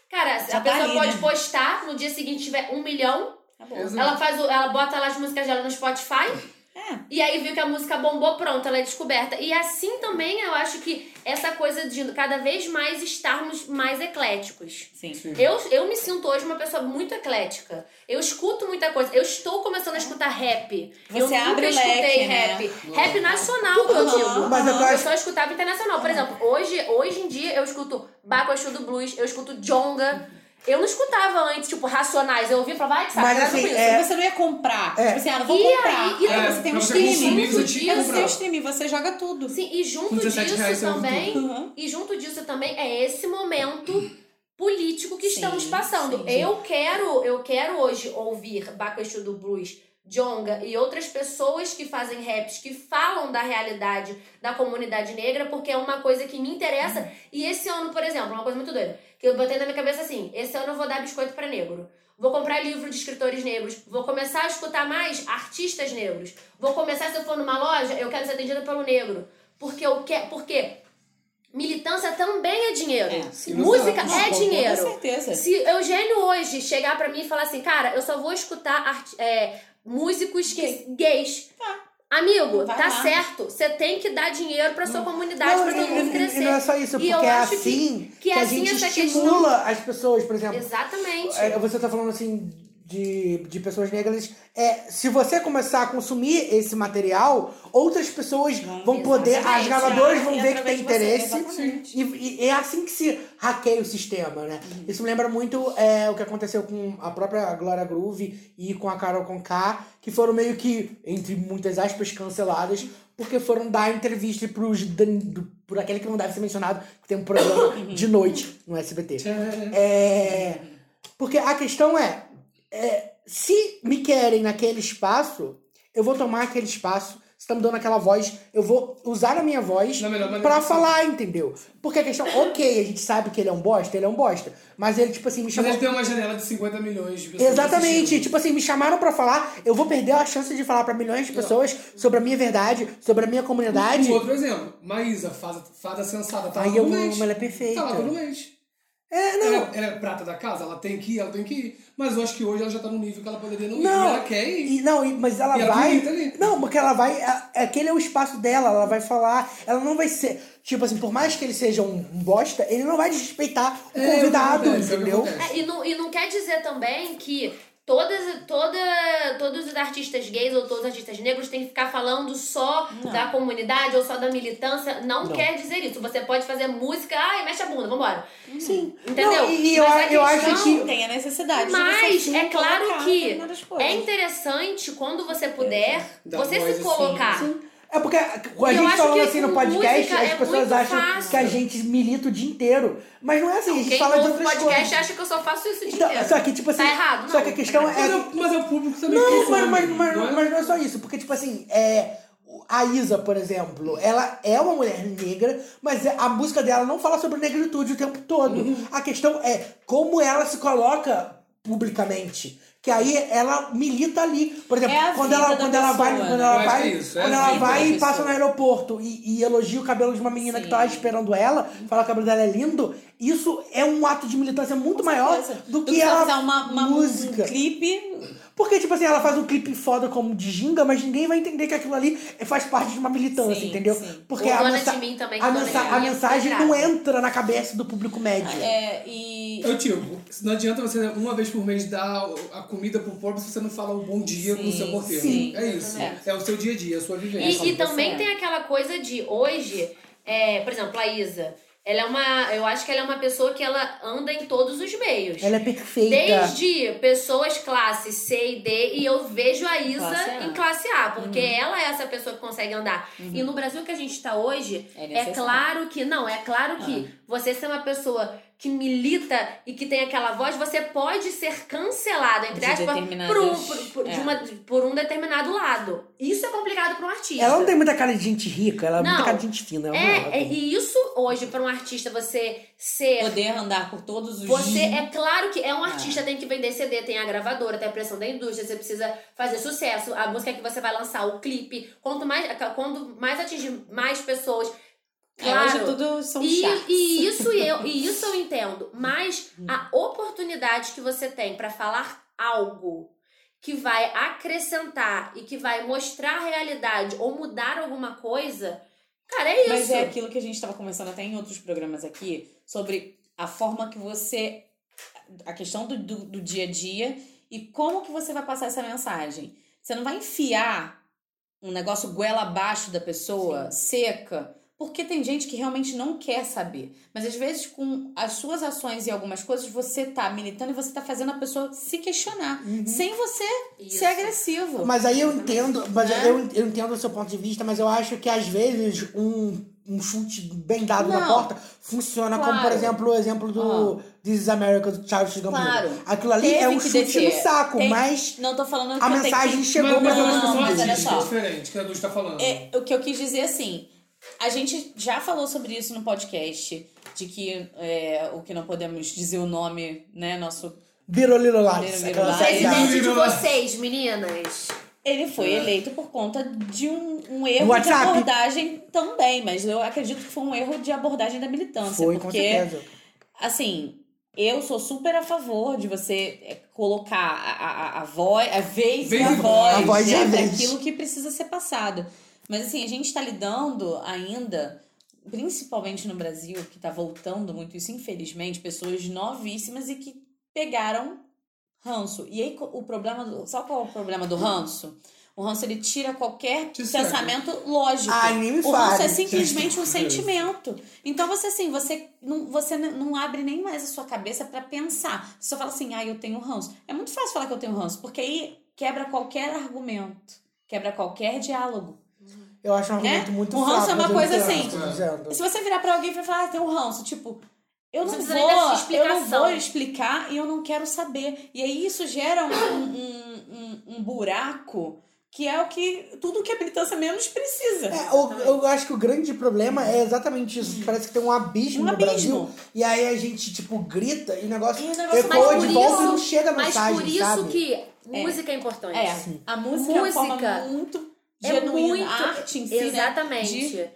S1: Cara,
S4: Já
S1: a
S4: tá
S1: pessoa
S4: ali,
S1: pode
S4: né?
S1: postar, no dia seguinte tiver um milhão,
S4: Acabou.
S2: Exato.
S1: ela faz o- ela bota lá as músicas dela no Spotify.
S4: É.
S1: E aí viu que a música bombou, pronto, ela é descoberta. E assim também eu acho que essa coisa de cada vez mais estarmos mais ecléticos.
S4: Sim.
S1: Eu, eu me sinto hoje uma pessoa muito eclética. Eu escuto muita coisa. Eu estou começando a escutar rap.
S4: Você
S1: eu nunca
S4: abre o
S1: escutei
S4: leque, né?
S1: rap. Rap nacional, que eu digo.
S3: Mas eu
S1: Eu
S3: acho-
S1: só escutava internacional. Por exemplo, hoje, hoje em dia eu escuto Bacuachu do Blues, eu escuto Jonga. Eu não escutava antes, tipo, Racionais. Eu ouvia e falava, vai, que sabe,
S3: Mas,
S1: nada com
S3: assim,
S1: isso.
S3: é-
S4: Você não ia comprar.
S3: É.
S4: Tipo assim, ah, não vou
S1: E
S4: comprar.
S1: aí- e
S4: Aí
S2: É,
S4: você tem um
S2: pra você
S4: streaming.
S2: consumir, você
S1: Junto
S2: tinha que
S4: Você tem um
S2: comprar.
S4: streaming, você joga tudo.
S1: Sim, e junto
S2: Com 17 reais
S1: disso
S2: você ouve
S1: também,
S4: tudo. Uhum.
S1: e junto disso também é esse momento político que
S4: Sim,
S1: estamos passando.
S4: sim.
S1: Eu quero, eu quero hoje ouvir Bacuestu do Blues, Jonga e outras pessoas que fazem raps que falam da realidade da comunidade negra, porque é uma coisa que me interessa. E esse ano, por exemplo, uma coisa muito doida, que eu botei na minha cabeça assim, esse ano eu vou dar biscoito pra negro. Vou comprar livro de escritores negros. Vou começar a escutar mais artistas negros. Vou começar, se eu for numa loja, eu quero ser atendida pelo negro. Porque eu quero. Porque militância também é dinheiro.
S4: É,
S2: sim.
S1: Música
S2: Não,
S1: é dinheiro.
S4: Com certeza.
S1: Se Eugênio hoje chegar pra mim e falar assim, cara, eu só vou escutar arti- é, músicos que, gays.
S3: Tá.
S1: Amigo,
S4: Vai
S1: tá
S4: lá.
S1: certo. Você tem que dar dinheiro pra sua comunidade,
S3: Não,
S1: pra todo
S3: e,
S1: mundo
S3: e-
S1: crescer.
S3: e não é só isso,
S1: E
S3: porque
S1: eu
S3: é
S1: acho que-
S3: assim
S1: que é
S3: a
S1: assim
S3: gente
S1: essa questão-
S3: estimula as pessoas, por exemplo.
S1: Exatamente.
S3: É, Você tá falando assim de, de pessoas negras. É, se você começar a consumir esse material, outras pessoas vão poder, as
S4: exatamente,
S3: gravadoras
S4: ah,
S3: vão
S4: e
S3: ver que
S4: através
S3: tem
S4: de você,
S3: interesse.
S4: exatamente. Uhum.
S3: E, e é assim que se hackeia o sistema, né? Isso me lembra muito é, o que aconteceu com a própria Glória Groove e com a Carol Conká, que foram meio que, entre muitas aspas, canceladas, porque foram dar entrevista pros, dan- do- por aquele que não deve ser mencionado, que tem um
S4: Uhum.
S3: programa de noite no SBT. É, porque a questão é, é, se me querem naquele espaço, eu vou tomar aquele espaço. Se tá me dando aquela voz, eu vou usar a minha voz
S2: Da melhor maneira
S3: pra
S2: possível.
S3: falar, entendeu? Porque a questão, ok, a gente sabe que ele é um bosta, ele é um bosta. Mas ele, tipo assim, me
S2: Mas
S3: chamou.
S2: eles têm uma janela de 50 milhões de pessoas.
S3: Exatamente,
S2: assistindo.
S3: tipo assim, me chamaram pra falar, eu vou perder a chance de falar pra milhões de pessoas sobre a minha verdade, sobre a minha comunidade.
S2: Um outro exemplo. Maísa, fada, fada sensada. Tá
S3: Ai,
S2: lá
S3: eu
S2: todo
S3: amo,
S2: mês.
S3: ela é perfeita.
S2: Tá lá todo mês.
S3: É, não.
S2: Ela, ela é prata da casa, ela tem que ir, ela tem que ir. Mas eu acho que hoje ela já tá num nível que ela poderia não, ir.
S3: Não,
S2: Ela quer ir.
S3: e- não, e- mas ela
S2: E ela
S3: vai.
S2: milita ali.
S3: Não, porque ela vai. a- Aquele é o espaço dela, ela vai falar. Ela não vai ser. Tipo assim, por mais que ele seja um um bosta, ele não vai desrespeitar o
S2: É,
S3: convidado,
S2: acontece, é o que
S3: entendeu?
S2: acontece.
S1: É, e, não, e não quer dizer também que todas, toda, todos os artistas gays ou todos os artistas negros têm que ficar falando só da comunidade ou só da militância. Não, quer dizer isso. Você pode fazer música, ai, mexe a bunda, vambora. Sim. Entendeu?
S3: Não, e eu,
S1: Mas a
S3: eu
S1: questão-
S3: acho que.
S4: Tem a necessidade. de
S1: Mas
S4: você
S1: é
S4: sim
S1: claro
S4: colocar
S1: que
S4: determinadas coisas.
S1: é interessante quando você puder
S2: Dá
S1: você
S2: voz
S1: se
S2: assim,
S1: colocar.
S3: É porque a
S1: Eu
S3: gente
S1: acho
S3: falando
S1: que
S3: assim no
S1: com
S3: podcast,
S1: música
S3: as
S1: é
S3: pessoas
S1: muito
S3: acham
S1: fácil.
S3: que a gente milita o dia inteiro. Mas não é assim, a gente
S1: Quem
S3: fala de
S1: ouve
S3: outras
S1: podcast é
S3: coisas.
S1: acha que eu só faço isso o dia
S3: Então,
S1: inteiro.
S3: só que, tipo assim.
S1: Tá errado?
S3: Só
S1: Não,
S3: que a questão
S1: tá
S3: é.
S2: Mas, é, mas é o público também
S3: Não,
S2: que
S3: mas,
S2: consome,
S3: mas, mas,
S2: não é?
S3: mas não é só isso, porque, tipo assim, é. A Isa, por exemplo, ela é uma mulher negra, mas a música dela não fala sobre negritude o tempo todo.
S2: Uhum.
S3: A questão é como ela se coloca publicamente. Que aí ela milita ali. Por exemplo,
S4: É a
S3: quando
S4: vida
S3: ela,
S4: da
S3: quando ela
S4: pessoa,
S3: vai,
S4: né?
S3: quando ela
S2: Eu acho
S3: vai,
S2: que é isso, é
S3: quando
S2: a
S3: ela
S4: vida da
S3: vai e
S4: pessoa.
S3: passa no aeroporto e, e elogia o cabelo de uma menina que tá lá esperando ela, fala que o cabelo dela é lindo, isso é um ato de militância muito maior
S4: Coisa.
S3: do que
S4: só
S3: ela
S4: fazer uma, uma- um
S3: música.
S4: clipe
S3: Porque, tipo assim, ela faz um clipe foda como de ginga, mas ninguém vai entender que aquilo ali é, faz parte de uma militância,
S7: Sim,
S3: entendeu?
S7: sim.
S3: Porque
S1: O
S3: a,
S1: Dona
S3: mensa-
S1: de Mim também,
S3: a,
S1: Dona
S3: mensa-
S1: de Mim
S3: a
S1: é
S3: mensagem
S1: muito
S3: não
S1: grave.
S3: entra na cabeça do público médio.
S7: É, e.
S2: Eu digo, não adianta você uma vez por mês dar a comida pro pobre se você não fala um bom dia pro
S7: Sim,
S2: seu porteiro.
S7: sim.
S2: é isso. É.
S7: É.
S2: o seu dia a dia, a sua vivência.
S1: E,
S7: você
S1: e também
S7: é.
S1: tem aquela coisa de hoje, é, por exemplo, a Isa, ela é uma. Eu acho que ela é uma pessoa que ela anda em todos os meios.
S3: Ela é perfeita.
S1: Desde pessoas classe C e D, e eu vejo a Isa
S4: Classe A.
S1: em classe A, porque ela é essa pessoa que consegue andar. E no Brasil que a gente está hoje,
S4: É
S1: é,
S4: necessário.
S1: claro que. Não, é claro que você ser uma pessoa que milita e que tem aquela voz, você pode ser cancelada, entre
S4: De
S1: aspas, por um,
S4: determinadas-
S1: por, por- de
S4: é.
S1: uma- por um determinado lado. Isso é complicado para um artista.
S3: Ela não tem muita cara de gente rica, ela é muita
S1: Não.
S3: cara de gente fina. ela não
S1: É, é,
S3: ela tem-
S1: e isso hoje, pra um artista, você ser.
S4: Poder andar por todos os
S1: Você é claro que é um artista, tem que vender CD, tem a gravadora, tem a pressão da indústria, você precisa fazer sucesso, a música que você vai lançar, o clipe. Quanto mais, quando mais atingir mais pessoas.
S4: É, hoje
S1: Claro.
S4: tudo são
S1: E,
S4: charts.
S1: e isso eu e isso eu entendo. Mas a oportunidade que você tem pra falar algo que vai acrescentar e que vai mostrar a realidade ou mudar alguma coisa, cara, é isso.
S4: Mas é aquilo que a gente estava conversando até em outros programas aqui, sobre a forma que você. a questão do, do, do dia a dia e como que você vai passar essa mensagem. Você não vai enfiar um negócio goela abaixo da pessoa, seca, porque tem gente que realmente não quer saber. Mas às vezes, com as suas ações e algumas coisas, você tá militando e você tá fazendo a pessoa se questionar, sem você
S1: Isso.
S4: ser agressivo.
S3: Uhum. Mas aí eu entendo, mas
S4: Né?
S3: eu, eu entendo o seu ponto de vista, mas eu acho que às vezes um, um chute bem dado na
S4: Não.
S3: porta funciona como, por
S4: Claro.
S3: exemplo, o exemplo do This is America do Charles Gambino.
S4: Claro.
S3: Aquilo ali
S4: Teve
S3: é um
S4: que
S3: chute
S4: descer.
S3: no saco,
S4: Tem-
S3: mas
S4: Não tô falando que
S3: a
S4: eu tenho que-
S3: mensagem
S2: Mas,
S3: chegou
S2: mas
S3: pra
S2: é uma
S3: todo
S4: Não,
S2: discussão
S4: mas
S3: mundo.
S4: olha
S2: artística,
S4: só.
S2: diferente que a Luz tá falando.
S4: É, o que eu quis dizer assim, a gente já falou sobre isso no podcast, de que é, o que não podemos dizer o nome, né, nosso.
S3: Birolilo Lights.
S4: Birolilo
S3: aquela
S4: Lights.
S3: série da-
S1: Presidente de vocês, meninas.
S4: Ele foi eleito por conta de um, Ah. um erro
S3: No WhatsApp.
S4: de abordagem também, mas eu acredito que foi um erro de abordagem da militância.
S3: Foi, com
S4: porque
S3: certeza.
S4: assim, eu sou super a favor de você é, colocar a, a, a voz, a vez e
S2: Vez
S4: a
S2: e
S4: voz,
S3: a voz e a
S4: né,
S3: vez.
S4: daquilo que precisa ser passado. Mas assim, a gente está lidando ainda, principalmente no Brasil, que está voltando muito isso, infelizmente, pessoas novíssimas e que pegaram ranço. E aí co- o problema, do, sabe qual é o problema do ranço? O ranço ele tira qualquer
S2: Te seca.
S4: pensamento lógico.
S3: Ai, nem me
S4: o ranço
S3: fale.
S4: é simplesmente
S2: Gente, meu
S4: um
S2: Deus.
S4: sentimento. Então você assim, você não, você n- não abre nem mais a sua cabeça pra pensar. Você só fala assim: "Ah, eu tenho ranço". É muito fácil falar que eu tenho ranço, porque aí quebra qualquer argumento, quebra qualquer diálogo.
S3: Eu acho um
S4: Né?
S3: argumento muito
S4: O ranço
S3: fraco,
S4: é uma
S3: mas eu
S4: coisa
S3: entendo o que
S4: assim.
S3: você tá dizendo.
S4: Se você virar pra alguém e falar: "Ah, tem um ranço", tipo, eu
S1: Não
S4: não,
S1: precisa
S4: vou,
S1: nem dessa
S4: eu não
S1: explicação.
S4: vou explicar e eu não quero saber. E aí isso gera um, um, um- um buraco que é o que tudo que a militância menos precisa.
S3: É, eu, eu acho que o grande problema é exatamente isso. Parece que tem um abismo
S4: Um
S3: no
S4: abismo.
S3: Brasil. E aí a gente, tipo, grita e o negócio,
S4: E o negócio
S3: ecoa
S4: vai
S3: de
S4: por
S3: volta e
S1: isso-
S3: não chega a
S1: Mas
S3: mensagem,
S1: por isso
S3: sabe?
S1: que música é importante.
S4: É, a música, é uma forma
S1: Música
S4: muito
S1: É
S4: genuína,
S1: muito-
S4: a arte em si, né?
S1: Exatamente.
S4: De-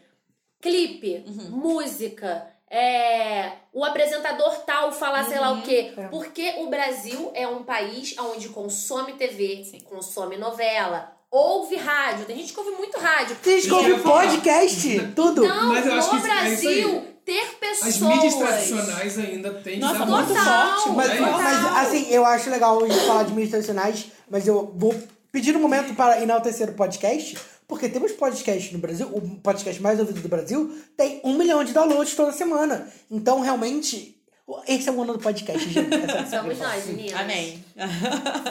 S1: Clipe,
S2: Uhum.
S1: música, é, o apresentador tal falar sei
S2: Uhum.
S1: lá o quê. Porque o Brasil é um país onde consome TV, consome novela, ouve rádio. Tem gente que ouve muito rádio.
S3: Vocês
S2: Eu
S3: ouvem
S2: ia falar.
S3: podcast? Tudo?
S1: Então,
S2: Mas eu acho
S1: no
S2: que isso- é isso
S1: Brasil, ter
S2: As
S1: pessoas...
S2: mídias tradicionais ainda têm
S4: Nossa,
S2: essa
S4: muito
S2: música.
S4: forte,
S3: Mas,
S2: É
S3: mas,
S1: isso.
S3: assim, eu acho legal hoje falar de mídias tradicionais, mas eu vou pedir um momento para enaltecer o podcast, porque temos podcasts no Brasil, o podcast mais ouvido do Brasil tem um milhão de downloads toda semana. Então, realmente, esse é o ano do podcast, gente. Essa- é
S1: Somos nós, meninas.
S4: Amém.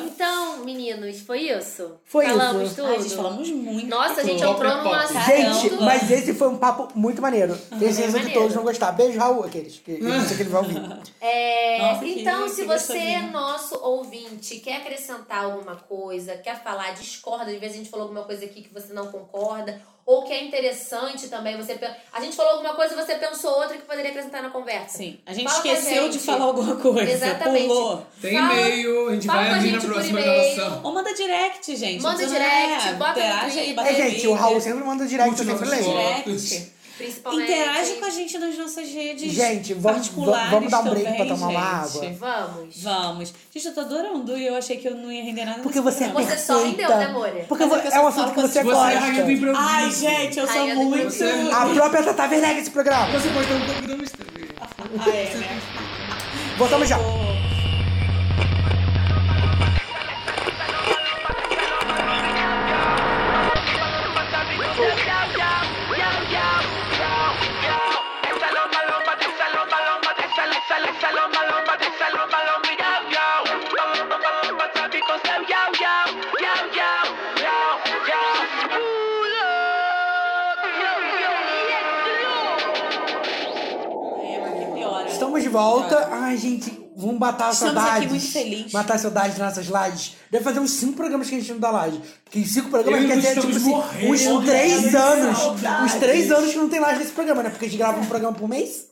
S1: Então, meninos, foi isso?
S3: Foi
S1: falamos
S3: isso.
S1: tudo?
S4: Ai, gente, falamos muito.
S1: Nossa, a gente
S2: Pop é
S1: entrou num
S2: pop.
S1: assunto.
S3: Gente,
S4: Caramba.
S3: mas esse foi um papo muito maneiro. Tenho certeza que
S1: maneiro.
S3: todos vão gostar. Beijo, Raul, aqueles que eu não sei que ele vai ouvir.
S1: É,
S4: Nossa, que-
S1: então,
S4: que
S1: se você,
S4: gostosinho.
S1: nosso ouvinte, quer acrescentar alguma coisa, quer falar, discorda, às vezes a gente falou alguma coisa aqui que você não concorda, ou que é interessante também, você pe- a gente falou alguma coisa e você pensou outra que poderia acrescentar na conversa.
S4: Sim, a gente
S1: Fala com a
S4: esqueceu de
S1: gente.
S4: falar alguma coisa.
S1: Exatamente.
S4: Pulou.
S2: Tem
S1: Fala-
S2: e-mail, a gente
S1: fala
S2: vai
S1: com a
S2: abrir na
S1: gente por
S2: próxima
S1: e-mail.
S2: gravação.
S4: Ou manda direct, gente.
S1: Manda
S4: Então,
S1: direct,
S4: é,
S1: bota no
S4: interage aí,
S1: Twitter.
S4: bota
S3: É,
S4: no
S3: gente, o
S4: Twitter.
S3: Raul sempre manda direct, eu
S2: Curte
S3: sempre
S2: nossas
S3: leio.
S2: fotos.
S4: Direct.
S1: Principalmente.
S4: Interage com a gente nas nossas redes
S3: Gente, vamos,
S4: particulares
S3: vamos dar um break
S4: também,
S3: pra tomar uma
S4: gente.
S3: água.
S1: Vamos.
S4: Vamos. Gente, eu tô adorando e eu achei que eu não ia render nada.
S3: Porque
S4: nesse
S3: você é
S4: programa.
S1: Você só me deu,
S3: perfeita.
S1: né, More?
S3: Porque
S4: Mas é
S3: vo-
S4: que eu
S3: é um
S4: só
S3: assunto que
S4: falo
S3: você
S2: Você é a rainha do
S3: gosta.
S2: improviso.
S7: Ai, gente, eu sou
S1: Rainha do
S7: muito.
S1: improviso.
S3: A própria Tata Werneck esse programa.
S2: Você pode ter um programa estranho.
S7: Ah, é, né?
S3: Voltamos já.
S4: É, porque piora.
S3: Estamos de volta. Ai, gente, vamos matar a
S4: Estamos
S3: saudade.
S4: aqui muito felizes.
S3: Matar a saudade das nossas lives. Deve fazer uns cinco programas que a gente não dá live. Porque em cinco programas
S2: Eu e
S3: quer
S2: tu
S3: dizer, tipo
S2: estamos
S3: assim,
S2: morrendo
S3: uns
S2: de
S3: três anos.
S2: saudade.
S3: Uns três anos que não tem live nesse programa, né? Porque a gente grava um programa por mês.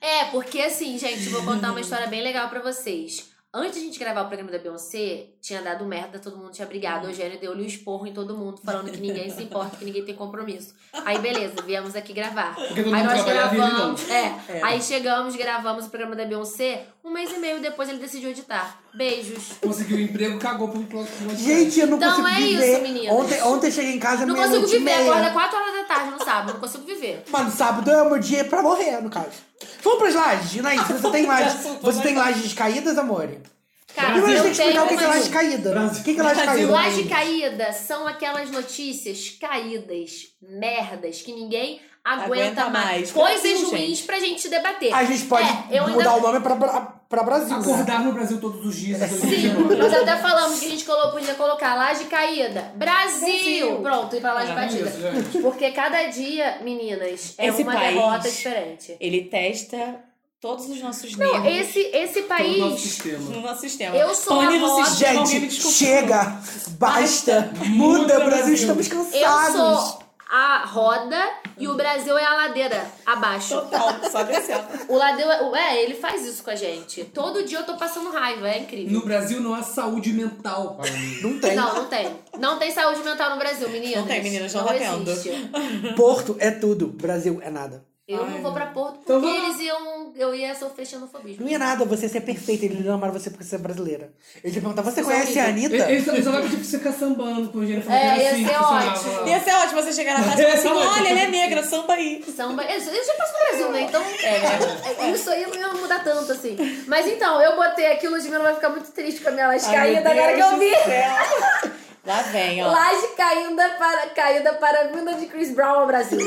S1: É, porque assim, gente, vou contar uma história bem legal pra vocês. Antes de a gente gravar o programa da Beyoncé, tinha dado merda, todo mundo tinha brigado. O Eugênio deu-lhe o esporro em todo mundo, falando que ninguém se importa, que ninguém tem compromisso. Aí, beleza, viemos aqui gravar.
S2: Porque todo
S1: Aí
S2: mundo
S1: nós
S2: trabalhava e ele não.
S1: gravamos. É, Aí chegamos, gravamos o programa da Beyoncé. Um mês e meio depois ele decidiu editar. Beijos.
S2: Conseguiu um emprego, cagou pro podcast.
S3: Gente, eu não
S1: Então
S3: consigo
S1: é isso,
S3: viver.
S1: meninas.
S3: ontem, ontem eu cheguei em casa,
S1: Não
S3: meia-noite
S1: consigo
S3: e
S1: viver,
S3: meia.
S1: agora é 4 horas da tarde, não sabe? Não consigo viver.
S3: Mano, sábado é o meu dia pra morrer, no caso. Vamos pras lajes, Inaís, você tem lajes. Você tem lajes caídas, amor?
S1: Cara,
S3: Primeiro a
S1: eu
S3: gente tem que explicar o que que é
S1: tenho,
S3: laje
S1: mas-
S3: caída. né? O que que é laje caída?
S1: Laje caída são aquelas notícias caídas, merdas, que ninguém aguenta,
S4: Aguenta mais.
S1: mais.
S4: Brasil,
S1: Coisas
S4: gente.
S1: ruins pra gente debater.
S3: A gente pode
S1: É, eu ainda-
S3: mudar o nome pra, pra, pra Brasil. né?
S2: Acordar no Brasil todos os dias. em
S1: Sim,
S2: 2019.
S1: nós até falamos que a gente colocou, podia colocar laje caída. Brasil! Pronto, e pra laje
S4: É
S1: batida.
S2: isso, gente.
S1: Porque cada dia, meninas, é
S4: Esse
S1: uma
S4: país-
S1: derrota diferente.
S4: Ele testa todos os nossos
S1: Não,
S4: nervos
S1: esse, esse
S2: Todo o nosso
S1: país.
S2: sistema.
S4: no nosso sistema.
S1: Eu sou
S4: Pane
S1: a
S4: no
S1: moda-
S4: sistema, alguém me
S3: Gente,
S4: desculpa.
S3: chega! Basta! Muda,
S2: Muda,
S3: Brasil.
S2: Brasil.
S3: Estamos
S1: Eu
S3: cansados!
S1: sou a roda e o Brasil é a ladeira abaixo.
S4: Total, só desceu.
S1: O Ladeu, é- o- é, ele faz isso com a gente. Todo dia eu tô passando raiva, é incrível.
S2: No Brasil não há saúde mental.
S3: Não tem.
S1: Não, não tem. Não tem saúde mental no Brasil, meninas.
S4: Não tem, meninas, não
S1: não,
S4: tá tendo.
S1: existe.
S3: Porto é tudo, Brasil é nada.
S1: Eu não vou pra Porto porque
S2: Então vamos lá.
S1: eles iam... Eu ia sofrer xenofobismo.
S3: Não é nada você ser perfeita, eles não amaram você porque você é brasileira. Eles vão perguntar: você conhece a
S2: Ele,
S3: Anitta?
S2: ele só, ele só vai pedir pra você ficar sambando com o gênero.
S1: É, ia ser
S4: Ia ser ótimo você chegar na casa e falar
S2: Essa
S4: assim:
S2: é
S4: olha,
S2: ótima.
S4: ela é negra, samba aí.
S1: Samba... Eles eles já passam no Brasil, né? Então,
S4: né?
S1: é, isso aí não ia mudar tanto, assim. Mas então, eu botei aqui, o Ludmilla vai ficar muito triste com a minha laje
S4: Ai, meu
S1: caída agora que
S4: Deus
S1: eu
S4: do
S1: vi.
S4: céu. Lá vem, ó.
S1: Laje caída para, caída para a vinda de Chris Brown ao Brasil.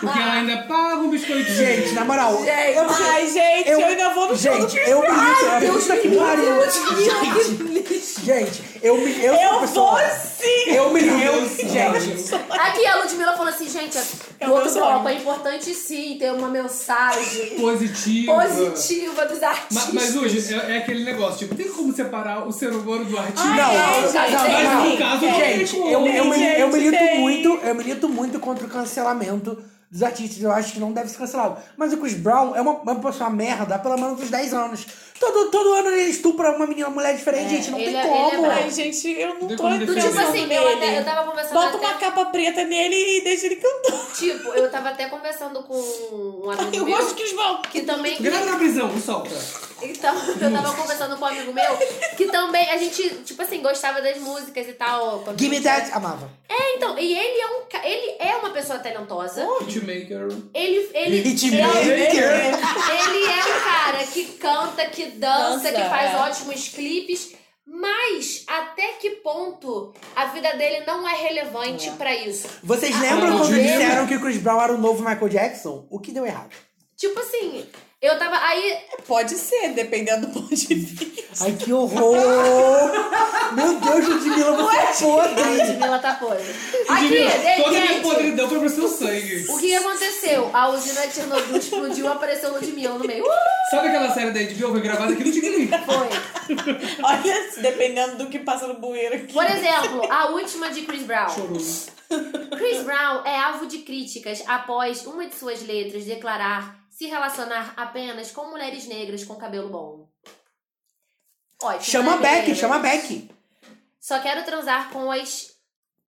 S2: Porque ela ainda paga um biscoitinho.
S3: Gente, na moral.
S4: Gente, ai, gente, eu, ainda vou no show do
S3: Gente, eu me Ai, Deus que pariu. Gente, gente, eu me. Eu, sou uma
S4: Eu
S3: pessoa-
S4: vou sim!
S3: Eu me eu, gente.
S1: Aqui a Ludmilla falou assim, gente, o
S4: É o meu
S1: outro
S4: sonho.
S1: bloco é importante sim ter uma mensagem
S2: Positivo.
S1: positiva dos
S2: Mas,
S1: artistas.
S2: mas hoje é, é aquele negócio, tipo, tem como separar o ser humano do artista?
S3: Não, não,
S4: gente,
S3: não,
S2: tem
S3: não.
S2: um caso
S3: gente,
S2: com
S3: eu, eu, me-
S4: gente,
S3: eu milito
S4: tem.
S3: muito, eu milito muito contra o cancelamento dos artistas. Eu acho que não deve ser cancelado. Mas o Chris Brown é uma, uma pessoa merda há pelo menos uns 10 anos. Todo, todo ano ele estupra uma menina, uma mulher diferente, gente. Não
S1: ele
S3: tem
S1: é-
S3: como.
S1: ele é
S4: Ai, gente, eu não
S2: Tem
S4: tô
S2: como
S4: entrando
S2: defender.
S1: Tipo assim, eu,
S4: nele.
S1: até, eu tava conversando
S4: Bota
S1: até,
S4: uma capa preta nele e deixa ele cantar.
S1: tipo, eu tava até conversando com um amigo
S4: Eu
S1: meu
S4: gosto que eles vão.
S1: que também
S2: Grava na prisão, solta.
S1: Então, eu tava conversando com um amigo meu que também a gente, tipo assim, gostava das músicas e tal. quando-
S3: Give me that, amava.
S1: É, então, e ele é um ca- ele é uma pessoa talentosa.
S2: Oh. Hitmaker.
S1: Ele ele é
S3: Hitmaker.
S1: Ele é um cara que canta, que dança,
S4: Dança,
S1: que faz
S4: é.
S1: ótimos clipes, mas até que ponto a vida dele não é relevante pra isso?
S3: Vocês
S1: é
S3: lembram quando
S2: Michael Jackson.
S3: disseram que o Chris Brown era o novo Michael Jackson? O que deu errado?
S1: Tipo assim, eu tava aí,
S4: Pode ser, dependendo do ponto de vista.
S3: Ai, que horror! Meu Deus, Ludmilla, você é podre!
S1: Ludmilla tá podre. Aqui,
S2: Ludmilla, Toda a minha
S1: gente,
S2: podridão foi pro seu sangue.
S1: o que aconteceu? A usina de Chernobyl explodiu, apareceu Ludmilla no meio. Uh,
S2: Sabe aquela série da HBO que foi gravada aqui no Tigrinho?
S1: Foi.
S4: Olha, dependendo do que passa no bueiro aqui.
S1: Por exemplo, a última de Chris Brown.
S2: É
S1: Chris Brown é alvo de críticas após uma de suas letras declarar se relacionar apenas com mulheres negras com cabelo bom. Ótimo,
S3: Chama a
S1: né,
S3: Beck,
S1: negra?
S3: chama a Beck.
S1: Só quero transar com as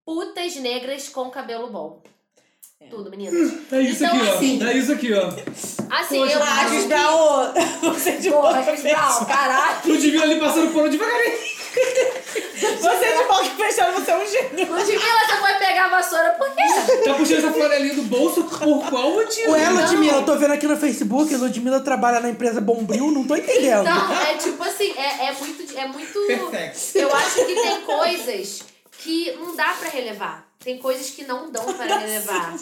S1: putas negras com cabelo bom. Tudo, meninas.
S2: É isso
S1: então,
S2: aqui, ó.
S1: assim,
S2: É isso aqui, ó.
S1: assim, eu
S2: Poxa,
S3: tá
S7: Lages
S1: acho que...
S7: Brown, você de volta
S1: Poxa, Brown,
S7: fechada.
S1: caralho.
S2: Tu devia ali passando pano devagarinho.
S7: Você de volta fechada, você é um gênio.
S1: Ludmilla, você foi pegar a vassoura. Por quê?
S2: Tá puxando essa flanelinha do bolso por qual motivo?
S3: Ué, Ludmilla, eu tô vendo aqui no Facebook, Ludmilla trabalha na empresa Bombril, não tô entendendo.
S7: Então,
S1: Não, é tipo assim, é, é muito. É muito
S2: Perfeito.
S1: eu acho que tem coisas que não dá pra relevar. Tem coisas que não dão pra relevar.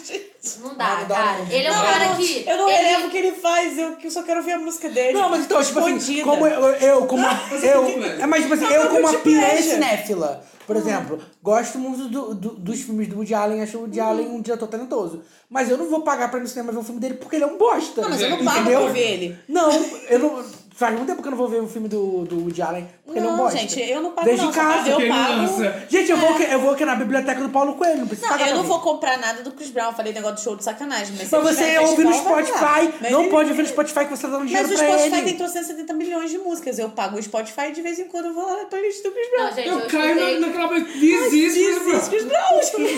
S1: Não dá,
S3: Não dá,
S1: cara.
S3: não.
S1: Ele é um cara que.
S7: Eu não
S1: ele-
S4: é
S7: relevo o que ele faz, eu que só quero ouvir a música dele.
S3: Não, mas então, tipo assim,
S7: Escondida.
S3: como eu, eu como
S2: Você
S3: eu,
S2: tem que ver.
S3: é, mas tipo assim,
S7: Ah,
S3: eu
S7: mas
S3: como uma
S7: eu te Hum.
S3: pia
S7: vejo.
S3: cinéfila, por exemplo, gosto muito do- do- dos filmes do Woody Allen, acho o
S7: Hum.
S3: Woody Allen um diretor talentoso, mas eu não vou pagar pra ir no cinema ver um filme dele porque ele é um bosta. Não,
S4: mas eu não pago
S3: entendeu?
S4: pra ver ele.
S3: Não, eu não faz muito tempo que eu não vou ver um filme do, do Woody Allen porque ele é um
S4: Não,
S3: bosta.
S4: gente, eu não pago
S3: Desde
S4: não, só
S3: casa,
S4: pra ver, eu
S2: criança.
S4: pago. É.
S3: Gente, eu vou que- eu vou aqui na biblioteca do Paulo Coelho, não precisa
S4: Não,
S3: pagar
S4: eu não
S3: pra ver.
S4: vou comprar nada do Chris Brown. Falei negócio do show de sacanagem. Mas, se
S3: Mas
S4: ele
S3: você
S4: tiver
S3: ouve no
S4: festival, vai lá.
S3: Spotify,
S4: Mas
S3: não
S4: ele-
S3: pode ouvir no Spotify que você tá dando dinheiro
S4: Mas o
S3: pra
S4: Spotify
S3: ele.
S4: tem 370 milhões de músicas. Eu pago o Spotify e de vez em quando eu vou lá na playlist do Chris Brown.
S1: Não, gente, eu,
S2: Eu caio
S1: escutei-
S2: na, naquela. This is Chris
S7: Chris Brown.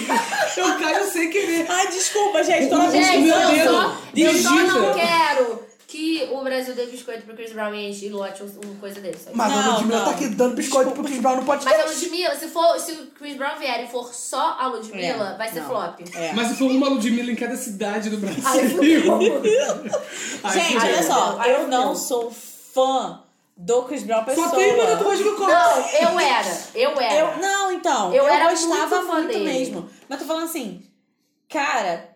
S2: Brown. Eu caio sem querer.
S4: Ah,
S7: Ai, desculpa, gente. Tô na
S1: Gente,
S2: Meu
S1: eu
S2: dedo.
S1: só, eu só não
S2: Digita.
S1: quero que o Brasil dê biscoito pro Chris Brown e enche e lote um- uma coisa desse. sabe?
S3: Mas a
S7: Não,
S3: Ludmilla
S7: não.
S3: tá aqui dando biscoito pro Chris Brown no
S4: é
S1: Mas a
S3: podcast.
S1: Ludmilla, se, for, se o Chris Brown vier e for só a Ludmilla,
S4: É,
S1: vai ser
S4: não.
S1: flop.
S4: É.
S2: Mas se for uma Ludmilla em cada cidade do Brasil. é
S1: Aí fudeu.
S2: Aí
S4: Gente,
S2: fudeu.
S4: olha só.
S1: Ai,
S4: Eu
S1: meu
S4: não
S1: Deus.
S4: sou fã do Chris Brown
S3: um
S4: pessoa.
S2: Só tem uma tatuagem no corpo.
S1: Não, eu era. Eu era.
S4: Eu, não, então.
S1: É. Eu era
S4: gostava
S1: muito fã dele.
S4: mesmo. Mas tô falando assim, cara,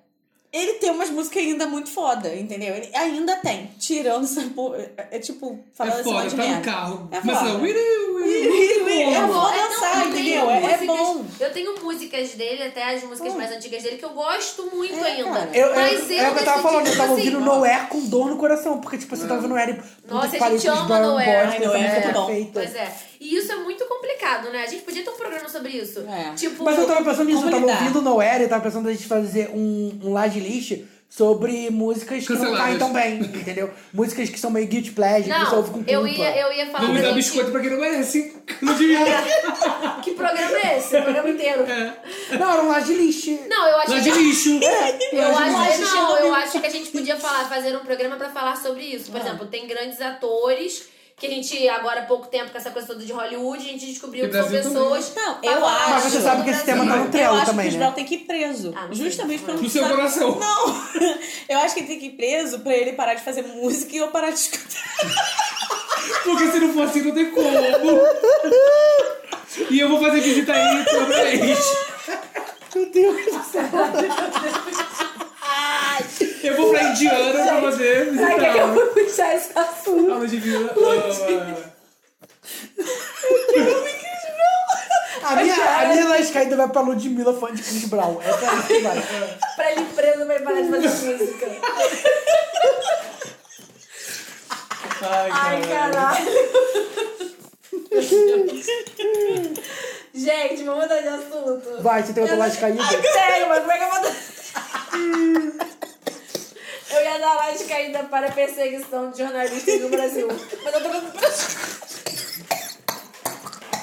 S4: ele tem umas músicas ainda muito foda, entendeu? Ele ainda tem. Tirando essa porra. É, é tipo, falando
S2: É
S4: assim, um
S2: foda,
S4: monte de
S2: tá no
S4: merda.
S2: carro.
S4: É
S2: Mas
S4: foda.
S2: é Willy, Willy,
S7: Willy, Willy,
S2: Willy.
S7: é
S1: Eu
S7: bom.
S1: vou
S7: dançar, entendeu? É- é bom. Ah.
S1: Eu tenho músicas dele, até as músicas mais antigas dele, que eu gosto muito
S4: É,
S1: ainda.
S4: cara.
S3: Eu, eu,
S1: mas
S3: é o que eu tava
S1: decidi,
S3: falando, eu
S1: tipo
S3: tava
S1: assim,
S3: ouvindo Nowhere com dor no coração, porque, tipo, você tava ouvindo Noé e. puta
S1: Nossa,
S3: que
S1: a
S3: pariu,
S1: gente
S3: Chris
S1: ama
S3: Brown é um
S1: Nowhere. Ai,
S3: bosta, essa
S7: Nowhere é
S3: música
S7: muito bom.
S3: perfeita.
S1: Pois é. E isso é muito complicado, né? A gente podia ter um programa sobre isso.
S4: É.
S1: Tipo,
S3: Mas eu tava pensando nisso, eu tava
S4: Como lidar?
S3: ouvindo Nowhere, eu tava pensando a gente fazer um, um laje lixo sobre músicas que não
S2: Canceladas.
S3: caem tão bem, entendeu? Músicas que são meio guilty pleasure, que você ouve com
S1: não,
S3: culpa.
S1: eu ia, eu ia falar
S2: Vamos
S1: pra
S2: dar
S1: gente,
S2: biscoito pra quem não merece. Ludmilla. É.
S1: que programa é esse? O programa inteiro.
S3: Não, era um laje lixo.
S1: Não, eu acho
S2: Lá
S1: que...
S2: de lixo.
S1: Eu
S3: Hoje não
S1: acho,
S3: existe
S1: não, eu
S3: nome.
S1: acho que a gente podia falar, fazer um programa pra falar sobre isso.
S3: Ah.
S1: Por exemplo, tem grandes atores que a gente, agora há pouco tempo, com essa coisa toda de Hollywood, a gente descobriu
S2: E
S1: que são
S2: Brasil
S1: pessoas.
S4: Não,
S1: Tá
S4: eu
S1: bom.
S4: acho.
S3: Mas você sabe que esse tema tá no
S4: Eu
S3: trelo
S4: acho que o
S3: também,
S4: Chris
S3: né?
S4: Brown tem que ir preso.
S1: Ah, não sei.
S4: justamente pelo
S2: No seu coração.
S4: Não! Eu acho que ele tem que ir preso pra ele parar de fazer música e eu parar de escutar.
S2: Porque se não for assim, não tem como. E eu vou fazer visita aí toda vez.
S3: Meu Deus do céu.
S2: Eu vou pra Indiana pra fazer
S8: Ai, que eu
S2: visitar.
S8: vou puxar esse assunto?
S2: A Ludmilla.
S3: A minha, a minha lasca ainda vai pra Ludmilla, fã de Chris Brown. Essa é a que vai.
S8: Pra ele preso, vai parar de fazer música.
S2: Ai,
S8: Ai,
S2: cara.
S8: caralho. Gente, vamos mudar de assunto.
S3: Vai, você tem outra lasca ainda?
S8: Ai, sério, mas como é que eu vou dar... Eu ia dar lasca ainda para perseguição de jornalistas no Brasil. Mas eu tô com...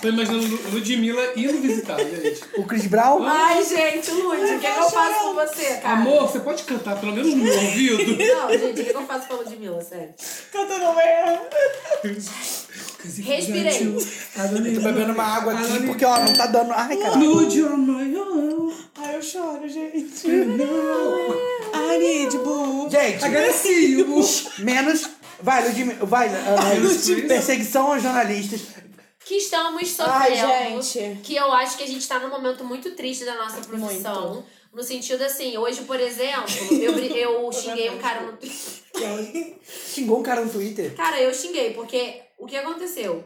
S2: Tô imaginando Lu- Ludmilla indo visitar, gente.
S3: O Chris Brown?
S8: Ai, gente, Lud, o que, é que eu faço com você, cara?
S2: Amor, você pode cantar pelo menos no meu ouvido?
S8: Não, gente, o que, é que eu faço com a Ludmilla, sério?
S7: Canta não é.
S1: Respirei.
S3: Tô bebendo uma água aqui porque, ó, não tá dando. Ai, caralho.
S2: Lud on my own.
S7: Ai, eu choro, gente. Ai, need boo.
S3: Gente,
S2: Agradeci.
S3: menos. Vai, Ludmilla. Vai, Ana.
S2: Ludmilla.
S3: Perseguição aos jornalistas.
S1: Que estamos
S4: Ai,
S1: sofrendo.
S4: gente.
S1: Que eu acho que a gente tá num momento muito triste da nossa profissão. No sentido assim, hoje, por exemplo, eu, bri- eu xinguei um cara no Twitter.
S3: Xingou um cara no Twitter.
S1: Cara, eu xinguei, porque o que aconteceu?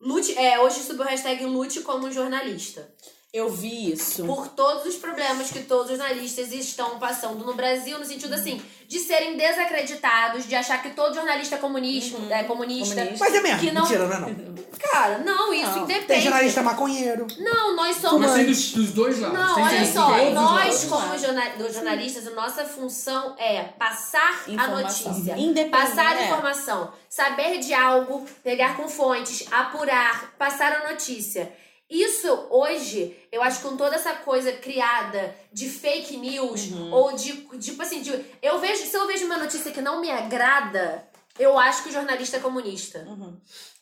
S1: Lute, é, hoje subiu o hashtag Lute como jornalista.
S4: Eu vi isso.
S1: por todos os problemas que todos os jornalistas estão passando no Brasil, no sentido assim, de serem desacreditados, de achar que todo jornalista é comunista, é comunista.
S4: Uhum. Comunista.
S3: Mas é mesmo.
S1: Que não-
S3: Mentira, não é não.
S1: Cara, não, isso
S4: Não.
S3: Tem
S1: independe.
S3: jornalista maconheiro.
S1: Não, nós somos.
S2: Mas tem dos, dos dois lados.
S1: Não,
S2: tem
S1: olha
S2: de
S1: só,
S2: todos os
S1: nós
S2: lados.
S1: como jorna- dos jornalistas, a nossa função é passar a
S4: Informação.
S1: notícia,
S4: Independente,
S1: passar a
S4: é.
S1: informação, saber de algo, pegar com fontes, apurar, passar a notícia. Isso hoje, eu acho que com toda essa coisa criada de fake news
S2: Uhum.
S1: ou de tipo assim, de, eu vejo, se eu vejo uma notícia que não me agrada, eu acho que o jornalista é comunista.
S2: Uhum.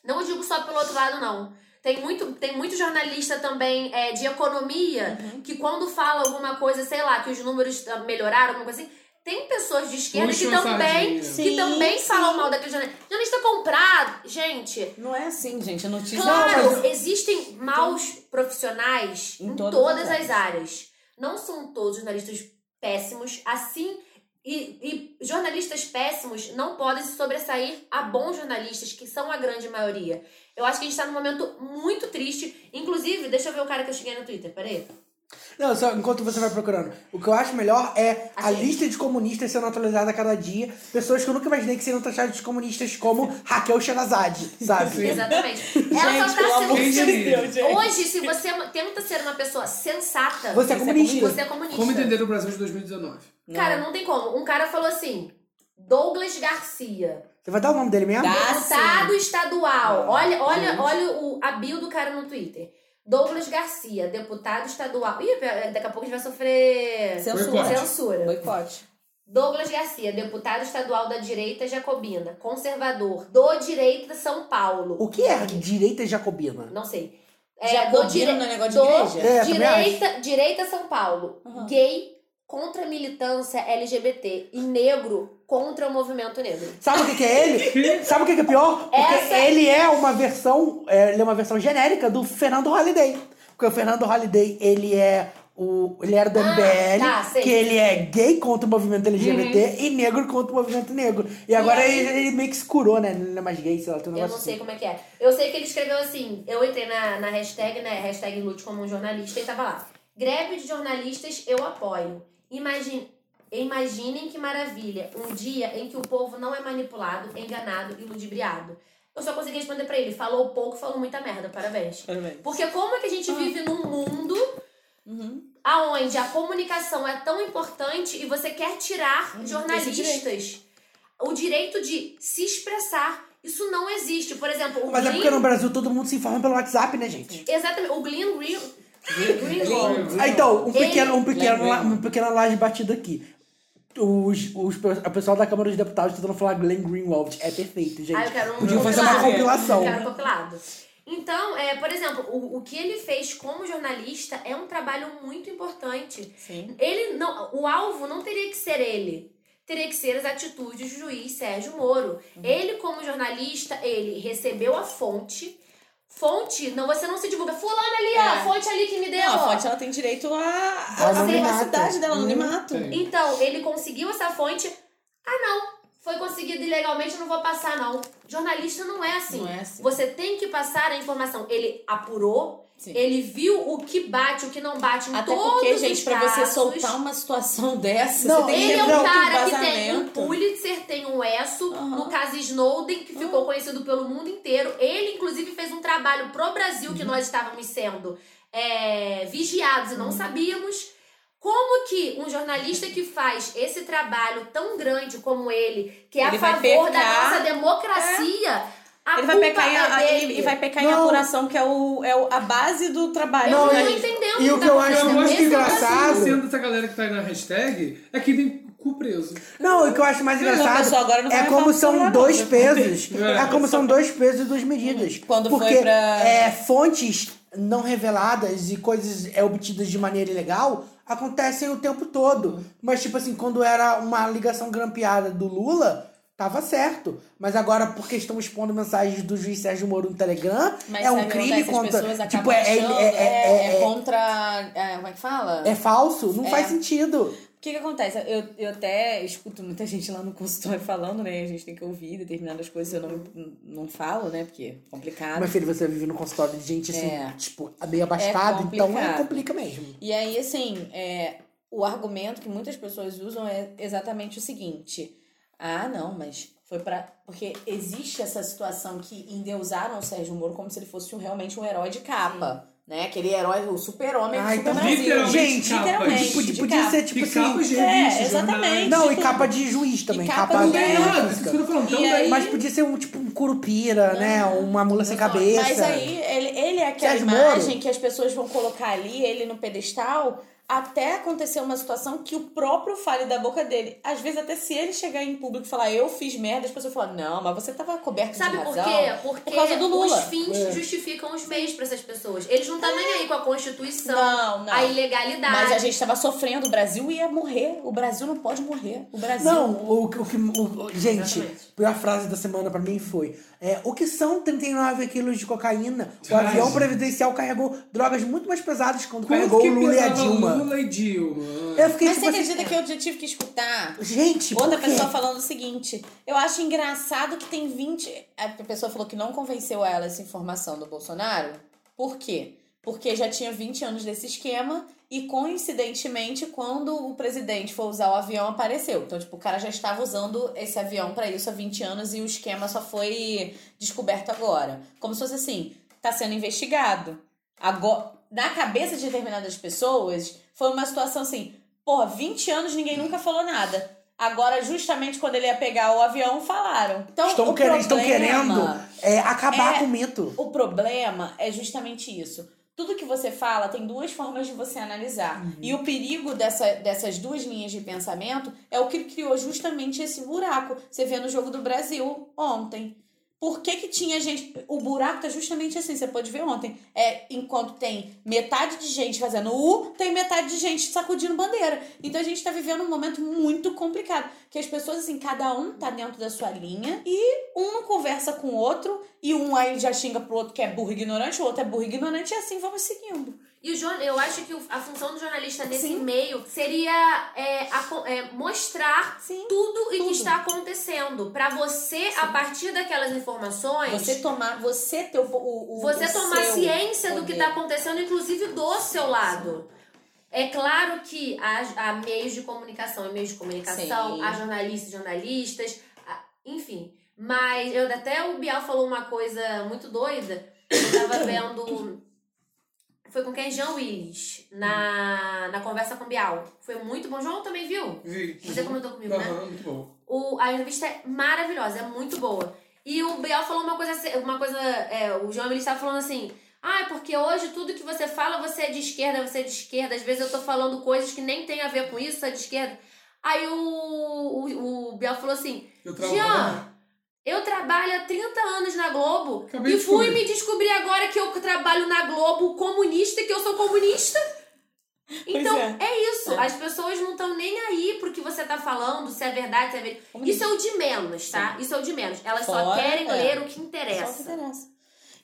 S1: Não digo só pelo outro lado não. Tem muito, tem muito jornalista também é, de economia
S2: Uhum.
S1: que quando fala alguma coisa, sei lá, que os números ah, melhoraram, alguma coisa assim, tem pessoas de esquerda
S2: Puxa
S1: que
S2: uma
S1: também,
S2: sardinha.
S1: que
S4: Sim,
S1: também
S4: sim.
S1: falam mal daquele jornalista. Jornalista comprado, gente,
S4: Não é assim, gente. A notícia
S1: Claro, existem maus profissionais
S4: Em
S1: em,
S4: todas
S1: todas,
S4: as
S1: as
S4: áreas.
S1: áreas. Não são todos jornalistas péssimos, assim. E, e jornalistas péssimos não podem se sobressair a bons jornalistas, que são a grande maioria. Eu acho que a gente tá num momento muito triste. Inclusive, deixa eu ver o cara que eu cheguei no Twitter, peraí.
S3: Não, só enquanto você vai procurando. O que eu acho melhor é a
S1: Assim.
S3: lista de comunistas sendo atualizada a cada dia. Pessoas que eu nunca imaginei que seriam taxadas de comunistas como Raquel Sherazade, sabe?
S1: Exatamente. Ela
S4: Gente,
S1: só tá
S4: pelo amor
S2: de
S1: sendo.
S2: Deus,
S1: Hoje, se você tenta ser uma pessoa sensata,
S3: Você é comunista.
S1: Você é comunista.
S2: Como entender o Brasil de 2019?
S4: assim.
S1: Cara, não tem como. Um cara falou assim: Douglas Garcia,
S3: Você vai dar o nome dele
S1: é
S3: mesmo?
S4: Dá. Ah,
S1: deputado estadual. Olha, olha, olha o, a bio do cara no Twitter. Douglas Garcia, deputado estadual. Ih, daqui a pouco a gente vai sofrer
S2: Boicote.
S1: censura.
S4: Boicote.
S1: Douglas Garcia, deputado estadual da direita jacobina, conservador, do direita São Paulo.
S3: O que é direita jacobina?
S1: Não sei.
S4: Jacobino
S1: do dire-
S4: não é negócio de
S1: do
S4: igreja?
S3: É, também acho.
S1: direita, direita São Paulo. Gay contra a militância LGBT e negro contra o movimento negro.
S3: Sabe o que, que é ele? Sabe o que, que é pior? Porque
S1: Essa-
S3: ele é uma versão, é, ele é uma versão genérica do Fernando Holliday. Porque o Fernando Holliday, ele é o. Ele era do
S1: Ah,
S3: MBL,
S1: tá, sei. Uhum.
S3: que ele é gay contra o movimento LGBT e negro contra o movimento negro. E agora ele, ele meio que se curou, né? Ele não é mais gay, sei lá, tem um
S1: Eu
S3: negócio
S1: não sei
S3: assim.
S1: como é que é. Eu sei que ele escreveu assim, eu entrei na, na hashtag, né? Hashtag lute como um jornalista e tava lá. Greve de jornalistas eu apoio. Imagine, imaginem que maravilha. Um dia em que o povo não é manipulado, enganado e ludibriado. Eu só consegui responder pra ele. Falou pouco, falou muita merda. Parabéns.
S4: Parabéns.
S1: Porque como é que a gente vive num mundo aonde a comunicação é tão importante e você quer tirar jornalistas o direito de se expressar? Isso não existe. Por exemplo, o
S3: Mas é
S1: Glenn,
S3: porque no Brasil todo mundo se informa pelo WhatsApp, né, gente?
S1: exatamente, o Glenn Green, Greenwald,
S3: Ah, então, um
S1: Ele-
S3: pequeno, um pequeno, la- uma pequena laje batida aqui. Os, os, o pessoal da Câmara dos Deputados tentando falar Glenn Greenwald. É perfeito, gente.
S1: Ah, eu quero um
S3: Podiam fazer uma
S1: compilado.
S3: compilação.
S1: Eu quero um compilado. Então, é, por exemplo, o, o que ele fez como jornalista é um trabalho muito importante.
S4: Sim.
S1: Ele não, o alvo não teria que ser ele. Teria que ser as atitudes do juiz Sérgio Moro.
S4: Uhum.
S1: Ele, como jornalista, ele recebeu a fonte. Fonte, não, você não se divulga. Fulano ali, ó,
S4: É.
S1: a fonte ali que me deu.
S4: Não, a
S1: ó.
S4: fonte ela tem direito à
S1: Você-
S4: à privacidade dela, anonimato.
S2: Tem.
S1: Então, ele conseguiu essa fonte. Ah, não. Foi conseguido ilegalmente, eu não vou passar, não. Jornalista não é assim.
S4: Não é assim.
S1: Você tem que passar a informação. Ele apurou,
S4: Sim.
S1: ele viu o que bate, o que não bate em
S4: Até
S1: todos
S4: porque,
S1: os
S4: gente, pra
S1: casos.
S4: você soltar um uma situação dessa,
S3: Não,
S4: você tem que
S1: Ele
S4: ter
S1: é
S4: muito
S1: um cara que tem um
S4: vazamento.
S1: Pulitzer, tem um ESSO,
S4: Aham.
S1: no caso Snowden, que ficou conhecido pelo mundo inteiro. Ele, inclusive, fez um trabalho pro Brasil
S4: Uhum.
S1: que nós estávamos sendo é, vigiados e não
S4: Uhum.
S1: sabíamos. Como que um jornalista que faz esse trabalho tão grande como ele, que é
S4: Ele
S1: a
S4: vai
S1: favor da
S4: pecar.
S1: nossa
S4: É.
S1: democracia, a
S4: Ele vai
S1: culpa
S4: pecar, em,
S1: é
S4: a-
S1: dele?
S4: ele- e vai pecar em
S3: Não.
S4: apuração, que é, o, é o- a base do trabalho.
S1: Eu não,
S4: né?
S1: tô entendendo.
S3: e o
S1: tá
S3: que eu
S2: Eu
S3: acho-
S1: acontecendo.
S2: acho que
S1: Esse é o
S3: engraçado-
S1: Brasil.
S2: engraçado dessa galera que tá aí na hashtag é que tem cu preso.
S3: Não, o que eu acho mais
S4: Não,
S3: é engraçado
S4: pessoal, agora não
S3: é
S4: vai
S3: como
S4: falar sobre
S3: são
S4: nada.
S3: dois pesos.
S2: É.
S3: É como são dois pesos e duas medidas.
S4: Hum. Quando foi
S3: Porque
S4: pra-
S3: é, fontes não reveladas e coisas é, obtidas de maneira ilegal acontecem o tempo todo. Mas, tipo assim, quando era uma ligação grampeada do Lula, tava certo. Mas agora, porque estão expondo mensagens do juiz Sérgio Moro no Telegram,
S4: Mas
S3: é
S4: sabe o
S3: um
S4: que
S3: crime
S4: acontece? As pessoas
S3: contra.
S4: acabam
S3: Tipo, é, é,
S4: achando,
S3: é, é,
S4: é
S3: é-
S4: contra. é, como é que fala?
S3: é falso, não faz sentido.
S4: O que que acontece? Eu, eu até escuto muita gente lá no consultório falando, né? A gente tem que ouvir determinadas coisas, eu não, não falo, né? Porque é complicado.
S3: Meu filho, você vive no consultório de gente assim,
S4: É.
S3: tipo, meio abastada, então é
S4: complicado.
S3: complica mesmo.
S4: E aí, assim, é, o argumento que muitas pessoas usam é exatamente o seguinte: ah, não, mas foi pra. Porque existe essa situação que endeusaram o Sérgio Moro como se ele fosse um- realmente um herói de capa. Né? Aquele herói, o super-homem do
S3: Ah, então,
S4: super Brasil.
S2: literalmente
S3: gente,
S2: capa.
S4: literalmente.
S3: Tipo,
S4: de
S3: podia
S4: capa.
S3: ser, tipo
S2: e capa
S3: assim.
S2: de
S4: é,
S2: revista,
S4: exatamente.
S2: jornais.
S3: Não, e
S4: tipo,
S3: capa de juiz também.
S4: capa
S3: Capa,
S4: não
S2: Não
S3: de.
S2: tem
S4: É.
S2: nada, isso que eu tô falando. Então,
S4: E aí-
S2: daí-
S3: Mas podia ser um, tipo, um curupira, né? Uma mula sem cabeça.
S4: Mas aí ele, ele
S7: ele é aquela
S3: Sérgio Moro.
S7: imagem que as pessoas vão colocar ali, ele no pedestal, até acontecer uma situação que o próprio fale da boca dele. Às vezes, até se ele chegar em público e falar, eu fiz merda, as pessoas falam, não, mas você tava coberto
S1: Sabe
S7: É de
S1: por
S7: razão.
S1: quê? Porque
S7: por causa do Lula. É.
S1: os fins justificam os meios pra essas pessoas. Eles não estão nem aí com a Constituição,
S7: Não, não.
S1: a ilegalidade.
S7: Mas a gente tava sofrendo, o Brasil ia morrer. O Brasil não pode morrer. O Brasil.
S3: Não, o, o que. o- o- gente,
S1: Exatamente.
S3: a pior frase da semana pra mim foi: é, o que são 39 quilos de cocaína? O avião previdencial carregou drogas muito mais pesadas que quando
S2: Quanto
S3: carregou
S2: que
S3: o Lula e a
S2: pesava
S3: Dilma.
S2: Lula e Dilma.
S3: Eu fiquei
S4: Mas você
S3: tipo assim,
S4: acredita que eu já tive que escutar
S3: Gente, tipo, por
S4: outra
S3: quê?
S4: pessoa falando o seguinte? Eu acho engraçado que tem 20. A pessoa falou que não convenceu ela essa informação do Bolsonaro. Por quê? Porque já tinha 20 anos desse esquema e, coincidentemente, quando o presidente for usar o avião, apareceu. Então, tipo, o cara já estava usando esse avião pra isso há 20 anos e o esquema só foi descoberto agora. Como se fosse assim, tá sendo investigado. Agora, na cabeça de determinadas pessoas, foi uma situação assim, porra, 20 anos ninguém nunca falou nada. Agora, justamente quando ele ia pegar o avião, falaram. Então,
S3: estão,
S4: o
S3: querendo, estão
S4: problema-
S3: querendo é, acabar
S4: é-
S3: com o mito.
S4: o problema é justamente isso. Tudo que você fala tem duas formas de você analisar. E o perigo dessa, dessas duas linhas de pensamento é o que criou justamente esse buraco. Você vê no jogo do Brasil ontem. Por que, que tinha gente. O buraco tá justamente assim, você pode ver ontem. É, enquanto tem metade de gente fazendo U, tem metade de gente sacudindo bandeira. Então a gente tá vivendo um momento muito complicado. Que as pessoas, assim, cada um tá dentro da sua linha e um não conversa com o outro, e um aí já xinga pro outro que é burro e ignorante, o outro é burro e ignorante, e assim vamos seguindo.
S1: E o jorna- eu acho que o- a função do jornalista nesse meio seria é, aco- é, mostrar
S4: Sim.
S1: tudo e que
S4: Tudo.
S1: está acontecendo. Pra você, a partir daquelas informações,
S4: Você tomar, você ter o, o, o-
S1: você
S4: o
S1: tomar
S4: seu
S1: ciência do que
S4: poder.
S1: está acontecendo, inclusive do seu lado. É claro que há, há meios de comunicação, há meios de comunicação,
S4: Sim.
S1: há jornalistas e jornalistas, há- enfim. Mas eu até o Bial falou uma coisa muito doida. Eu tava vendo. Foi com quem? Jean Willis, na, na conversa com o Bial. Foi muito bom. João também viu?
S2: Vi.
S1: Você comentou comigo, né?
S2: Aham, muito bom.
S1: O, a entrevista é maravilhosa, é muito boa. E o Biel falou uma coisa, assim- uma coisa é, o João ele estava falando assim, ah, é porque hoje tudo que você fala, você é de esquerda, você é de esquerda. Às vezes eu tô falando coisas que nem tem a ver com isso, você é de esquerda. Aí o, o, o Biel falou assim,
S2: Eu trabalho.
S1: Jean, eu trabalho há 30 anos na Globo
S2: Acabei
S1: e
S2: de
S1: fui
S2: descobrir."
S1: me descobrir agora que eu trabalho na Globo comunista, que eu sou comunista. Então,
S7: é.
S1: é. isso. As pessoas não estão nem aí pro que você tá falando, se é verdade, se é verdade. Isso é o de menos, tá? Isso é o de menos. Elas só
S4: Fora,
S1: querem
S4: é.
S1: ler o que
S4: Só o que
S1: interessa.
S4: interessa.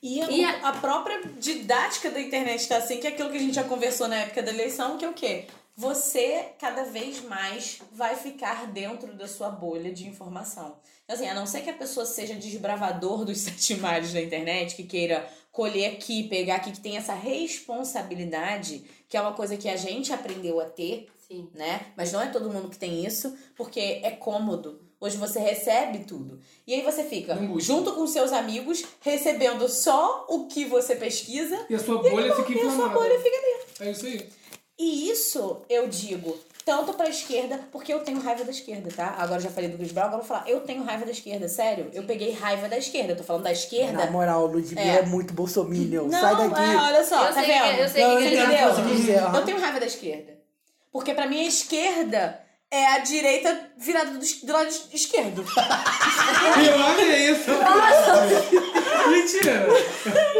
S4: E, a,
S1: E
S4: a própria didática da internet tá assim, que é aquilo que a gente já conversou na época da eleição, que é o quê? Você cada vez mais vai ficar dentro da sua bolha de informação. Então, assim, a não ser que a pessoa seja desbravador dos sete mares da internet, que queira colher aqui, pegar aqui, que tem essa responsabilidade, que é uma coisa que a gente aprendeu a ter,
S1: Sim.
S4: né? Mas não é todo mundo que tem isso, porque é cômodo. Hoje você recebe tudo. E aí você fica
S2: Não busca.
S4: junto com seus amigos, recebendo só o que você pesquisa
S2: E a sua bolha fica
S4: e é a sua
S2: inflamada.
S4: bolha fica ali.
S2: É isso aí.
S4: E isso eu digo tanto pra esquerda, porque eu tenho raiva da esquerda, tá? Agora já falei do Chris Brown, agora eu vou falar. Eu tenho raiva da esquerda, sério. Eu peguei raiva da esquerda. Eu tô falando da
S3: Na
S4: esquerda.
S3: moral, Ludmilla
S4: É.
S3: é, muito bolsominion.
S4: Não,
S3: Sai daqui.
S4: é, olha só,
S1: Eu
S4: tá
S1: sei que-
S4: vendo?
S1: eu sei
S3: Não,
S1: que você
S3: eu entendo o que
S1: entendeu.
S3: você quis dizer. aham.
S4: Eu tenho raiva da esquerda. Porque pra mim a esquerda é a direita virada do, es- do lado es- esquerdo.
S2: Pior é isso. Mentira.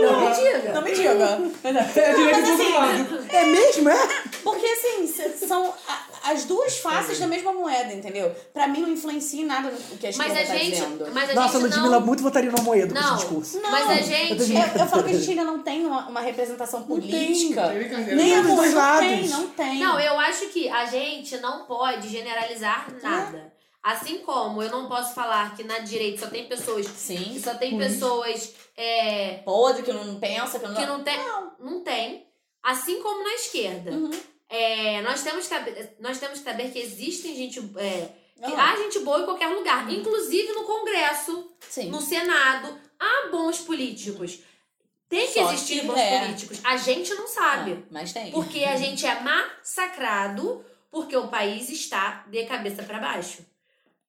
S1: Não me diga.
S4: Não me diga. Mas é.
S2: É direito do outro lado.
S3: É mesmo, é?
S4: Porque assim, c- são a- as duas faces da mesma moeda, entendeu? Pra mim não influencia em nada o que a esquerda
S1: Mas a
S4: tá
S1: gente.
S4: dizendo.
S1: Mas a
S3: Nossa,
S1: gente
S3: Ludmilla
S1: não.
S3: muito votaria no Amoedo com esse
S1: Não,
S3: discurso.
S1: mas a gente.
S4: Eu, eu falo que a gente ainda não tem uma, uma representação política.
S2: tem nem carreira.
S4: nem
S2: Nem
S4: a
S3: dos dois
S4: não
S3: lados.
S4: tem, não tem.
S1: Não, eu acho que a gente não pode generalizar nada. Assim como eu não posso falar que na direita só tem pessoas.
S4: Sim.
S1: Que só tem pessoas. é,
S4: Podre, que não pensa, que não. Hum.
S1: que não tem. Não. tem. Assim como na esquerda.
S4: Uhum.
S1: É, nós, temos que, ab- nós temos que saber que existem gente. é, que
S4: Ah.
S1: há gente boa em qualquer lugar. Inclusive no Congresso,
S4: Sim.
S1: no Senado. Há bons políticos. Tem que
S4: Só
S1: existir
S4: que,
S1: bons
S4: é.
S1: políticos. A gente não sabe.
S4: Ah, mas tem.
S1: Porque a gente é massacrado porque o país está de cabeça pra baixo.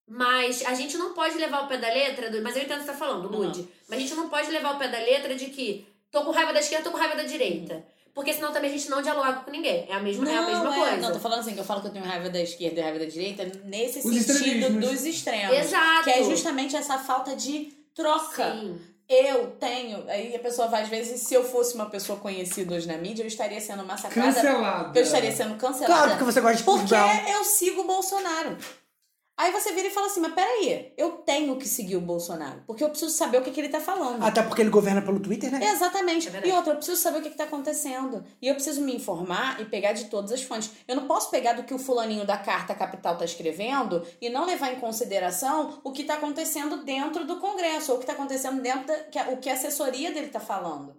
S1: Mas a gente não pode levar o pé da letra do. Mas eu entendo o que você tá falando, Lud. Mas a gente não pode levar o pé da letra de que Tô com raiva da esquerda, tô com raiva da direita. Porque senão também a gente não dialoga com ninguém. É a mesma, é a mesma coisa.
S4: Uhum. Não, tô falando assim, que eu falo que eu tenho raiva da esquerda e raiva da direita nesse
S2: Os
S4: sentido
S2: extremismos.
S4: dos extremos.
S1: Exato.
S4: Que é justamente essa falta de troca.
S1: Sim.
S4: Eu tenho, aí a pessoa vai às vezes, se eu fosse uma pessoa conhecida hoje na mídia, eu estaria sendo massacrada.
S2: Cancelada.
S4: Eu estaria sendo cancelada.
S3: Claro, porque você gosta de
S4: Porque
S3: futebol.
S4: eu sigo o Bolsonaro. Aí você vira e fala assim, mas peraí, eu tenho que seguir o Bolsonaro, porque eu preciso saber o que, que ele tá falando.
S3: Até porque ele governa pelo Twitter, né?
S4: Exatamente.
S1: É verdade.
S4: e outra, eu preciso saber o que, que tá acontecendo. E eu preciso me informar e pegar de todas as fontes. Eu não posso pegar do que o fulaninho da carta capital tá escrevendo e não levar em consideração o que tá acontecendo dentro do Congresso, ou o que tá acontecendo dentro da, que a- o que a assessoria dele tá falando.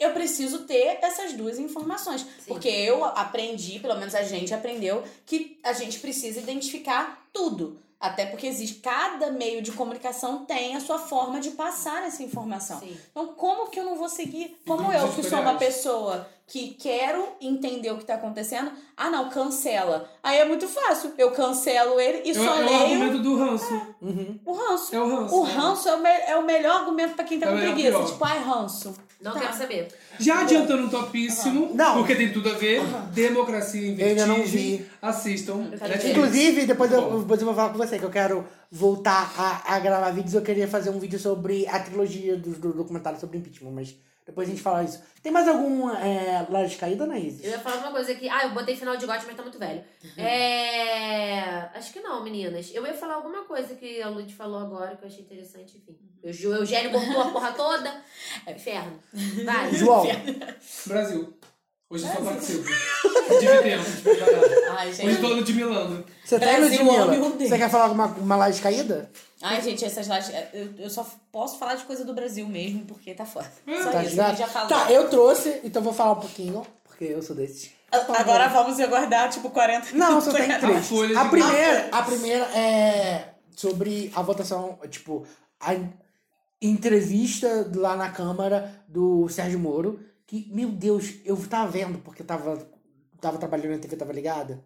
S4: Eu preciso ter essas duas informações. Porque eu aprendi, pelo menos a gente aprendeu, que a gente precisa identificar tudo. Até porque existe cada meio de comunicação tem a sua forma de passar essa informação.
S1: Sim.
S4: Então, como que eu não vou seguir? Como
S2: Grupos
S4: eu, que sou uma
S2: editoriais.
S4: pessoa que quero entender o que tá acontecendo, ah, não, cancela. Aí é muito fácil. Eu cancelo ele e
S2: É, o-
S4: só
S2: é o
S4: leio
S2: argumento do ranço.
S3: Uhum.
S4: o ranço.
S2: É o ranço.
S4: O ranço é o, me- é o melhor argumento pra quem tá
S2: É
S4: com
S2: o melhor
S4: preguiça.
S2: pior.
S4: Tipo, ai, ranço.
S1: Não
S4: Tá.
S1: quero saber.
S2: Já adiantando um topíssimo,
S3: Não.
S2: porque tem tudo a ver, Democracia em
S3: Eu ainda
S2: Vertigem.
S3: não vi.
S2: Assistam.
S1: quero
S2: Netflix.
S1: ver.
S3: Inclusive, depois eu,
S2: Bom.
S3: depois eu vou falar com você que eu quero voltar a, a gravar vídeos. Eu queria fazer um vídeo sobre a trilogia do, do documentário sobre impeachment, mas depois a gente fala isso. Tem mais algum é, Laje Caída, Anaís?
S1: Eu ia falar uma coisa aqui. Ah, eu botei final de gote, mas tá muito velho.
S4: Uhum.
S1: É. Acho que não, meninas. Eu ia falar alguma coisa que a Lud falou agora que eu achei interessante, enfim.
S4: Uhum.
S1: O Ju- o Eugênio cortou a porra toda.
S4: É
S1: Inferno. Vai.
S3: João,
S2: Brasil. Hoje eu só participo. Dividendo. preparado.
S4: Ai,
S2: Hoje tô de Milano.
S3: você tá
S4: Brasil,
S3: Ludmilla?
S4: homem, eu odeio.
S3: Você quer falar alguma uma Laje Caída?
S4: Ai, gente, essas lá. Eu, eu só posso falar de coisa do Brasil mesmo, porque tá fora. Só
S3: Tá,
S4: isso,
S3: ligado?
S4: eu já falei.
S3: tá, eu trouxe, então vou falar um pouquinho, porque eu sou desses.
S4: Agora vamos aguardar, tipo, 40
S3: Não, só tem
S2: A
S3: três.
S2: folha de
S3: A primeira, a primeira é sobre a votação, tipo, a entrevista lá na Câmara do Sérgio Moro, que, meu Deus, eu tava vendo porque tava, tava trabalhando na TV, tava ligada.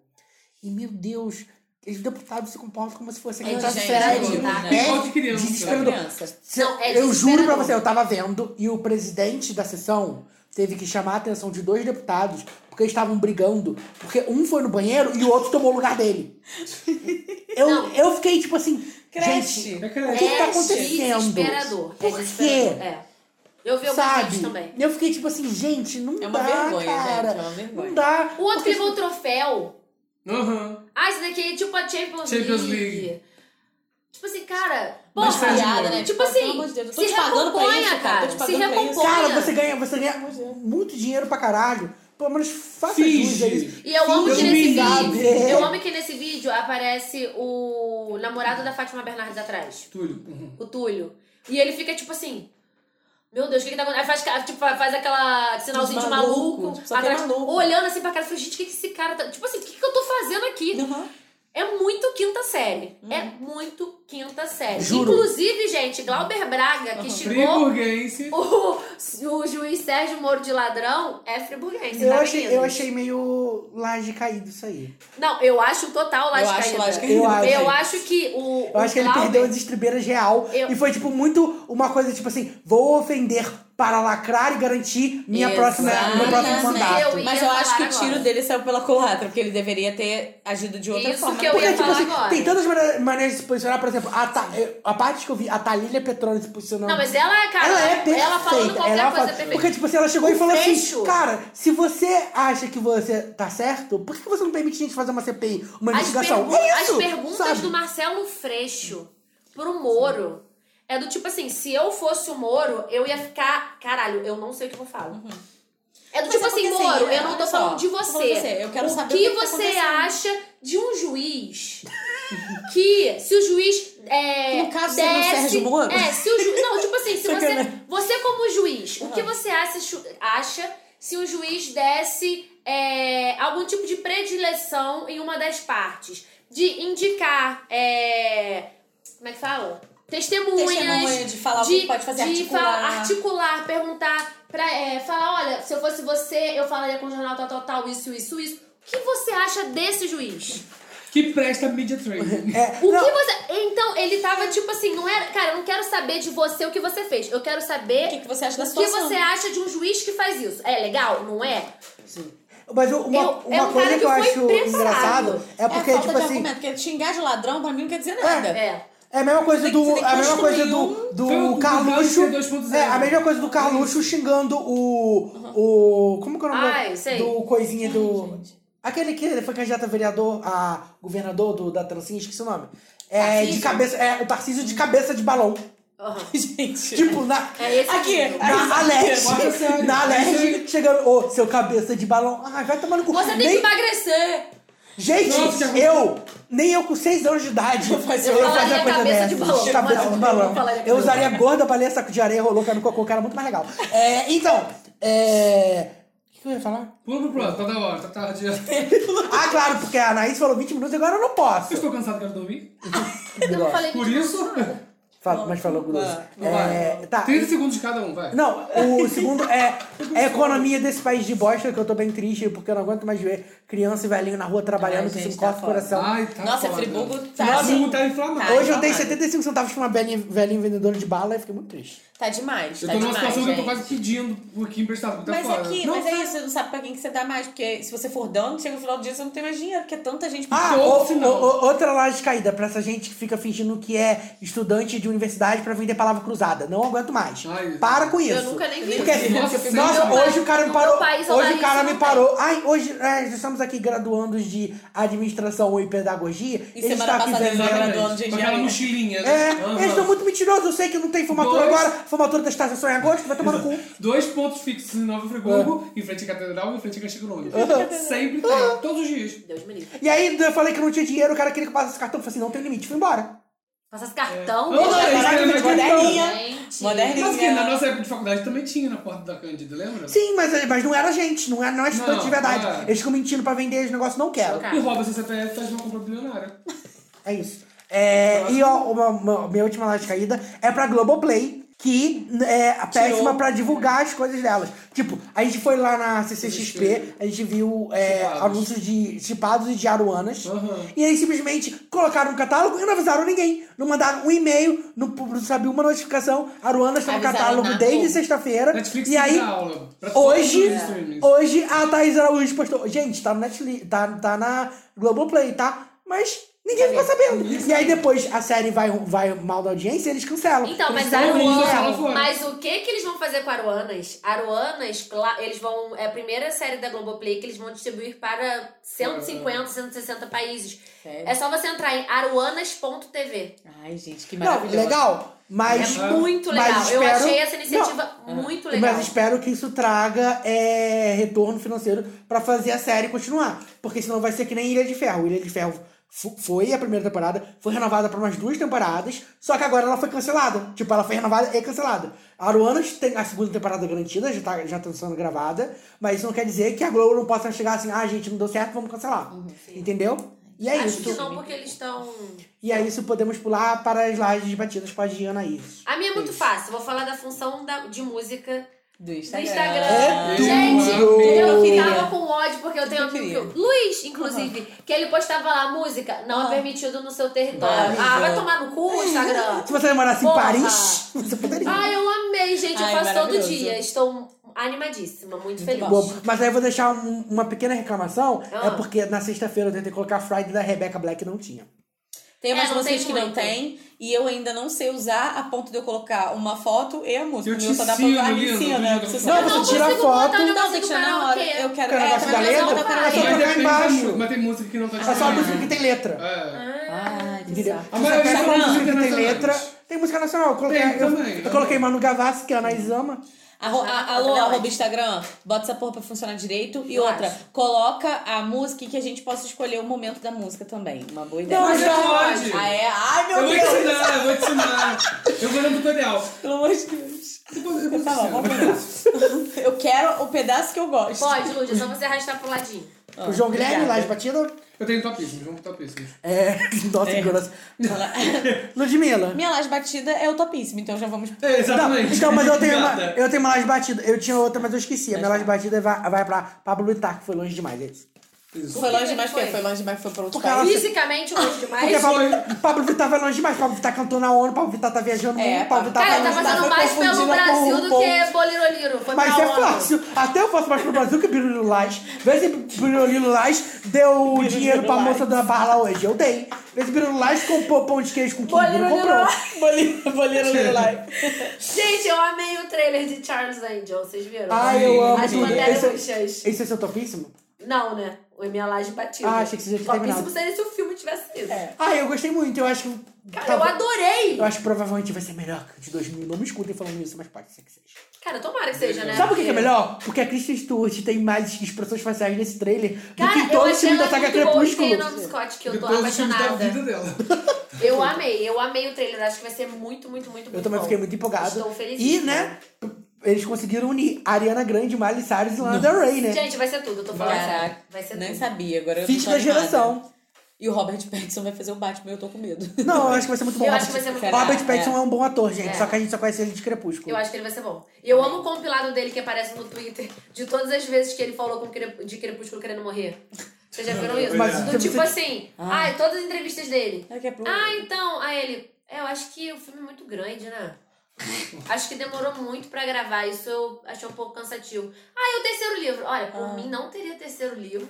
S3: E, meu Deus, os deputados se comportam como se fosse
S1: Gente,
S3: criança
S1: É gente,
S3: séria.
S1: não dá, né?
S3: É
S2: Igual de criança.
S3: desesperador.
S4: crianças.
S3: Se-
S1: Não, é
S3: eu juro pra
S1: desesperador.
S3: você, eu tava vendo e o presidente da sessão teve que chamar a atenção de dois deputados porque eles estavam brigando, porque um foi no banheiro e o outro tomou o lugar dele. Eu,
S1: Não.
S3: eu fiquei tipo assim,
S4: Creche.
S3: gente,
S2: É
S3: o
S2: creche.
S3: que, que tá
S1: É
S3: acontecendo?
S1: Desesperador. É
S3: Por
S1: desesperador.
S3: quê?
S1: É. Eu vi alguns
S3: Sabe?
S1: vídeos também.
S3: Eu fiquei tipo assim, gente, não
S4: É uma
S3: dá,
S4: vergonha,
S3: cara.
S4: gente, é uma vergonha.
S3: Não dá.
S1: O outro que
S3: Porque-
S1: levou o troféu.
S2: Aham.
S1: Ah, esse daqui é tipo a Champions,
S2: Champions
S1: League.
S2: League.
S1: Tipo assim, cara.
S2: Mas
S1: Porra,
S2: Sérgio
S4: piada,
S2: Moro.
S4: né?
S1: Tipo
S4: pelo
S1: assim,
S4: amor de Deus, eu tô
S1: se
S4: te pagando pra
S1: recomponha,
S4: isso, cara,
S1: cara.
S4: tô te
S1: Se
S4: pagando pra isso.
S1: recomponha.
S3: Cara, você ganha, você ganha
S4: é.
S3: muito dinheiro pra caralho. Pelo menos faça
S2: Finge.
S3: jus a isso.
S1: E eu amo que
S2: Finge,
S1: nesse
S2: sabe?
S1: vídeo. Eu amo que nesse vídeo aparece o namorado da Fátima Bernardes atrás.
S2: Túlio. Uhum.
S1: O Túlio. E ele fica tipo assim. Meu Deus, o que que tá acontecendo? Aí faz, ca- tipo, faz aquela sinalzinho de
S4: Dos
S1: maluco,
S4: malucos, só que é maluco.
S1: olhando assim pra cara e fala, gente, o que, que esse cara tá. Tipo assim, o que, que eu tô fazendo aqui?
S4: Uhum.
S1: É muito quinta série. É muito quinta série.
S3: Juro.
S1: Inclusive, gente, Glauber Braga, que xingou
S2: Friburguense.
S1: o, o juiz Sérgio Moro de ladrão, é friburguense.
S3: Eu
S1: tá,
S3: achei, eu
S1: meninas?
S3: achei meio laje caído isso aí.
S1: Não, eu acho total
S4: Eu
S1: lascaída.
S4: acho lascaída.
S3: Eu acho.
S1: Eu acho que o.
S3: Eu acho que ele perdeu as
S1: de...
S3: estribeiras real.
S1: Eu-
S3: E foi, tipo, muito uma coisa, tipo assim, vou ofender para lacrar e garantir minha próxima, é- meu próximo
S4: Exatamente.
S3: mandato.
S1: Eu ia
S4: Mas eu acho que
S1: falar
S4: o tiro
S1: agora.
S4: dele saiu pela culatra, porque ele deveria ter agido de outra
S1: Isso
S4: forma. tá
S1: que eu
S3: Porque,
S1: ia
S3: tipo
S1: falar
S3: assim,
S1: agora.
S3: tem tantas mane- maneiras de se posicionar, por exemplo, a, Ta- eu- a parte que eu vi, a Thalília Petrone se posicionando.
S1: Não, mas ela, cara,
S3: ela é perfeita.
S1: ela falando qualquer
S3: ela
S1: coisa é
S3: fala-
S1: perfeita.
S3: Porque, tipo assim, ela chegou
S1: O
S3: e falou
S1: fecho.
S3: assim, cara, se você acha que você tá certo, por que você não permite a gente fazer uma CPI, uma
S1: As,
S3: investigação?
S1: pergun-
S3: é
S1: as
S3: isso,
S1: perguntas
S3: sabe?
S1: do Marcelo Freixo pro Moro é do tipo assim: se eu fosse o Moro, eu ia ficar. Caralho, eu não sei o que eu falo. É do
S4: Uhum. Mas
S1: tipo
S4: é porque,
S1: assim,
S4: assim,
S1: Moro,
S4: é,
S1: eu não
S4: olha
S1: tô
S4: só,
S1: falando de
S4: tô
S1: você.
S4: falando de você, eu quero
S1: o
S4: saber
S1: que,
S4: o que tá
S1: você
S4: acontecendo.
S1: acha de um juiz que, se o juiz. É,
S4: Que no caso seria o
S1: desce,
S4: Sérgio Moro?
S1: É, se o juiz. Não, tipo assim, se você.
S4: Sacanagem.
S1: Você, como juiz, o que você acha, chu- acha se o juiz desse é, algum tipo de predileção em uma das partes? De indicar. é, como é que fala? Testemunhas.
S4: Testemunha, de falar o que pode fazer,
S1: de
S4: articular.
S1: falar- articular, perguntar, pra, é, falar: olha, se eu fosse você, eu falaria com o jornal tal, tal, tal, isso, isso, isso. O que você acha desse juiz?
S2: que presta media training.
S3: É,
S1: O
S3: não,
S1: que você. Então, ele tava tipo assim, não era. Cara, eu não quero saber de você o que você fez. Eu quero saber.
S4: O que, que você acha da
S1: O que
S4: situação?
S1: você acha de um juiz que faz isso? É legal, não é?
S3: Mas uma,
S1: Eu-
S3: uma
S1: é um cara
S3: coisa que eu
S1: que foi
S3: acho
S1: preparado.
S3: engraçado é porque,
S4: é
S3: tipo
S4: falta de
S3: assim.
S4: argumento, porque xingar de ladrão pra mim não quer dizer nada.
S1: É.
S3: É a mesma coisa
S4: Tem que-
S3: do.
S4: tem que
S3: A mesma coisa do,
S4: construir um
S2: Foi o-
S3: do
S2: o
S3: Carluxo.
S2: Carluxo 2.0.
S3: É, a mesma coisa do Carluxo xingando o. O. Como que é o nome
S1: Ai,
S3: do-
S1: Ah, sei.
S3: do coisinha do. Aquele que ele foi candidato a vereador, a governador do, da trancinha, esqueci o nome. É, de
S4: Tarcísio?
S3: cabeça. É, o Tarcísio de cabeça de balão.
S4: Gente.
S3: Tipo, na.
S1: É esse
S4: Aqui.
S1: nível.
S3: Na
S2: Bota
S3: Aleste,
S2: sério.
S3: na Aleste, chegando, ô, seu cabeça de balão, ai, vai tomar no cu.
S1: Você tem
S3: Nem-
S1: que emagrecer.
S3: Gente,
S2: Nossa, que
S3: eu, nem eu com 6 anos de idade, eu fazia,
S1: falaria cabeça de balão, na
S3: Cabeça
S1: moral,
S3: de
S1: eu
S3: balão.
S1: não falaria
S3: Eu
S1: cabeça de
S3: usaria gorda, baleia, saco de areia, rolou, cara no cocô, que era muito mais legal. É, então, é... O que que eu ia falar?
S2: Pula pro próximo, tá da hora, tá tarde. Eu
S3: Ah, claro, porque a Anaís falou 20 minutos e agora eu não posso.
S2: estou cansado, quero dormir.
S1: Eu não falei
S2: Por
S1: muito.
S2: isso,
S3: Fala, mas falou grosso.
S2: não
S3: É, tá.
S2: 30 segundos de cada um, vai.
S3: Não, o segundo é é a economia desse país de bosta, que eu tô bem triste, porque eu não aguento mais ver criança e velhinho na rua trabalhando,
S4: Ai,
S3: que isso
S4: gente,
S3: encosta
S4: tá
S3: o coração.
S2: Ai, tá
S4: Nossa,
S2: foda.
S4: Friburgo tá,
S2: Nossa,
S4: assim,
S2: Friburgo tá inflamado.
S3: Hoje eu
S4: Ai,
S3: dei
S4: jamais.
S3: 75 centavos pra uma velhinha, velhinha vendedora de bala e fiquei muito triste.
S4: tá demais.
S2: Eu
S4: tá
S2: tô numa
S4: demais,
S2: situação que eu tô
S4: gente.
S2: quase pedindo aqui emprestado, tá
S4: Mas
S2: fora.
S4: aqui,
S2: Não,
S4: mas é isso, você não sabe pra quem que você dá mais, porque se você for dando, chega no final do dia você não tem mais dinheiro, porque é tanta gente
S3: Ah,
S2: Todo
S3: o-
S2: sinal.
S3: o- o- outra laje caída pra essa gente que fica fingindo que é estudante de universidade pra vender palavra cruzada. Não aguento mais.
S2: Ai,
S3: Para com isso.
S4: nunca nem vi.
S3: Porque,
S2: Nossa,
S3: nossa,
S2: sempre-
S1: meu
S3: hoje o cara me
S1: no meu
S3: parou.
S1: país,
S3: hoje o
S1: Olaria,
S3: cara
S1: isso
S3: me
S1: não
S3: parou. Ai, hoje é, nós estamos aqui graduandos de administração e pedagogia.
S4: E
S3: eles
S4: semana
S3: estão aqui
S4: passada eles
S3: vendendo.
S4: eram dono de
S2: Com aquela
S4: engenharia.
S2: é mochilinha, né?
S3: É,
S2: Aham.
S3: eles são muito mentirosos. Eu sei que não tem formatura
S2: Dois.
S3: agora. Formatura da estação só em agosto. Vai tomar no cu.
S2: Dois pontos fixos em Nova Friburgo,
S3: É.
S2: em frente à Catedral e em frente à Caxias Grande. Sempre tem, todos os dias.
S1: Deus me livre.
S3: E aí eu falei que não tinha dinheiro. O cara queria que eu passasse cartão. Eu falei assim, não tem limite. Fui embora.
S1: Passasse
S4: Um
S1: cartão.
S2: Não, não, eles
S3: Caraca,
S2: querem mais
S3: mas
S2: cartão.
S4: moderninha.
S1: Gente.
S4: Moderninha.
S2: é Mas que na nossa época de faculdade também tinha na porta da Cândida, lembra?
S3: Sim, mas, mas não era gente, não é, não é estudante
S2: Não,
S3: de verdade.
S2: não é.
S3: Eles ficam mentindo pra vender esse negócio, não quero.
S1: Chocado.
S2: E rouba seu CPF e faz uma compra bilionária.
S3: É isso. É, e ó, uma, uma- minha última laje caída é pra Globoplay, que é a péssima pra divulgar as coisas delas. Tipo, a gente foi lá na CCXP, a gente viu é,
S2: Chipados.
S3: anúncios de chipados e de aruanas.
S2: Aham.
S3: E aí simplesmente colocaram um catálogo e não avisaram ninguém. Não mandaram um e-mail, não, não sabia uma notificação. Aruanas tá no
S4: Avisaram
S3: catálogo
S4: nada.
S3: desde sexta-feira.
S2: Netflix
S3: E
S2: tem
S3: aí,
S2: na aula. Pra todos os
S3: Hoje,
S2: streamings.
S3: hoje a Thaís Araújo postou. Gente, tá no Netflix, tá, tá na Globoplay, tá? Mas ninguém ficou sabendo. E aí depois a série vai, vai mal da audiência e eles cancelam.
S1: Então,
S3: Eles
S1: mas
S3: são
S2: Aruana-
S3: horríveis,
S2: Ela
S1: Aruanas.
S2: fora.
S1: Mas o que que eles vão fazer com Aruanas? Aruanas, lá, eles vão. É a primeira série da Globoplay que eles vão distribuir para 150, 160 países. É só você entrar em aruanas.tv.
S4: Ai, gente, que
S3: Não,
S4: maravilhoso.
S3: legal. Mas.
S1: É muito
S3: mas
S1: legal. Eu
S3: espero-
S1: achei essa iniciativa muito legal.
S3: Mas espero que isso traga é, retorno financeiro pra fazer a série continuar. Porque senão vai ser que nem Ilha de Ferro. Ilha de Ferro fu- foi a primeira temporada, foi renovada pra umas duas temporadas, só que agora ela foi cancelada. Tipo, ela foi renovada e cancelada. A Aruanas tem a segunda temporada garantida, já tá, já tá sendo gravada, mas isso não quer dizer que a Globo não possa chegar assim, ah, gente, não deu certo, vamos cancelar. Entendeu? E é
S1: Uhum, Acho
S3: isso.
S1: que um não, porque eles estão.
S3: E é isso, podemos pular para as lives batidas com a Diana Ives.
S1: A minha é muito fácil. Vou falar da função da- de música
S4: Do
S1: do
S4: Instagram.
S1: Instagram.
S3: É
S1: Gente,
S2: tudo.
S1: eu
S4: queria.
S1: ficava com ódio porque eu tenho um amigo que, Luiz, inclusive, que ele postava lá música não é permitido no seu território.
S4: Maravilha.
S1: Ah, vai tomar no cu, Instagram.
S3: Se você morasse em
S1: Porra.
S3: Paris, você poderia.
S1: Ai, eu amei, gente. Eu
S4: Ai,
S1: faço todo
S4: maravilhoso.
S1: dia. Estou animadíssima, muito, feliz.
S4: bom.
S3: Bobo. Mas aí eu vou deixar um- uma pequena reclamação.
S1: Ah.
S3: É porque na sexta-feira eu tentei colocar Friday da Rebecca Black e não tinha.
S4: Tem umas
S1: É, não
S4: músicas
S1: tem
S4: que não
S1: muito.
S4: tem, e eu ainda não sei usar a ponto de eu colocar uma foto e a música.
S2: Eu
S4: O
S2: te
S4: meu só dá pra
S2: ensino,
S4: ah, me
S2: lindo,
S4: ensina.
S2: lindo.
S4: Você
S3: Não,
S4: sabe.
S3: você
S1: não
S3: tira a
S1: consigo
S3: foto.
S1: botar, eu não
S4: Não, é,
S1: consigo
S4: você tira
S1: parar
S4: na
S1: o
S4: hora.
S1: quê?
S4: Eu quero.
S3: Porque o negócio
S4: também
S3: da
S4: não dá
S3: letra,
S4: pra parar.
S3: é só
S2: Mas
S3: tocar
S2: depende da
S3: embaixo.
S2: música, Mas tem música que não tá
S3: É só a música que
S2: disponível.
S3: tem letra.
S2: É.
S4: Ai, que
S3: Entendeu?
S4: saco.
S2: A maioria
S3: Só
S2: são
S3: música
S2: músicas
S3: que tem
S2: nacionais.
S3: letra. Tem música nacional. Eu coloquei,
S2: Tem
S3: eu,
S2: também,
S3: eu
S2: né?
S3: coloquei Manu Gavassi, que é a Anaís ama.
S4: Arro- a- alô,
S1: Também
S4: arroba
S1: acho.
S4: Instagram, bota essa porra pra funcionar direito. E
S1: Eu
S4: outra,
S1: acho.
S4: coloca a música e que a gente possa escolher o momento da música também. Uma boa ideia.
S2: Mas
S3: Não,
S2: pode.
S4: Ah, é? Ai, meu
S2: Eu vou
S4: Deus.
S2: ensinar, eu vou ensinar. Eu vou dar um tutorial.
S4: Pelo amor de Deus.
S2: Depois- depois
S4: Tá bom,
S2: eu
S4: vamos
S2: ensino.
S4: lá. Eu quero o pedaço que eu gosto.
S1: Pode, Lúdia, é só você arrastar pro ladinho.
S3: o João Guilherme,
S4: obrigada.
S3: lá de batida.
S2: Eu tenho topíssimos, vamos topíssimos.
S3: É. Nossa, que grossa. Ludmilla.
S4: Minha laje batida é o topíssimo, então já vamos.
S2: É,
S3: Não,
S2: exatamente.
S3: então, mas eu tenho, uma,
S2: Obrigada.
S3: eu tenho uma laje batida. Eu tinha outra, mas eu esqueci. A minha laje batida vai, vai pra Pablo Itar, que foi longe demais. É isso.
S2: Isso.
S7: Foi
S8: que
S7: longe
S8: que
S7: demais,
S8: ele
S7: foi?
S8: foi?
S7: Foi longe demais, foi pra outro
S3: Porque
S7: país.
S3: ela-
S8: Fisicamente longe demais.
S3: Porque Pablo, Pablo Vittar vai longe demais. Pablo Vittar cantou na ONU, Pablo Vittar tá viajando
S7: É,
S3: muito, Pablo Vittar
S1: Cara,
S3: vai
S1: tá
S3: longe demais,
S1: fazendo
S3: foi
S1: mais pelo
S3: confundida com
S1: Brasil
S3: o
S1: do
S3: Paul.
S1: que Boliroliro. Foi
S3: Mas
S1: pra um
S3: é
S1: ONU.
S3: fácil. Até eu faço mais pro Brasil que o Biruliro Laz. Vê se Biruliro Laz deu dinheiro pra moça da barra lá hoje. Eu dei. Vê se Biruliro Laz comprou pão de queijo com quem
S8: Biruliro
S3: ele comprou.
S7: Boleiro, boleiro, boleiro, lá.
S8: Gente, eu amei o trailer de Charles Angel, vocês viram?
S3: Ai, eu amo
S8: As
S3: tudo.
S8: Panteras
S3: Esse,
S8: Roxas.
S3: esse é seu topíssimo?
S8: Não, né? O Emia Laje Batida.
S3: Ah, achei que você já tinha terminado.
S8: Topíssimo seria se o filme tivesse sido.
S1: É.
S3: Ah, eu gostei muito. Eu acho que...
S8: Cara,
S3: tá
S8: eu
S3: bom.
S8: adorei!
S3: Eu acho que provavelmente vai ser melhor que o de 2000. Não me escutem falando isso, mas pode ser que seja.
S8: Cara, tomara que seja, né?
S3: Sabe o que, que é
S8: Porque-
S3: melhor? Porque a Kristen Stewart tem mais expressões faciais nesse trailer do
S1: Cara,
S3: que em
S1: eu
S3: todo o
S1: achei
S3: filme
S1: ela
S3: da saga
S1: muito boa,
S3: Crepúsculo.
S1: e tem o Naomi Scott, que eu tô
S2: Depois os filmes da
S1: apaixonada.
S2: vida dela.
S1: Eu amei, eu amei o trailer. Acho que vai ser muito, muito, muito, muito
S3: Eu também
S1: bom.
S3: fiquei muito empolgado.
S1: Estou feliz.
S3: E, né, eles conseguiram unir Ariana Grande, Miley Cyrus e Lana Del Rey, né?
S1: Gente, vai ser tudo, eu tô falando. sério.
S4: Caraca,
S1: Vai ser
S2: né?
S4: nem
S1: tudo.
S4: sabia, agora eu
S3: Fit
S4: tô
S3: da
S4: animada.
S3: geração.
S4: E o Robert Pattinson vai fazer o Batman, eu tô com medo.
S3: Não, eu acho que vai ser muito bom.
S1: Eu acho que vai ser muito
S3: Robert
S1: bom.
S3: Robert Pattinson é. um bom ator, gente.
S1: É.
S3: Só que a gente só conhece ele de Crepúsculo.
S1: Eu acho que ele vai ser bom. E eu amo o compilado dele que aparece no Twitter de todas as vezes que ele falou com Crep- de Crepúsculo querendo morrer. Vocês já viram isso?
S2: Mas
S1: Do
S3: você-
S1: tipo
S3: você-
S1: assim, ai, todas as entrevistas dele.
S4: É que é pro-
S1: Ah, então, aí ele. É, eu acho que o filme é muito grande, né? Acho que demorou muito pra gravar, isso eu achei um pouco cansativo. Ah, e o terceiro livro? Olha, por mim não teria terceiro livro.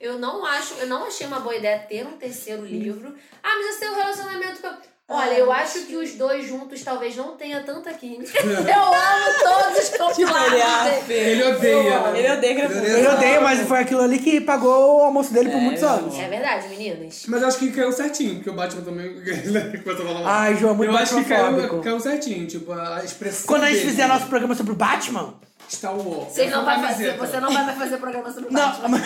S1: Eu não acho, eu não achei uma boa ideia ter um terceiro livro. Ah, mas esse é o relacionamento que eu... Olha, eu acho que os dois juntos talvez não tenha tanta química. Eu amo todos os
S4: tipo,
S1: compilados.
S4: é
S1: dele.
S2: Ele odeia. ela.
S4: Ele odeia Crepúsculo.
S3: Eu odeio, mas foi aquilo ali que pagou o almoço dele por muitos anos.
S1: É verdade, meninas.
S2: Mas acho que caiu certinho, porque o Batman também começou a falar mal.
S3: Ai, João, é muito
S2: Eu acho que
S3: batmanfóbico.
S2: caiu, caiu certinho, tipo, a expressão
S3: Quando a gente
S2: dele.
S3: fizer nosso programa sobre o Batman...
S2: Star Wars.
S1: Vocês não
S2: Essa
S1: vai fazer,
S2: camiseta.
S1: você não vai mais fazer programa sobre Batman.
S3: Não,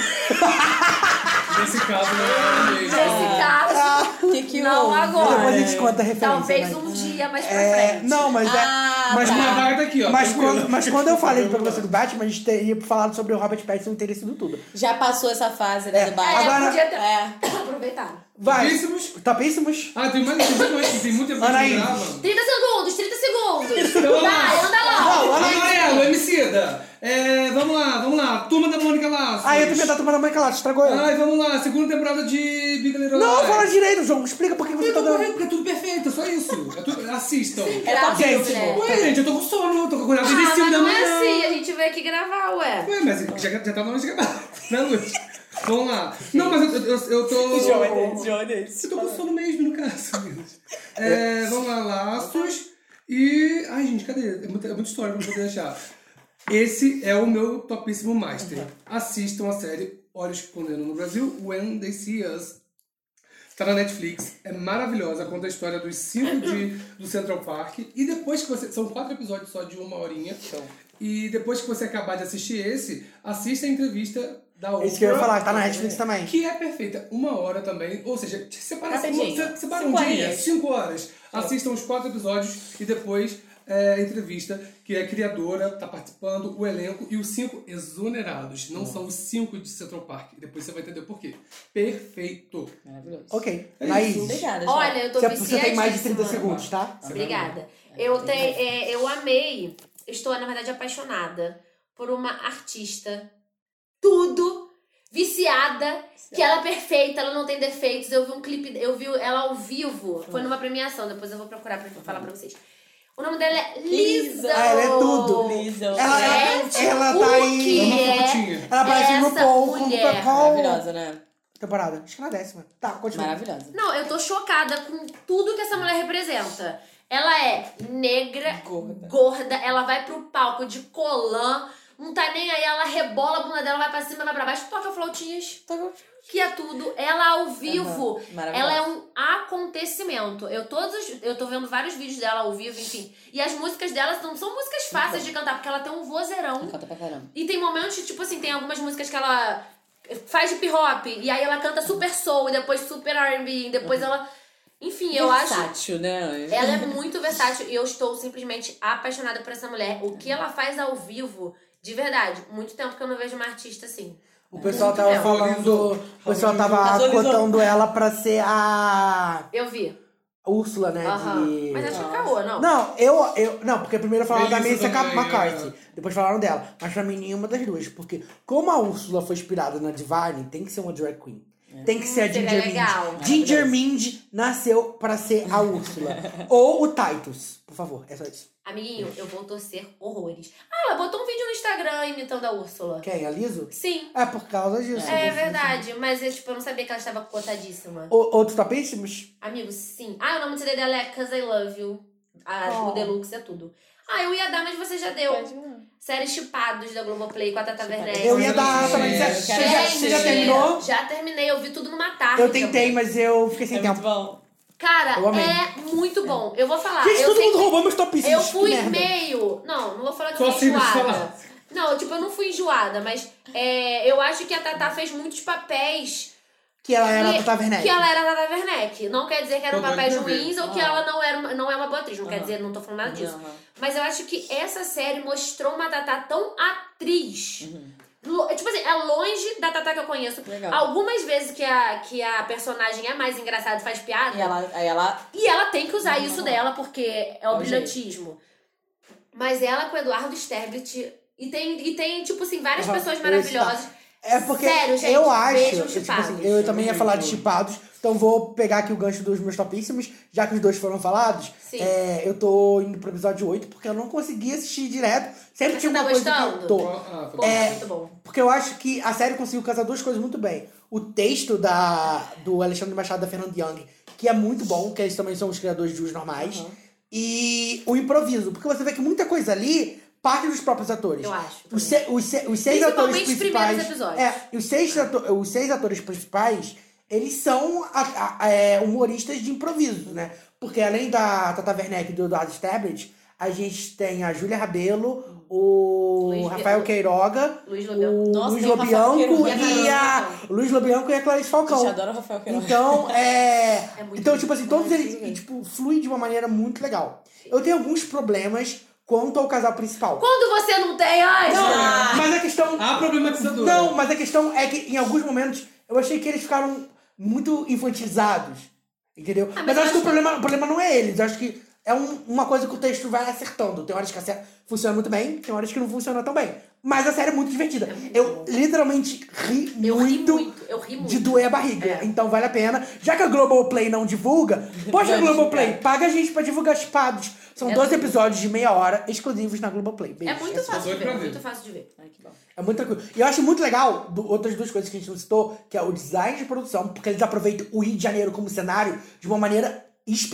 S2: Nesse caso, não é mesmo.
S1: Nesse caso,
S4: Que que
S1: não
S4: houve?
S1: agora.
S3: Depois a gente conta a referência,
S1: Talvez
S3: né?
S1: um dia mais pra
S3: é,
S1: frente.
S3: não mas é...
S4: Ah,
S3: mas
S2: Mas minha
S3: quando-
S2: vaga tá aqui, ó.
S3: Mas
S2: tranquila.
S3: quando, mas quando eu falei do programa sobre o Batman, a gente teria falado sobre o Robert Pattinson e teria sido tudo.
S4: Já passou essa fase, né,
S3: É.
S4: do
S1: É,
S4: Batman.
S3: Agora-
S1: podia ter...
S4: É.
S1: Aproveitaram.
S3: Vai.
S2: Víssimos.
S3: Topíssimos.
S2: Ah, tem mais tem muito mais, tem muita coisa que
S3: Anaís.
S2: grava.
S1: 30 segundos, 30 segundos. Vai, anda logo.
S3: Não, olha aí.
S2: Amarelo, Emicida. É, vamos lá, vamos lá. Turma da Mônica Laços.
S3: Ah, eu também tá tomando a mãe calada, estragou ela.
S2: Ai, vamos lá. Segunda temporada de Big Little
S3: Não,
S2: Lies.
S3: fala direito, João. Explica por que você
S2: Eu
S3: tá
S2: tô
S3: dando.
S2: correndo, porque é tudo perfeito, é só isso. É tudo... Assistam.
S4: É
S1: Graças,
S3: gente,
S1: né?
S2: Ué, gente, eu tô com sono, eu tô com acordado
S1: Ah,
S2: desde
S1: mas
S2: 5 da
S1: não é
S2: manhã.
S1: assim, a gente veio aqui gravar, ué.
S2: Ué, mas já, já tá na hora de acabar. Na noite. Vamos lá. Não, mas eu, eu, eu tô. Eu tô com sono mesmo, no caso. amigos. É, vamos lá, laços. E. Ai, gente, cadê? É muita, é muita história, não vou poder achar. Esse é o meu topíssimo master. Assistam a série Olhos que Condenam no Brasil, When They See Us. Tá na Netflix, é maravilhosa, conta a história dos cinco de, do Central Park. E depois que você. São quatro episódios só de uma horinha.
S3: Então.
S2: E depois que você acabar de assistir esse, assista a entrevista da Oprah.
S3: Isso que eu ia falar, tá na Netflix também.
S2: Que é perfeita. Uma hora também. Ou seja, separa,
S4: Rapidinho.
S2: se- separa um
S4: Cinco
S2: dia,
S4: horinhas.
S2: cinco horas. Assistam os quatro episódios e depois é, a entrevista, que é a criadora, tá participando, o elenco e os cinco exonerados. Não são os cinco de Central Park. Depois você vai entender por quê. Perfeito.
S3: Ok.
S2: É
S3: Laís.
S2: isso.
S4: Obrigada, João.
S1: Olha, eu tô
S3: Você, você tem mais de 30
S1: viciadíssima.
S3: segundos, tá?
S1: Obrigada. Eu, tenho, é, eu amei, estou na verdade apaixonada por uma artista, tudo, viciada, que ela é perfeita, ela não tem defeitos. Eu vi um clipe, eu vi ela ao vivo, foi numa premiação, depois eu vou procurar pra falar pra vocês. O nome dela é Lisa.
S3: Ah, ela é tudo.
S4: Lisa.
S3: Ela,
S4: É.
S3: ela,
S1: Gente,
S3: ela
S1: o
S3: tá em.
S1: que-
S2: Vamos
S1: é
S2: fotinha.
S3: Ela aparece no
S1: essa
S3: Paul com
S1: mulher?
S3: qual
S4: Maravilhosa, né?
S3: temporada? Acho que na décima. Tá, continua.
S4: Maravilhosa.
S1: Não, eu tô chocada com tudo que essa mulher representa. Ela é negra,
S4: Gorda.
S1: gorda, ela vai pro palco de colã, não tá nem aí, ela rebola a bunda dela, vai pra cima, vai pra baixo, toca flautinhas,
S4: Tá
S1: que é tudo. Ela ao vivo,
S4: Maravilhosa.
S1: ela é um acontecimento. Eu todos, os- eu tô vendo vários vídeos dela ao vivo, enfim. E as músicas dela não são músicas fáceis de cantar, porque ela tem um vozeirão.
S4: Canta pra caramba.
S1: E tem momentos, que, tipo assim, tem algumas músicas que ela faz hip hop, e aí ela canta super soul, e depois super R&B, e depois ela... Enfim, eu acho...
S4: Versátil, né?
S1: Ela é muito versátil e eu estou simplesmente apaixonada por essa mulher. O que ela faz ao vivo, de verdade, muito tempo que eu não vejo uma artista assim.
S3: O pessoal tava
S2: Valorizou.
S3: falando. O pessoal tava
S4: Valorizou.
S3: cotando ela pra ser a.
S1: Eu vi.
S3: Úrsula, né?
S1: Aham.
S3: de-
S1: Mas acho que é caô, não.
S3: Não, eu, eu. Não, porque primeiro falaram da
S2: Melissa
S3: Melissa
S2: também,
S3: McCarthy,
S2: é.
S3: depois falaram dela. Mas pra mim, nenhuma das duas. Porque, como a Úrsula foi inspirada na Divine, tem que ser uma drag queen. Tem que ser a
S1: É. seria
S3: Ginger
S1: legal.
S3: Mind. Ginger Mind nasceu pra ser a Úrsula. Ou o Titus, por favor, é só isso.
S1: Amiguinho, eu vou torcer horrores. Ah, ela botou um vídeo no Instagram imitando a Úrsula.
S3: Quem? A Liso?
S1: Sim.
S3: É por causa disso.
S1: É verdade, mas eu, tipo, eu não sabia que ela estava cotadíssima.
S3: O- outros topíssimos?
S1: Amigo, sim. Ah, o nome do CD dela é Cause I Love You. Ah, O Deluxe é tudo. Ah, eu ia dar, mas você já deu. Séries chipados da Globoplay com a Tata Werneck.
S3: Eu ia dar
S2: Sim.
S3: também. Você
S4: Cara,
S3: você já, você já
S4: sim.
S3: terminou?
S1: Já terminei, eu vi tudo numa tarde.
S3: Eu tentei, mas eu fiquei sem
S4: É muito
S3: tempo.
S4: bom.
S1: Cara,
S3: Eu amei.
S1: é muito bom. Eu vou falar.
S3: Gente,
S1: Ah, eu
S3: todo
S1: sei
S3: mundo
S1: que-
S3: roubou meus topíssimos.
S1: Eu
S3: que
S1: fui
S3: merda.
S1: meio. Não, não vou falar que
S2: Só
S1: eu fui
S2: assim,
S1: enjoada.
S2: só-
S1: Não, tipo, eu não fui enjoada, mas é, eu acho que a Tatá fez muitos papéis
S3: Que ela era tá
S1: que-
S3: a Tata Werneck.
S1: que ela era a Tata Werneck. Não quer dizer que um eram
S2: Tô doido
S1: papéis
S2: pra ver.
S1: ruins ou que
S4: Ah.
S1: ela não, era, uma- não é uma boa atriz. Não quer dizer, não tô falando nada disso.
S4: Aham.
S1: Mas eu acho que essa série mostrou uma Tatá tão atriz.
S3: Uhum.
S1: Lo- Tipo assim, é longe da Tatá que eu conheço.
S4: Legal.
S1: Algumas vezes que a, que a personagem é mais engraçada e faz piada,
S4: Ah, E ela, aí ela
S1: e ela tem que usar isso dela, porque é o
S4: o
S1: brilhantismo. Mas ela com o Eduardo Sterblit. E tem, e tem, tipo assim, várias
S3: Aham,
S1: pessoas
S3: eu ia citar.
S1: maravilhosas.
S3: É porque
S1: Sério, gente,
S3: eu acho,
S1: vejam
S3: eu, tipo
S1: Chipados.
S3: assim, eu também ia falar de chipados, então vou pegar aqui o gancho dos meus topíssimos, já que os dois foram falados.
S1: Sim.
S3: É, eu tô indo pro episódio 8, porque eu não consegui assistir direto. Sempre
S1: Mas
S3: tinha
S1: você
S3: uma
S1: tá
S3: coisa que
S1: gostando?
S3: eu tô.
S2: Ah,
S1: Pô,
S2: tá.
S1: é muito bom.
S3: Porque eu acho que a série conseguiu casar duas coisas muito bem. O texto da, do Alexandre Machado e da Fernanda Young, que é muito bom, que eles também são os criadores de Os Normais.
S1: Uhum.
S3: E o improviso, porque você vê que muita coisa ali parte dos próprios atores.
S1: Eu acho
S3: Os,
S1: também.
S3: se- os se- os seis
S1: Principalmente
S3: atores
S1: os primeiros
S3: principais.
S1: episódios.
S3: É, e os seis, ato- os seis atores principais, eles são a- a- é, humoristas de improviso, né? Porque além da Tata Werneck e do Eduardo Stablet, a gente tem a Júlia Rabelo, o
S1: Luiz
S3: Rafael
S1: Be-
S3: Queiroga,
S1: Luiz Lobianco.
S3: o
S4: Nossa,
S3: Luiz
S4: tem o Rafael
S3: Lobianco
S4: Queiroga.
S3: e a Luiz Lobianco e a Clarice
S4: Gente,
S3: Falcão.
S4: adora o Rafael Queiroga.
S3: Então, é.
S1: É muito
S3: então,
S1: bom.
S3: tipo assim, todos eles tipo, fluem de uma maneira muito legal. Eu tenho alguns problemas quanto ao casal principal.
S1: Quando você não tem, ai,
S3: Não,
S1: gente,
S3: mas Ah. a questão.
S2: A problematizadora.
S3: Não, mas a questão é que em alguns momentos eu achei que eles ficaram muito infantilizados. Entendeu? Ah, mas, eu acho que o problema, o problema não é eles. Eu acho que é um- uma coisa que o texto vai acertando. Tem horas que acerta, funciona muito bem, tem horas que não funciona tão bem. Mas a série é muito divertida. Eu literalmente ri
S1: eu ri
S3: muito.
S1: muito. Eu ri muito. É.
S3: De doer a barriga. Então vale a pena. Já que a Globoplay não divulga, poxa, Globoplay, paga a é. gente pra divulgar Chipados. São dois episódios de meia hora exclusivos na Globoplay.
S1: É
S3: Beijo.
S1: muito fácil de
S2: doido
S1: ver,
S2: pra ver.
S1: muito fácil de ver.
S3: É muito tranquilo. E eu acho muito legal do- outras duas coisas que a gente não citou, que é o design de produção, porque eles aproveitam o Rio de Janeiro como cenário de uma maneira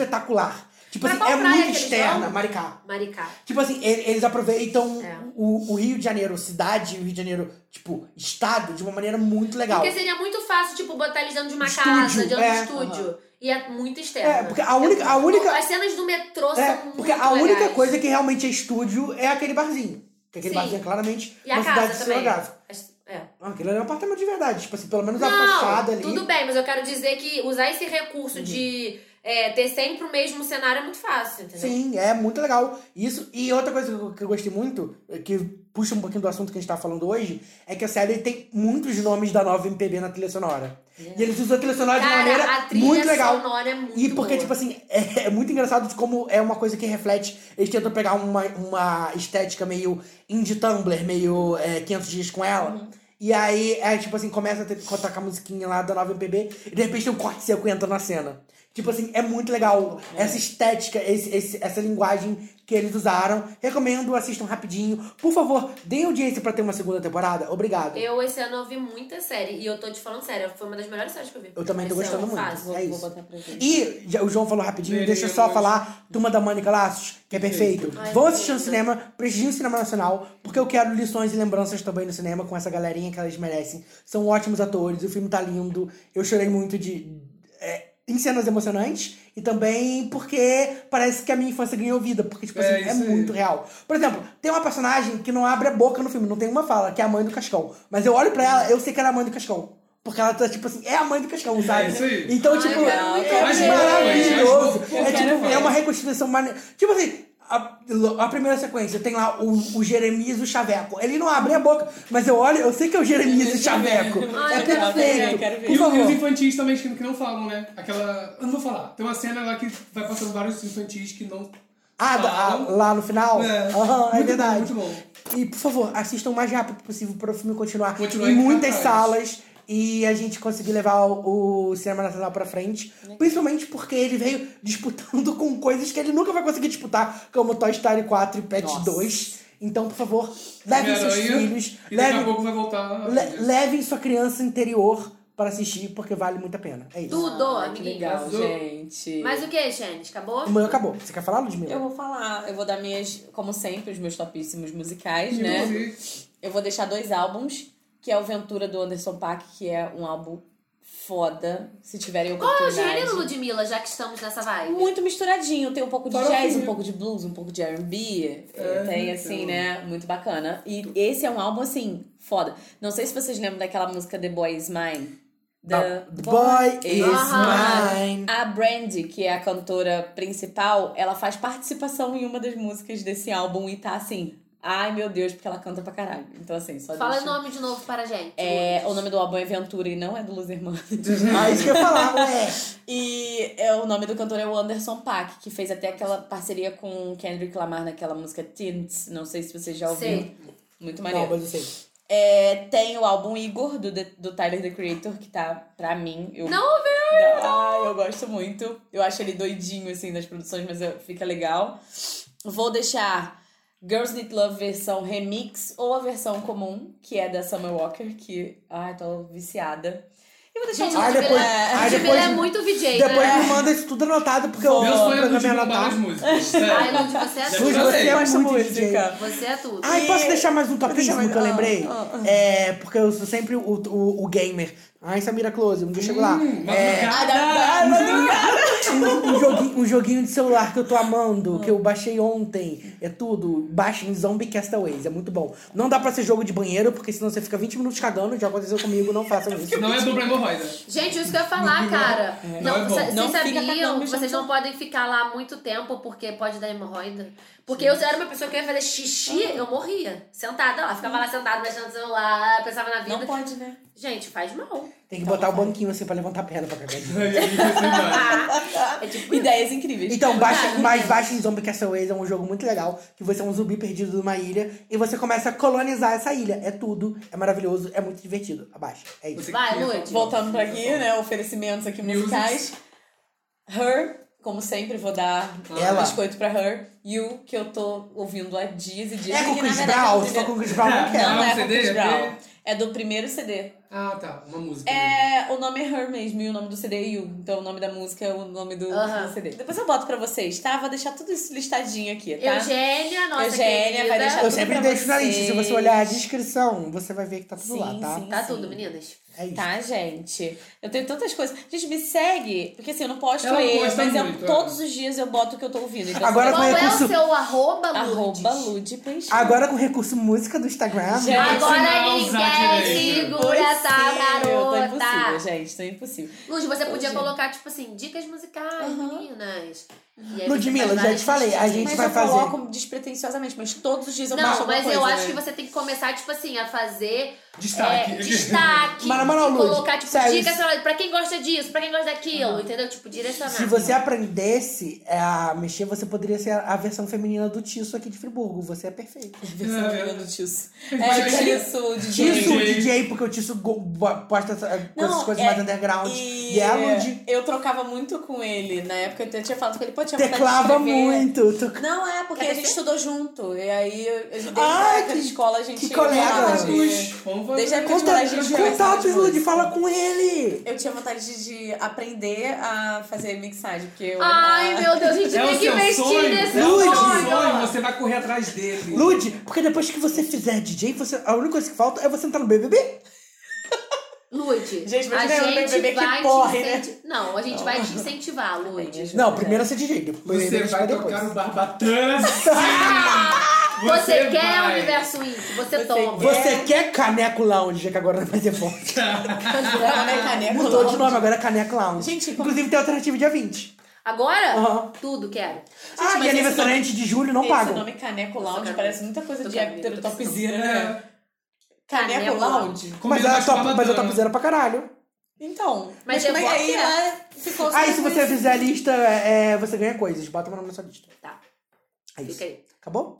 S3: espetacular. Tipo
S1: Mas
S3: assim,
S1: qual
S3: é
S1: praia
S3: muito
S1: que eles
S3: externa,
S1: vão?
S3: Maricá.
S1: Maricá.
S3: Tipo assim, e- eles aproveitam
S1: É.
S3: o, o Rio de Janeiro, cidade, e o Rio de Janeiro, tipo, estado, de uma maneira muito legal.
S1: Porque seria muito fácil, tipo, botar eles dentro de uma
S3: Estúdio,
S1: casa, dentro
S3: é.
S1: de um estúdio. E é muito externo.
S3: É, porque a única. A única
S1: As cenas do metrô
S3: é,
S1: são muito
S3: porque a única
S1: legais.
S3: coisa que realmente é estúdio é aquele barzinho. Porque aquele
S1: Sim.
S3: barzinho é claramente
S1: E a
S3: uma cidade
S1: casa também.
S3: cenográfica.
S1: As- É.
S3: Ah, Aquilo era um apartamento de verdade. Tipo assim, pelo menos a fachada
S1: Não,
S3: ali. Uhum.
S1: tudo bem, mas eu quero dizer que usar esse recurso de é, ter sempre o mesmo cenário é muito fácil, entendeu?
S3: Sim, é muito legal. Isso. E outra coisa que eu- que eu gostei muito, é que puxa um pouquinho do assunto que a gente tá falando hoje, é que a série tem muitos nomes da nova MPB na trilha sonora. E eles usam a trilha sonora de uma
S1: É. Cara, a
S3: maneira
S1: trilha
S3: muito legal.
S1: sonora é muito
S3: E porque,
S1: boa.
S3: tipo assim, é, é muito engraçado de como é uma coisa que reflete. Eles tentam pegar uma, uma estética meio indie Tumblr, meio é, 500 dias com ela.
S1: Uhum.
S3: E aí, é, tipo assim, começa a ter, tocar a musiquinha lá da nova MPB e de repente tem um corte seco e entra na cena. Tipo assim, é muito legal essa estética, esse, esse- essa linguagem que eles usaram. Recomendo, assistam rapidinho. Por favor, deem audiência pra ter uma segunda temporada. Obrigado.
S1: Eu esse ano ouvi muita série, e eu tô te falando sério, foi uma das melhores séries que eu vi.
S3: Eu também tô
S1: Esse
S3: gostando
S1: ano,
S3: muito.
S1: fácil.
S3: é isso.
S4: Vou botar pra gente.
S3: E já- o João falou rapidinho,
S2: Veremos.
S3: deixa eu só falar Turma da Mônica Laços, que é perfeito.
S1: Ai,
S3: Vão assistir no
S1: perfeito.
S3: cinema, prestigiem o cinema nacional, porque eu quero lições e lembranças também no cinema com essa galerinha que elas merecem. São ótimos atores, o filme tá lindo. Eu chorei muito de. é, em cenas emocionantes e também porque parece que a minha infância ganhou vida, porque, tipo
S2: É,
S3: assim, é
S2: isso aí.
S3: muito real. Por exemplo, tem uma personagem que não abre a boca no filme, não tem uma fala, que é a mãe do Cascão. Mas eu olho pra ela, eu sei que ela é a mãe do Cascão. Porque ela tá, tipo assim, é a mãe do Cascão, sabe?
S2: isso aí.
S3: Então,
S1: Ai,
S3: tipo,
S1: eu quero muito
S3: é
S2: Mas,
S3: maravilhoso.
S2: mas, mas,
S3: É,
S2: pô,
S3: tipo,
S2: cara,
S3: é uma reconstituição maneira. Tipo assim, a, a primeira sequência tem lá o, o Jeremias e o Chaveco. Ele não abre a boca, mas eu olho, eu sei que é o Jeremias e o Chaveco. é perfeito.
S4: legal, também, quero
S3: Por
S4: ver.
S2: E, o- e os
S3: favor.
S2: infantis também que que não falam, né? Aquela. Eu não vou falar. Tem uma cena lá que vai passando vários infantis que não.
S3: Ah, da- ah, lá no final?
S2: É.
S3: Aham, é
S2: Muito bom,
S3: verdade.
S2: muito bom.
S3: E, por favor, assistam o mais rápido possível para o filme continuar
S2: Continuar
S3: em
S2: em
S3: muitas
S2: cartaz.
S3: salas e a gente conseguir levar o, o cinema nacional pra frente. Principalmente porque ele veio disputando com coisas que ele nunca vai conseguir disputar, como Toy Story 4 e Pet 2. Então, por favor, levem seus
S2: Homem-Aranha,
S3: filhos,
S2: E daqui
S3: levem-
S2: a pouco vai voltar. né?
S3: le- levem sua criança interior para assistir, porque vale muito a pena. É isso.
S8: Tudo,
S4: Que
S8: amiguinho.
S4: legal, gente.
S8: Mas o que, Xenis? Acabou?
S3: O meu acabou. Você quer falar, Ludmilla?
S4: Eu vou falar, eu vou dar minhas, como sempre, os meus topíssimos musicais, né?
S2: Inclusive,
S4: Eu vou deixar dois álbuns, que é o Ventura do Anderson Paak, que é um álbum foda, se tiverem
S8: Qual é o
S4: oportunidade.
S8: gênero, Ludmilla, já que estamos nessa vibe?
S4: Muito misturadinho, tem um pouco de
S2: Farofinha.
S4: jazz, um pouco de blues, um pouco de R&B,
S2: É,
S4: tem assim,
S2: então.
S4: né, muito bacana. E esse é um álbum assim, foda. Não sei se vocês lembram daquela música The Boy Is Mine. The
S3: Ah, The Boy Is Mine.
S4: A Brandy, que é a cantora principal, ela faz participação em uma das músicas desse álbum e tá assim, ai meu Deus, porque ela canta pra caralho. Então assim, só
S8: Fala o
S4: deixa-
S8: nome de novo para a gente.
S4: É, o nome do álbum é Ventura e não é do Los Hermanos.
S3: Ah, isso que eu ia falar, ué.
S4: E é, o nome do cantor é o Anderson Paak, que fez até aquela parceria com o Kendrick Lamar naquela música Tints. Não sei se vocês já ouviram.
S8: Sei.
S4: Muito
S3: Não,
S4: maneiro.
S3: mas eu sei.
S4: É, tem o álbum Igor, do, The- do Tyler, The Creator, que tá, pra mim... Eu...
S8: Não ouviu?
S4: Não, ah, eu gosto muito. Eu acho ele doidinho, assim, nas produções, mas eu- fica legal. Vou deixar Girls Need Love versão remix ou a versão comum, que é da Summer Walker, que... Ai, tô viciada. E vou deixar...
S8: Gente,
S4: um-
S3: Ah, depois-
S4: É,
S3: ah,
S8: Ludmilla
S3: depois-
S8: é muito VJ,
S3: Depois
S8: né?
S3: me manda isso tudo anotado, porque eu
S2: meu
S3: amo o
S2: sonho é
S3: programa É.
S2: Ludmilla
S3: e
S2: roubar
S3: anotar.
S2: as músicas. sério.
S8: Ai, Lud, você é tudo.
S3: Luz, você é
S4: gosto
S3: muito
S4: muito de
S3: DJ.
S4: indicar.
S8: Você é tudo.
S3: Ai, posso deixar mais um
S4: deixar
S3: topíssimo
S4: mais-
S3: que eu
S4: ah,
S3: lembrei?
S4: ah,
S3: É, porque eu sou sempre o, o, o gamer. Ai, Samira Close, um dia eu chego lá.
S2: Hum,
S3: É,
S4: Ah,
S2: é
S3: um, um joguinho, um joguinho de celular que eu tô
S4: Ah.
S3: amando, que eu baixei ontem. É tudo. Baixem Zombie Castaways, é muito bom. Não dá pra ser jogo de banheiro, porque senão você fica 20 minutos cagando, já aconteceu comigo, não façam isso.
S2: Não é dupla hemorroida.
S8: Gente, isso que eu ia falar, cara.
S2: Não é
S8: Não,
S2: bom.
S8: vocês
S4: Não fica
S8: sabiam
S4: catando
S8: que vocês não
S4: shampoo.
S8: podem ficar lá muito tempo porque pode dar hemorroida? Porque eu era uma pessoa que ia fazer xixi,
S4: Ah.
S8: eu morria. Sentada lá. Ficava lá sentada, mexendo no celular, pensava na vida.
S4: Não pode, né?
S8: Gente, faz mal.
S3: Tem que botar o banquinho assim pra levantar a perna pra cagar.
S8: É tipo,
S4: Ideias incríveis.
S3: Então, baixa, mas baixa em Zombie Castaways é um jogo muito legal, que você é um zumbi perdido numa ilha e você começa a colonizar essa ilha. É tudo, é maravilhoso, é muito divertido. Abaixa, é isso.
S8: vai, Lud.
S4: Voltando pra aqui, né? Oferecimentos aqui musicais. Her, como sempre, vou dar
S3: Ah. Ela.
S4: um biscoito pra Her. You, que eu tô ouvindo há dias e dias.
S3: É com
S4: que,
S3: o
S4: na
S3: Chris
S4: verdade, é
S3: Brown,
S4: do
S3: se for com o
S4: primeiro-
S3: Chris Brown, não
S2: Não,
S3: quero.
S4: Não,
S2: Brown
S4: é com o
S2: CD,
S4: Chris
S2: é
S4: Brown.
S2: que-
S4: É do primeiro CD.
S2: Ah, tá. Uma música.
S4: É, o nome é Her mesmo e o nome do CD é You. Então o nome da música é o nome do, do CD. Depois eu boto pra vocês, tá? Vou deixar tudo isso listadinho aqui, tá?
S8: Eugênia, nossa
S4: Eugênia, vai
S8: querida.
S4: deixar
S3: Eu
S4: tudo
S3: sempre
S4: pra
S3: deixo na lista. Se você
S4: vocês.
S3: olhar a descrição, você vai ver que tá tudo
S4: Sim,
S3: lá, tá?
S4: sim.
S8: Tá tudo, meninas.
S3: É isso.
S4: Tá, gente? Eu tenho tantas coisas. Gente, me segue, porque assim, eu não posto
S2: Ela
S4: eles,
S2: posta
S4: mas eu-
S2: muito, é.
S4: todos os dias eu boto o que eu tô ouvindo. Então,
S3: Agora
S4: assim,
S8: Qual é
S3: recurso-
S8: o seu arroba, Lud?
S4: arroba Lud Peixinho.
S3: Agora com o recurso música do Instagram.
S4: Gente,
S8: Agora
S2: Não,
S8: ninguém
S2: Zaki,
S8: segura
S3: é
S8: essa
S4: tá, Tô impossível,
S8: garota.
S4: gente. Tô impossível.
S8: Luz, você podia
S4: Hoje.
S8: colocar, tipo assim, dicas musicais, meninas. E aí
S3: Ludmilla,
S8: você faz
S3: já
S8: várias
S3: te falei, a gente
S4: Mas
S3: vai
S4: eu
S3: fazer.
S4: coloco despretensiosamente, mas todos os dias eu
S8: Não,
S4: posto alguma
S8: mas
S4: coisa.
S8: eu acho
S4: né?
S8: que você tem que começar, tipo assim, a fazer
S2: Destaque.
S8: é, destaque
S3: Mas na moral,
S8: e
S3: Lud,
S8: colocar, tipo,
S3: sério,
S8: dicas
S3: se-
S8: pra- pra quem gosta disso, pra quem gosta daquilo, entendeu? Tipo, direcionar.
S3: Se você aprendesse é, a mexer, você poderia ser a versão feminina do Tisso aqui de Friburgo. Você é perfeito.
S4: Versão feminina do Tisso.
S2: Mas
S4: É,
S2: eu achei-
S4: Tisso, de
S3: Tisso,
S2: DJ.
S3: DJ, porque o Tisso go- bo- posta essa- essas coisas
S4: é-
S3: mais underground. E, a Lud
S4: Eu trocava muito com ele. Na época eu até tinha falado com ele, pô, tinha vontade de
S3: teclava
S4: escrever.
S3: muito. Tu-
S4: Não, é, porque a gente estudou junto. E aí, eu- eu- desde
S3: Ah,
S4: a época
S3: que-
S4: de escola, a gente...
S3: que colega.
S4: falava de-
S2: Vamos- Vamos fazer.
S4: Desde a época de escola, a
S3: Conta,
S4: gente conversava
S3: contatos,
S4: de
S3: Lud,
S4: música.
S3: fala com ele.
S4: Eu tinha vontade de, de aprender a fazer mixagem, porque eu...
S8: Ai,
S4: era-
S8: meu Deus, a gente
S2: É
S8: tem
S2: o
S8: que
S2: seu
S8: investir
S2: sonho.
S8: nesse
S2: É o seu
S3: sonho.
S2: sonho. Você vai correr atrás dele.
S3: Lud, porque depois que você fizer DJ, você, a única coisa que falta é você entrar no BBB.
S8: Lud,
S4: Gente,
S8: a
S4: mas não é o
S8: gente
S4: bebê que
S8: vai
S4: corre,
S8: te
S4: né?
S8: incenti- Não, a gente vai te incentivar, Lud.
S3: Não, primeiro é ser DJ, depois
S2: Você
S3: BBB
S2: vai
S3: depois.
S2: tocar o Barbatança.
S8: Você,
S2: Você
S8: quer o
S2: vai.
S8: universo índio, você, toma.
S3: Você quer Caneco Lounge, já que agora vai ter forte.
S4: Não, né, caneco?
S3: Mudou de nome, agora é Caneco Lounge.
S4: Gente, como- Tá.
S3: Inclusive tem alternativa dia 20.
S1: Agora,
S3: Aham.
S1: tudo quero.
S3: ah,
S4: mas
S3: e
S4: esse
S3: aniversariante de julho não
S4: Esse
S3: pagam.
S4: nome Caneco
S1: Eu só
S4: Lounge
S1: quero
S4: parece muita coisa
S1: Tô
S4: de
S1: querendo,
S4: hétero
S1: tô
S4: topzera, né?
S2: É,
S4: Caneco,
S1: Caneco
S4: Lounge?
S3: Mas
S2: combina
S3: ela,
S2: mais
S3: top,
S2: com a
S3: mas ela
S2: Madonna.
S3: topzera pra caralho.
S4: Então,
S1: Mas
S4: mas, como é que
S1: é
S4: aí
S1: boa,
S4: lá ficou
S3: Aí, se
S4: sobre
S3: você
S4: isso.
S3: fizer a lista, é, você ganha coisas. Bota meu nome na sua lista.
S1: Tá.
S3: É isso.
S1: Fica aí.
S3: Acabou?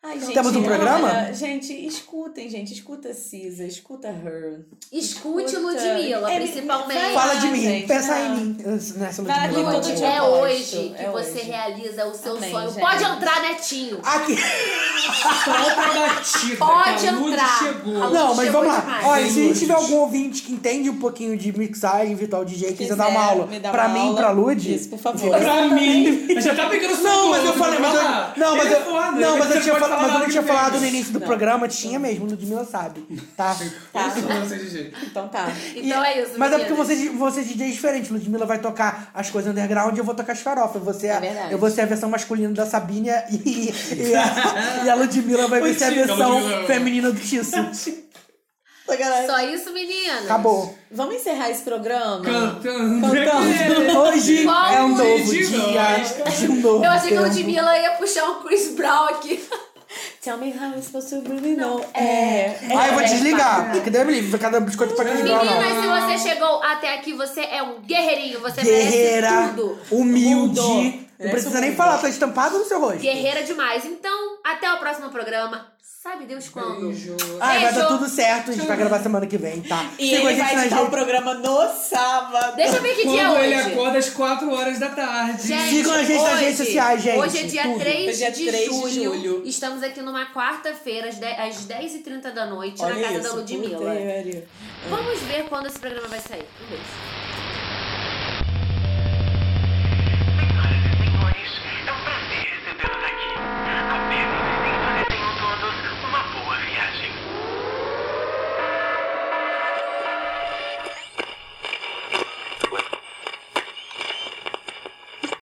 S4: Ai, gente,
S3: Temos um programa?
S4: olha, gente, escutem, gente. Escuta Cisa, escuta Her.
S1: Escute
S4: Escuta.
S1: Ludmilla,
S4: É, vai
S1: principalmente.
S4: lá,
S3: Fala de mim.
S4: gente,
S3: Pensa
S4: não.
S3: em mim. Nessa
S4: Vai aqui
S3: Ludmilla.
S4: todo
S3: Ludmilla.
S4: dia.
S1: É
S4: Eu
S1: hoje
S4: gosto,
S1: que
S4: é
S1: você
S4: hoje.
S1: realiza o seu
S4: Amém,
S1: sonho.
S4: gente.
S1: Pode entrar, netinho.
S3: Aqui.
S2: Contrabativa.
S1: Pode
S2: que a Lud
S1: entrar.
S2: chegou.
S1: A Lud-
S3: Não, mas
S1: Chegou
S3: vamos lá.
S1: demais.
S3: Olha, se a gente
S2: Lud.
S3: tiver algum ouvinte que entende um pouquinho de mixagem virtual DJ, quiser
S4: Quiser,
S3: dar uma aula
S4: me dá
S3: pra
S4: uma
S3: mim,
S4: aula.
S3: pra Lud.
S4: Isso, por favor.
S3: entendeu?
S2: Pra mim, mas já tá pegando sua
S3: Não, mas eu
S2: boca,
S3: falei, mas eu,
S2: falar.
S3: não, mas
S2: Ele é
S3: eu,
S2: foda,
S3: não, mas
S2: você
S3: eu tinha,
S2: pode
S3: fala-
S2: falar
S3: mas eu
S2: nada
S3: tinha
S2: que vem.
S3: falado no início do programa, tinha mesmo, Ludmilla sabe, tá?
S4: Tá,
S2: Eu sou você, Gigi.
S4: então tá.
S1: Então é isso.
S3: Mas é porque
S1: meninas.
S3: você, você DJ é diferente, Ludmilla vai tocar as coisas underground e eu vou tocar as farofas. Você é,
S4: É verdade.
S3: eu vou ser a versão masculina da Sabine e, e, a, e a Ludmilla vai ser a
S2: Antiga,
S3: versão
S2: Ludmilla.
S3: feminina do Tisso.
S1: Só isso, meninas.
S3: Acabou.
S4: Vamos encerrar esse programa?
S2: Cantando.
S3: Hoje
S1: Qual
S3: é um novo
S2: Ludmilla?
S3: dia de um novo
S1: Eu achei que a
S3: tempo.
S1: Ludmilla ia puxar um Chris Brown aqui.
S4: Tell me how it's supposed to really know. É.
S3: Ah, eu vou desligar, porque deve livre, vai cada biscoito pra quem não.
S1: Meninas, se você chegou até aqui, você é um guerreirinho. Você merece
S3: Guerreira,
S1: tudo.
S3: humilde.
S4: Mundo.
S3: Não
S4: Merece
S3: precisa
S4: o
S3: nem
S4: mundo.
S3: falar, tá estampado no seu rosto.
S1: Guerreira demais. Então, até o próximo programa. Sabe Deus quando?
S2: Beijo.
S3: Ai, vai dar
S1: Beijo.
S3: tudo certo, a gente vai gravar semana que vem, tá?
S4: E
S3: Siga a
S4: ele
S3: gente
S4: vai
S3: nas
S4: editar o
S3: redes-
S4: programa no sábado.
S1: Deixa eu ver que dia é
S2: Quando ele
S1: hoje.
S2: acorda às 4 horas da tarde.
S1: Gente,
S3: Sigam a gente nas
S1: hoje-
S3: redes sociais, gente.
S1: Hoje é dia
S3: Tudo.
S1: 3,
S4: Hoje é
S1: de,
S4: 3 de
S1: julho.
S4: julho.
S1: Estamos aqui numa quarta-feira, às 10 às 10h30 da noite, na casa da
S4: puta
S1: Ludmilla.
S4: que pariu.
S1: Vamos ver quando esse programa vai sair. Um beijo.